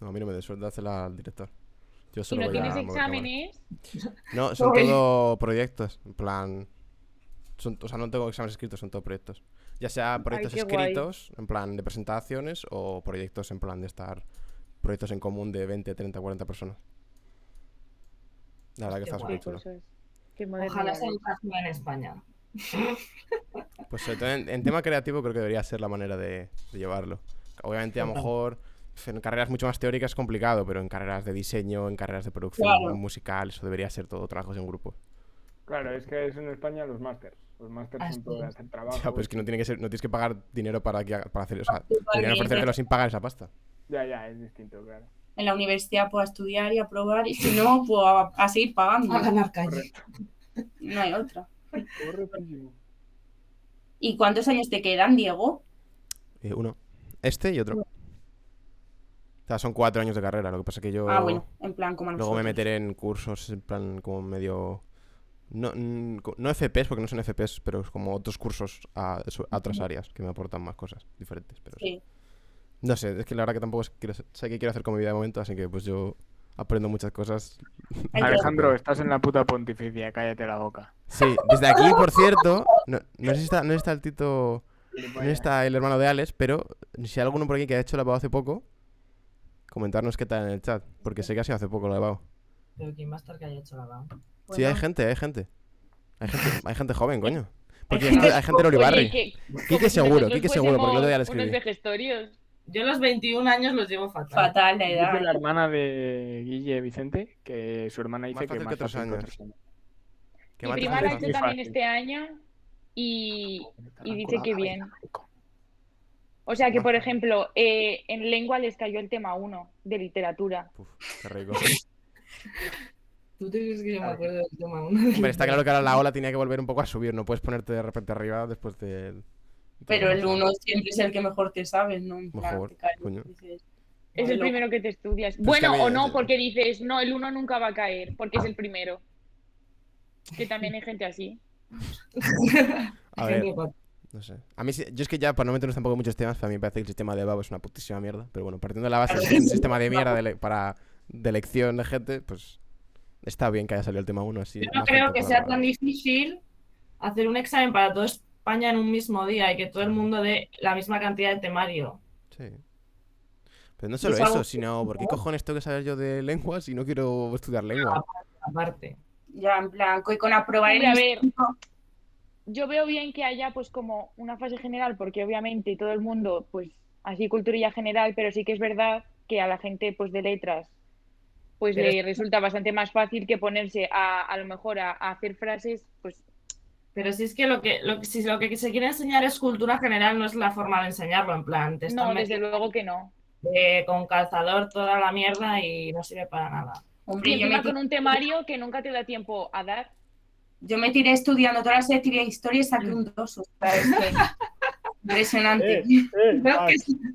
[SPEAKER 1] No, a mí no me dé suerte, dásela al director. Yo
[SPEAKER 3] Si
[SPEAKER 1] solo
[SPEAKER 3] no
[SPEAKER 1] voy a
[SPEAKER 3] tienes
[SPEAKER 1] mover cámara.
[SPEAKER 3] exámenes,
[SPEAKER 1] No, son
[SPEAKER 5] Uy.
[SPEAKER 1] todo proyectos, en plan... son- o sea, no tengo exámenes escritos, son todo proyectos. Ya sea proyectos
[SPEAKER 3] qué guay.
[SPEAKER 1] escritos, en plan de presentaciones, o proyectos en plan de estar... Proyectos en común de 20, 30, 40 personas. La verdad que
[SPEAKER 5] Qué
[SPEAKER 1] está
[SPEAKER 5] guay.
[SPEAKER 1] súper chulo.
[SPEAKER 3] cosas. pues Qué
[SPEAKER 5] Ojalá
[SPEAKER 3] modernidad.
[SPEAKER 5] sea educación en España.
[SPEAKER 1] Pues sobre todo en, en tema creativo creo que debería ser la manera de, de llevarlo. Obviamente a lo mejor pf, en carreras mucho más teóricas es complicado, pero en carreras de diseño, en carreras de producción
[SPEAKER 4] Claro.
[SPEAKER 1] musical, eso debería ser todo trabajos en grupo.
[SPEAKER 2] Claro, es que es en España los másters. Los másters
[SPEAKER 4] Ah,
[SPEAKER 5] Así
[SPEAKER 2] son todo de
[SPEAKER 5] es.
[SPEAKER 2] hacer trabajo.
[SPEAKER 1] Ya, pues es que no tiene que ser, no tienes que pagar dinero para, que haga- para hacer, o sea, dinero para
[SPEAKER 4] Totalmente.
[SPEAKER 1] hacértelo sin pagar esa pasta.
[SPEAKER 2] Ya, ya, es distinto, claro.
[SPEAKER 4] En la universidad puedo estudiar y aprobar, y si no, puedo a, a seguir pagando.
[SPEAKER 3] Ah,
[SPEAKER 5] A ganar calle.
[SPEAKER 2] Correcto.
[SPEAKER 4] No hay otra.
[SPEAKER 2] Correctísimo.
[SPEAKER 4] ¿Y cuántos años te quedan, Diego?
[SPEAKER 1] Eh, uno, este y otro. O sea, son cuatro años de carrera, lo que pasa que yo
[SPEAKER 4] Ah, bueno, en plan, como a
[SPEAKER 1] luego me
[SPEAKER 4] nosotros.
[SPEAKER 1] meteré en cursos en plan como medio... No, mm, co- no FPs, porque no son FPs, pero es como otros cursos a, so- a otras áreas que me aportan más cosas diferentes. Pero sí.
[SPEAKER 4] Sí.
[SPEAKER 1] No sé, es que la verdad que tampoco es- quiero- sé qué quiero hacer con mi vida de momento, así que pues yo aprendo muchas cosas.
[SPEAKER 4] Entonces,
[SPEAKER 2] Alejandro, estás en la puta pontificia, cállate la boca.
[SPEAKER 1] Sí, desde aquí, por cierto, no, no sé si está, no está el Tito, no está el hermano de Alex, pero si hay alguno por aquí que ha hecho la PAO hace poco, comentarnos qué tal en el chat, porque sé que ha sido hace poco la de PAO.
[SPEAKER 5] Pero quién va a estar que haya hecho la BAM.
[SPEAKER 1] Sí, hay
[SPEAKER 4] bueno,
[SPEAKER 1] gente, hay gente. Hay gente, hay gente joven, coño. Porque
[SPEAKER 4] gente
[SPEAKER 1] hay hay gente en Olivarri.
[SPEAKER 3] Oye, que-
[SPEAKER 1] Quique
[SPEAKER 3] como si
[SPEAKER 1] seguro,
[SPEAKER 3] nosotros
[SPEAKER 1] Quique seguro, porque el otro día le
[SPEAKER 3] fuésemos unos
[SPEAKER 1] escribí.
[SPEAKER 3] vejestorios.
[SPEAKER 5] Yo los 21 años los llevo fatal.
[SPEAKER 4] Fatal la edad. ¿eh?
[SPEAKER 2] Dice la hermana de Guille Vicente que su hermana dice
[SPEAKER 1] Más fácil
[SPEAKER 2] que
[SPEAKER 1] que
[SPEAKER 2] más
[SPEAKER 1] otros
[SPEAKER 2] fácil que
[SPEAKER 1] años.
[SPEAKER 2] otros años.
[SPEAKER 1] Qué
[SPEAKER 3] Mi
[SPEAKER 1] mal
[SPEAKER 3] prima
[SPEAKER 1] trabajo.
[SPEAKER 3] lo ha
[SPEAKER 2] macho.
[SPEAKER 3] hecho
[SPEAKER 2] Muy
[SPEAKER 3] también
[SPEAKER 2] fácil.
[SPEAKER 3] este año y, y dice que bien.
[SPEAKER 2] rico.
[SPEAKER 3] O sea que, por
[SPEAKER 1] Ajá.
[SPEAKER 3] ejemplo, eh, en lengua les cayó el tema 1 de literatura.
[SPEAKER 1] Uf, qué rico.
[SPEAKER 5] ¿Tú te crees que yo me
[SPEAKER 2] Claro.
[SPEAKER 5] acuerdo del tema 1?
[SPEAKER 1] Hombre, está claro que ahora la ola tenía que volver un poco a subir, no puedes ponerte de repente arriba después del...
[SPEAKER 4] Pero el uno siempre es el que mejor te sabes, ¿no? En plan,
[SPEAKER 1] Mejor,
[SPEAKER 4] te callas,
[SPEAKER 1] coño.
[SPEAKER 4] dices,
[SPEAKER 3] Es
[SPEAKER 4] "Vale,
[SPEAKER 3] el
[SPEAKER 4] loco".
[SPEAKER 3] primero que te estudias.
[SPEAKER 1] es
[SPEAKER 3] bueno,
[SPEAKER 1] que a
[SPEAKER 3] o
[SPEAKER 1] mí-
[SPEAKER 3] no, porque dices, no, el 1 nunca va a caer, porque es el primero. Que también hay gente así.
[SPEAKER 1] A ver, No sé. A mí, sí- yo es que ya, para no meternos tampoco en muchos temas, para mí me parece que el sistema de Babo es una putísima mierda. Pero bueno, partiendo de la base de que es un sistema de mierda de le- para de elección de gente, pues está bien que haya salido el tema 1 así.
[SPEAKER 5] Yo no
[SPEAKER 1] más
[SPEAKER 5] creo
[SPEAKER 1] gente
[SPEAKER 5] que
[SPEAKER 1] para
[SPEAKER 5] sea
[SPEAKER 1] la-
[SPEAKER 5] tan difícil hacer un examen para toda España en un mismo día y que todo el mundo dé la misma cantidad de temario.
[SPEAKER 1] Sí. Pero no solo
[SPEAKER 5] Es algo
[SPEAKER 1] eso,
[SPEAKER 5] que-
[SPEAKER 1] sino, ¿por qué cojones tengo que saber yo de lengua si no quiero estudiar lengua?
[SPEAKER 5] Aparte.
[SPEAKER 4] Ya, en plan, co- con aprobar el
[SPEAKER 3] Hombre, Pues, a ver.
[SPEAKER 4] instinto,
[SPEAKER 3] Yo veo bien que haya pues como una fase general, porque obviamente todo el mundo, pues así culturilla general, pero sí que es verdad que a la gente pues de letras pues
[SPEAKER 5] Pero-
[SPEAKER 3] le resulta bastante más fácil que ponerse a, a lo mejor a, a hacer frases, pues
[SPEAKER 5] Pero si es que lo que, lo, que- si lo que se quiere enseñar es cultura general, no es la forma de enseñarlo. En plan, te
[SPEAKER 3] no,
[SPEAKER 5] están
[SPEAKER 3] desde
[SPEAKER 5] metiendo
[SPEAKER 3] luego que no.
[SPEAKER 5] eh, con calzador toda la mierda y no sirve para nada.
[SPEAKER 3] Y
[SPEAKER 4] Hombre, yo me,
[SPEAKER 3] encima con un temario que nunca te da tiempo a dar.
[SPEAKER 4] yo me tiré estudiando toda la serie de historia y
[SPEAKER 3] Mm.
[SPEAKER 4] saqué un 2. O sea, es que- impresionante.
[SPEAKER 2] Eh, eh,
[SPEAKER 5] Creo
[SPEAKER 2] ah,
[SPEAKER 5] que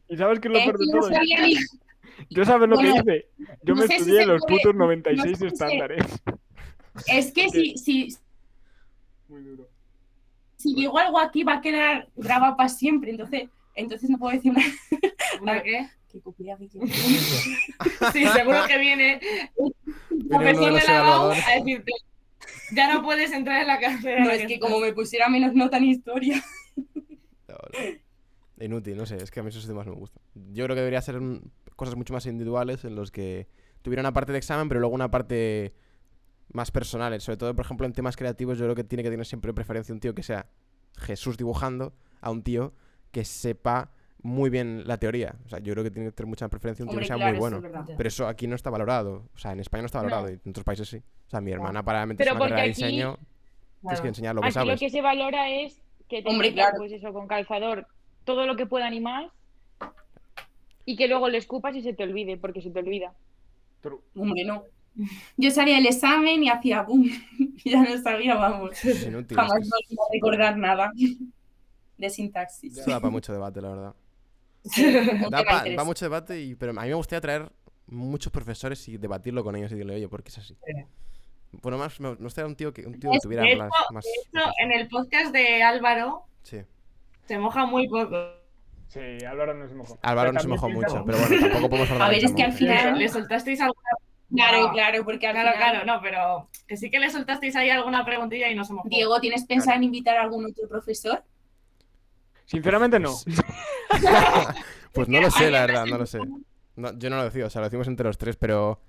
[SPEAKER 2] ¿Y sabes qué es lo
[SPEAKER 4] Eh,
[SPEAKER 2] peor de
[SPEAKER 4] no
[SPEAKER 2] todo?
[SPEAKER 4] sabía ni-
[SPEAKER 2] Yo sabes lo
[SPEAKER 4] Bueno,
[SPEAKER 2] que hice. Yo
[SPEAKER 4] no
[SPEAKER 2] me
[SPEAKER 4] sé si
[SPEAKER 2] estudié
[SPEAKER 4] se
[SPEAKER 2] los
[SPEAKER 4] puede-
[SPEAKER 2] putos 96
[SPEAKER 4] no sé si se-
[SPEAKER 2] estándares.
[SPEAKER 4] Es que si, si,
[SPEAKER 2] Muy duro.
[SPEAKER 4] si digo algo aquí va a quedar grabado para siempre, entonces, entonces no puedo decir nada.
[SPEAKER 5] ¿Una qué?
[SPEAKER 4] Que cumplía que-
[SPEAKER 5] Sí, seguro que viene
[SPEAKER 1] Viene uno de
[SPEAKER 5] profesor
[SPEAKER 1] los
[SPEAKER 5] de la BAU
[SPEAKER 1] evaluadores.
[SPEAKER 5] a decirte, ya no puedes entrar en la
[SPEAKER 4] No,
[SPEAKER 5] carrera. en la
[SPEAKER 4] es que
[SPEAKER 5] estás".
[SPEAKER 4] como me pusiera menos nota en historia.
[SPEAKER 1] No, no. Inútil, no sé, es que a mí esos temas no me gustan. Yo creo que debería ser un- cosas mucho más individuales en los que tuviera una parte de examen, pero luego una parte más personal. Sobre todo, por ejemplo, en temas creativos, yo creo que tiene que tener siempre preferencia un tío que sea Jesús dibujando a un tío que sepa muy bien la teoría. O sea, yo creo que tiene que tener mucha preferencia un tío
[SPEAKER 4] Hombre,
[SPEAKER 1] que sea muy
[SPEAKER 4] claro, eso
[SPEAKER 1] bueno.
[SPEAKER 4] es verdad.
[SPEAKER 1] Pero eso aquí no está valorado. O sea, en España no está
[SPEAKER 3] No.
[SPEAKER 1] valorado, y en otros países sí. O sea, mi hermana para meterse
[SPEAKER 3] Pero
[SPEAKER 1] en una carrera de
[SPEAKER 3] porque aquí-
[SPEAKER 1] diseño tienes
[SPEAKER 5] Claro.
[SPEAKER 1] que enseñar lo que
[SPEAKER 3] Aquí lo
[SPEAKER 1] sabes.
[SPEAKER 3] que se valora es que te
[SPEAKER 4] Hombre,
[SPEAKER 3] metan,
[SPEAKER 4] claro.
[SPEAKER 3] pues eso, con calzador, todo lo que puedan y más, y que luego le escupas y se te olvide, porque se te olvida.
[SPEAKER 2] True.
[SPEAKER 4] Hombre, no. Yo salía del examen y hacía boom. Y ya no sabía, vamos.
[SPEAKER 1] Es inútil. es que
[SPEAKER 4] Jamás
[SPEAKER 1] es-
[SPEAKER 4] volví a recordar nada de sintaxis.
[SPEAKER 1] Esto da para mucho debate, la verdad.
[SPEAKER 4] No
[SPEAKER 1] Da
[SPEAKER 4] te va a
[SPEAKER 1] pa- va
[SPEAKER 4] interesar.
[SPEAKER 1] mucho debate, y, pero a mí me gustaría traer muchos profesores y debatirlo con ellos y decirle, oye, ¿por qué es así? Bueno, más me me gustaría un tío que, un tío que
[SPEAKER 5] Es-
[SPEAKER 1] tuviera
[SPEAKER 5] de
[SPEAKER 1] más... más
[SPEAKER 5] De hecho, en el podcast de Álvaro
[SPEAKER 1] Sí.
[SPEAKER 5] se moja muy poco.
[SPEAKER 2] Sí, Álvaro no se mojó.
[SPEAKER 1] Álvaro
[SPEAKER 2] Pero
[SPEAKER 1] no se
[SPEAKER 2] también
[SPEAKER 1] mojó
[SPEAKER 2] piensa-
[SPEAKER 1] mucho, pero bueno, tampoco podemos hablar
[SPEAKER 4] A
[SPEAKER 1] de
[SPEAKER 4] ver, es que al
[SPEAKER 1] mucho.
[SPEAKER 4] final.
[SPEAKER 5] Le soltasteis alguna.
[SPEAKER 4] Claro,
[SPEAKER 5] No.
[SPEAKER 4] claro, porque al
[SPEAKER 5] Claro,
[SPEAKER 4] final.
[SPEAKER 5] claro, no, pero que sí que le soltasteis ahí alguna preguntilla y no se mojó.
[SPEAKER 4] Diego, ¿tienes pensado en invitar a algún otro profesor?
[SPEAKER 2] Sinceramente no.
[SPEAKER 1] Pues no lo sé, la
[SPEAKER 5] Alguien
[SPEAKER 1] verdad,
[SPEAKER 5] más
[SPEAKER 1] no lo sé. No, yo no lo decía, o sea, lo decimos entre los tres, pero...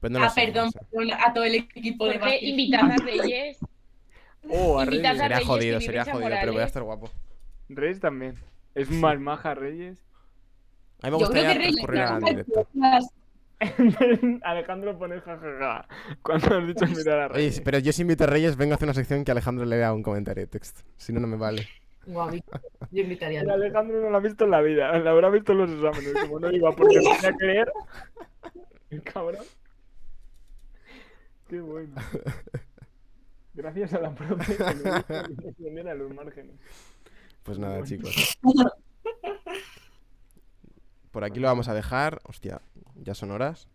[SPEAKER 1] pero no lo
[SPEAKER 4] ah,
[SPEAKER 1] sé, no lo
[SPEAKER 4] perdón,
[SPEAKER 1] sé.
[SPEAKER 4] perdón, a todo el
[SPEAKER 1] Pues
[SPEAKER 4] equipo de
[SPEAKER 3] ¿Por qué
[SPEAKER 4] Batis.
[SPEAKER 3] invitas a Reyes?
[SPEAKER 2] Oh, a
[SPEAKER 3] Invitas
[SPEAKER 2] Reyes.
[SPEAKER 3] a-
[SPEAKER 1] Sería
[SPEAKER 3] Reyes,
[SPEAKER 1] jodido,
[SPEAKER 3] que
[SPEAKER 1] sería
[SPEAKER 3] vives en
[SPEAKER 1] jodido, pero voy a
[SPEAKER 3] Morales.
[SPEAKER 1] estar guapo.
[SPEAKER 2] Reyes también. Es más maja Reyes.
[SPEAKER 1] A mí me
[SPEAKER 4] Yo creo
[SPEAKER 1] gustaría
[SPEAKER 4] que Reyes
[SPEAKER 1] transcurrir al
[SPEAKER 4] nunca
[SPEAKER 1] directo.
[SPEAKER 4] las-
[SPEAKER 2] Alejandro pone jajaja. Cuando has dicho mirar a
[SPEAKER 1] Oye,
[SPEAKER 2] Reyes.
[SPEAKER 1] pero yo si invito a Reyes, vengo a hacer una sección que Alejandro le lea un comentario de texto. Si no, no me vale.
[SPEAKER 5] Guau, yo invitaría a
[SPEAKER 2] El
[SPEAKER 5] Álvaro.
[SPEAKER 2] Alejandro no lo ha visto en la vida. Lo habrá visto en los exámenes. Como no iba porque no tenía que leer. El cabrón. Qué bueno. Gracias a la profe que me dijo que me escondiera los márgenes.
[SPEAKER 1] Pues nada, chicos. Por aquí lo vamos a dejar. Hostia, ya son horas.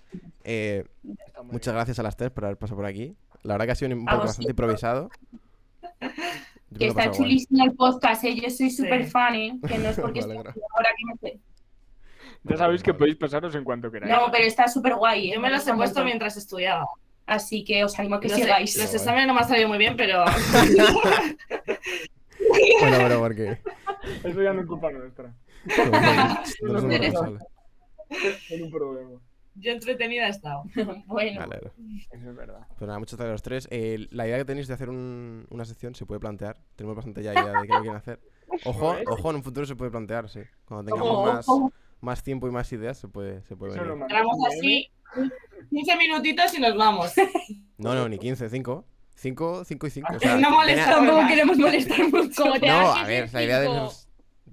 [SPEAKER 1] Eh,
[SPEAKER 2] Está muy
[SPEAKER 1] muchas gracias a las tres por haber pasado por aquí. La verdad que ha sido un
[SPEAKER 4] A
[SPEAKER 1] podcast
[SPEAKER 4] vosotros.
[SPEAKER 1] bastante improvisado. Yo me lo
[SPEAKER 4] Que
[SPEAKER 1] he
[SPEAKER 4] está
[SPEAKER 1] pasado guay.
[SPEAKER 4] chulísimo el podcast, ¿eh? yo soy súper fan, ¿eh? que no es porque
[SPEAKER 1] Me
[SPEAKER 4] estoy
[SPEAKER 1] alegra.
[SPEAKER 4] ahora que no sé.
[SPEAKER 2] bien. Ya sabéis que podéis pasaros en cuanto queráis.
[SPEAKER 4] No, pero está súper guay. ¿eh?
[SPEAKER 5] Yo me los he puesto
[SPEAKER 4] Montón.
[SPEAKER 5] mientras estudiaba.
[SPEAKER 4] Así que os animo a que
[SPEAKER 5] Los,
[SPEAKER 4] sigáis.
[SPEAKER 5] los
[SPEAKER 1] guay.
[SPEAKER 5] exámenes no me han salido muy bien, pero
[SPEAKER 1] Bueno, bueno, porque.
[SPEAKER 2] Eso ya no es culpa nuestra.
[SPEAKER 1] No somos responsables.
[SPEAKER 2] Es un problema.
[SPEAKER 5] yo entretenida he estado.
[SPEAKER 4] Bueno,
[SPEAKER 1] Me alegro.
[SPEAKER 2] Eso es verdad.
[SPEAKER 1] Pues nada, muchas gracias a los tres. Eh, la idea que tenéis de hacer un- una sección se puede plantear. Tenemos bastante ya idea de qué lo quieren hacer. Ojo,
[SPEAKER 2] Joder.
[SPEAKER 1] ojo, en un futuro se puede plantear, sí. Cuando
[SPEAKER 4] Ojo,
[SPEAKER 1] tengamos más,
[SPEAKER 4] ojo.
[SPEAKER 1] más tiempo y más ideas, se puede, se puede
[SPEAKER 2] Eso
[SPEAKER 1] venir.
[SPEAKER 2] lo mandamos
[SPEAKER 5] Entramos
[SPEAKER 2] a
[SPEAKER 5] así 15 minutitos y nos vamos.
[SPEAKER 1] No, no, ni 15, 5. 5, 5 y
[SPEAKER 3] Ah,
[SPEAKER 1] 5.
[SPEAKER 5] No molesta.
[SPEAKER 4] tampoco queremos molestar mucho. ¿eh?
[SPEAKER 3] Como te
[SPEAKER 1] No, a
[SPEAKER 3] hagas decir
[SPEAKER 1] ver, la idea de
[SPEAKER 3] cinco-
[SPEAKER 1] los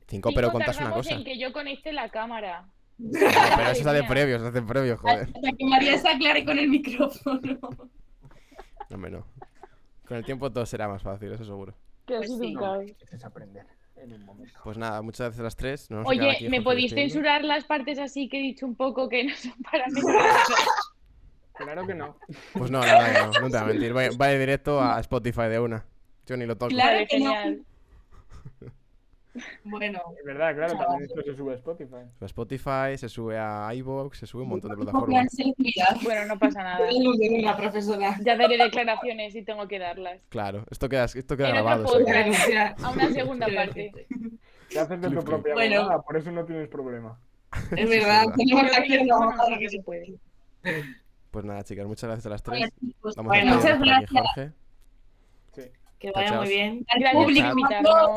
[SPEAKER 1] 5, pero
[SPEAKER 3] cinco
[SPEAKER 1] contás una
[SPEAKER 3] tardamos
[SPEAKER 1] cosa.
[SPEAKER 3] en que yo conecte la cámara.
[SPEAKER 1] No, pero eso
[SPEAKER 3] Madre
[SPEAKER 1] se hace
[SPEAKER 3] mía.
[SPEAKER 1] previo, se hace previo, joder.
[SPEAKER 4] Hasta que María se aclare con el micrófono.
[SPEAKER 1] No, hombre, no. Con el tiempo todo será más fácil, eso seguro.
[SPEAKER 3] Que ha
[SPEAKER 4] Pues
[SPEAKER 3] sido
[SPEAKER 4] sí.
[SPEAKER 3] un caos.
[SPEAKER 2] Eso es aprender en un momento.
[SPEAKER 1] Pues nada, muchas gracias a las tres. nos vamos a quedar aquí,
[SPEAKER 3] Oye, ¿me
[SPEAKER 1] Jorge,
[SPEAKER 3] podéis
[SPEAKER 1] despidiendo.
[SPEAKER 3] censurar las partes así que he dicho un poco que no son para mí?
[SPEAKER 2] Claro que no.
[SPEAKER 1] Pues no, la verdad que no, no te voy a mentir. Vaya, vaya directo a Spotify de una. Yo ni lo toco.
[SPEAKER 4] Claro
[SPEAKER 3] Vale,
[SPEAKER 4] que no.
[SPEAKER 3] genial.
[SPEAKER 5] Bueno,
[SPEAKER 2] Es verdad, claro, también esto se sube a Spotify.
[SPEAKER 1] A Spotify, se sube a iVoox, se sube a un montón de plataformas.
[SPEAKER 4] Pongan selectividad.
[SPEAKER 3] Bueno, no pasa nada.
[SPEAKER 5] una profesora.
[SPEAKER 3] Ya daré declaraciones y tengo que darlas.
[SPEAKER 1] Claro, esto queda, esto queda
[SPEAKER 3] En otro
[SPEAKER 1] grabado. o sea que-
[SPEAKER 3] podcast.
[SPEAKER 5] Renunciar.
[SPEAKER 3] A una segunda
[SPEAKER 5] Quiero
[SPEAKER 3] parte.
[SPEAKER 5] decirte.
[SPEAKER 2] Te haces de tu
[SPEAKER 1] Cliff
[SPEAKER 2] propia
[SPEAKER 4] Bueno.
[SPEAKER 2] abogada, por eso no tienes problema.
[SPEAKER 5] Es verdad,
[SPEAKER 1] verdad.
[SPEAKER 5] tenemos que hacer una
[SPEAKER 3] Bueno,
[SPEAKER 5] abogada
[SPEAKER 3] sí que
[SPEAKER 5] que
[SPEAKER 3] se puede.
[SPEAKER 1] Pues nada, chicas, muchas gracias a las
[SPEAKER 4] Bueno,
[SPEAKER 1] tres.
[SPEAKER 4] chicos,
[SPEAKER 1] Vamos
[SPEAKER 3] pues
[SPEAKER 5] Bueno,
[SPEAKER 1] a
[SPEAKER 4] muchas
[SPEAKER 1] despedirnos por aquí,
[SPEAKER 4] gracias
[SPEAKER 1] Jorge.
[SPEAKER 5] que vaya muy bien.
[SPEAKER 4] al
[SPEAKER 3] Gracias por
[SPEAKER 4] público. a todos.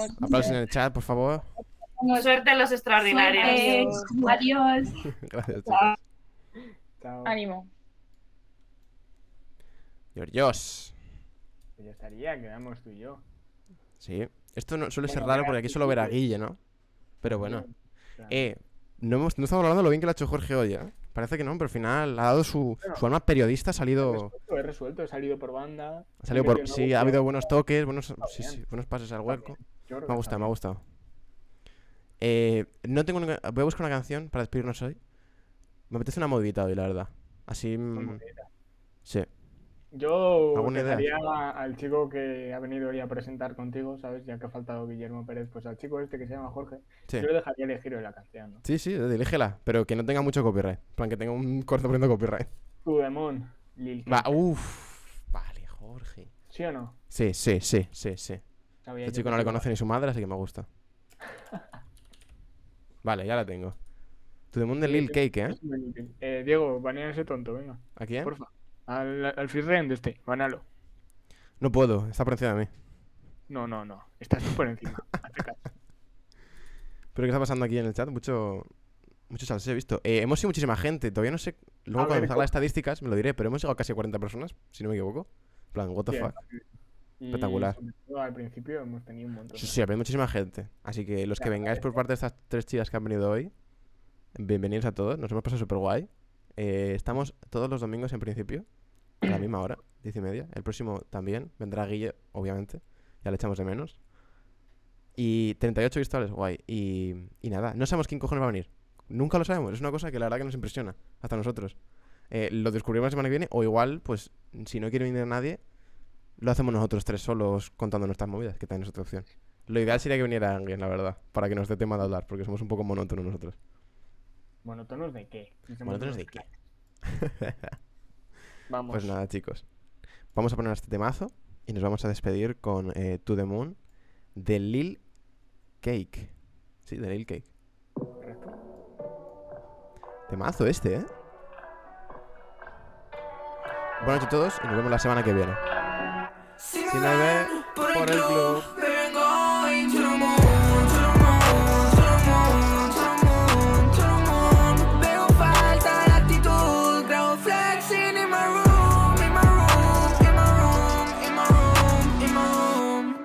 [SPEAKER 3] invitarnos.
[SPEAKER 1] Aplausos en el chat, por favor.
[SPEAKER 5] Suerte en los
[SPEAKER 4] Suerte.
[SPEAKER 5] extraordinarios.
[SPEAKER 4] Adiós.
[SPEAKER 1] Gracias, chicas.
[SPEAKER 2] Chao.
[SPEAKER 3] Ánimo.
[SPEAKER 1] Georgios.
[SPEAKER 2] Pues ya estaría, quedamos tú y yo.
[SPEAKER 1] Sí. Esto no, suele ser
[SPEAKER 2] Bueno,
[SPEAKER 1] raro
[SPEAKER 2] mira,
[SPEAKER 1] porque aquí solo ver a Guille, ¿no? Pero bueno.
[SPEAKER 2] Claro.
[SPEAKER 1] Eh, no, hemos, no estamos hablando de lo bien que lo ha hecho Jorge hoy, ¿eh? Parece que no, pero al final ha dado su,
[SPEAKER 2] Bueno. pues,
[SPEAKER 1] su alma periodista, ha salido,
[SPEAKER 2] Lo he resuelto, he salido por banda.
[SPEAKER 1] ha salido por... Sí, ha habido buenos toques, buenos, sí, sí, buenos pases al hueco. Me ha gustado, me ha gustado. Eh, no tengo ninguna- Voy a buscar una canción para despedirnos hoy. Me apetece una movidita hoy, la verdad. Así. mm, Sí.
[SPEAKER 2] Yo
[SPEAKER 1] ¿Alguna idea?
[SPEAKER 2] dejaría a- al chico que ha venido hoy a presentar contigo, ¿sabes? Ya que ha faltado Guillermo Pérez, pues al chico este que se llama Jorge,
[SPEAKER 1] Sí.
[SPEAKER 2] yo le dejaría elegir hoy la canción, ¿no?
[SPEAKER 1] Sí, sí, elígela, pero que no tenga mucho copyright. En plan, que tenga un corto poniendo copyright.
[SPEAKER 2] Tu demon, Lil
[SPEAKER 1] Va,
[SPEAKER 2] Keith.
[SPEAKER 1] uff. Vale, Jorge.
[SPEAKER 2] ¿Sí o no?
[SPEAKER 1] Sí, sí, sí, sí, sí.
[SPEAKER 2] Sabía
[SPEAKER 1] Este
[SPEAKER 2] yo
[SPEAKER 1] chico
[SPEAKER 2] que
[SPEAKER 1] no le
[SPEAKER 2] sí.
[SPEAKER 1] conoce ni su madre, así que me gusta. Vale, ya la tengo. To the Moon de Lil Cake, ¿eh?
[SPEAKER 2] Es muy útil. Eh, Diego, banea a ese tonto, venga,
[SPEAKER 1] ¿A quién?
[SPEAKER 2] porfa. Al, al Firren de este, banalo.
[SPEAKER 1] No puedo, está por encima de mí.
[SPEAKER 2] No, no, no, estás tú por encima. hazte caso.
[SPEAKER 1] ¿Pero qué está pasando aquí en el chat? Mucho, mucho salseo he visto. Eh, hemos sido muchísima gente, todavía no sé. Luego
[SPEAKER 2] A
[SPEAKER 1] cuando
[SPEAKER 2] ver,
[SPEAKER 1] me salgan
[SPEAKER 2] ¿cómo?
[SPEAKER 1] las estadísticas me lo diré, pero hemos llegado casi a 40 personas, si no me equivoco. En plan, what the
[SPEAKER 2] Bien.
[SPEAKER 1] fuck.
[SPEAKER 2] Y
[SPEAKER 1] Espectacular.
[SPEAKER 2] sobre todo al principio hemos tenido un montón.
[SPEAKER 1] Sí,
[SPEAKER 2] de-
[SPEAKER 1] sí, había muchísima gente. Así que los que
[SPEAKER 2] Ya,
[SPEAKER 1] vengáis por parte de estas tres chicas que han venido hoy, bienvenidos a todos. Nos hemos pasado súper guay. estamos todos los domingos en principio, a la misma hora, diez y media. El próximo también. Vendrá Guille, obviamente. Ya le echamos de menos. Y 38 visuales, guay. Y, y nada, no sabemos quién cojones va a venir. Nunca lo sabemos. Es una cosa que la verdad que nos impresiona, hasta nosotros. Eh, lo descubrimos la semana que viene, o igual, pues, si no quiere venir nadie, lo hacemos nosotros tres solos contando nuestras movidas, que también es otra opción. Lo ideal sería que viniera alguien, la verdad, para que nos dé tema de hablar, porque somos un poco monótonos nosotros.
[SPEAKER 2] ¿Monótonos de qué? Si somos
[SPEAKER 1] ¿Monótonos
[SPEAKER 2] unos
[SPEAKER 1] de qué?
[SPEAKER 2] Vamos.
[SPEAKER 1] Pues nada, chicos. Vamos a poner este temazo y nos vamos a despedir con eh, To The Moon de Lil Cake. Sí, de Lil Cake. Temazo este, ¿eh? Buenas noches a todos y nos vemos la semana que viene.
[SPEAKER 6] Si me
[SPEAKER 1] Si me ve
[SPEAKER 6] ven por
[SPEAKER 1] por
[SPEAKER 6] el
[SPEAKER 1] el
[SPEAKER 6] club,
[SPEAKER 1] club,
[SPEAKER 6] we're going to the moon, to the moon, to the moon, to the moon, to the moon. Veo falta de actitud, grabo flexing in my room.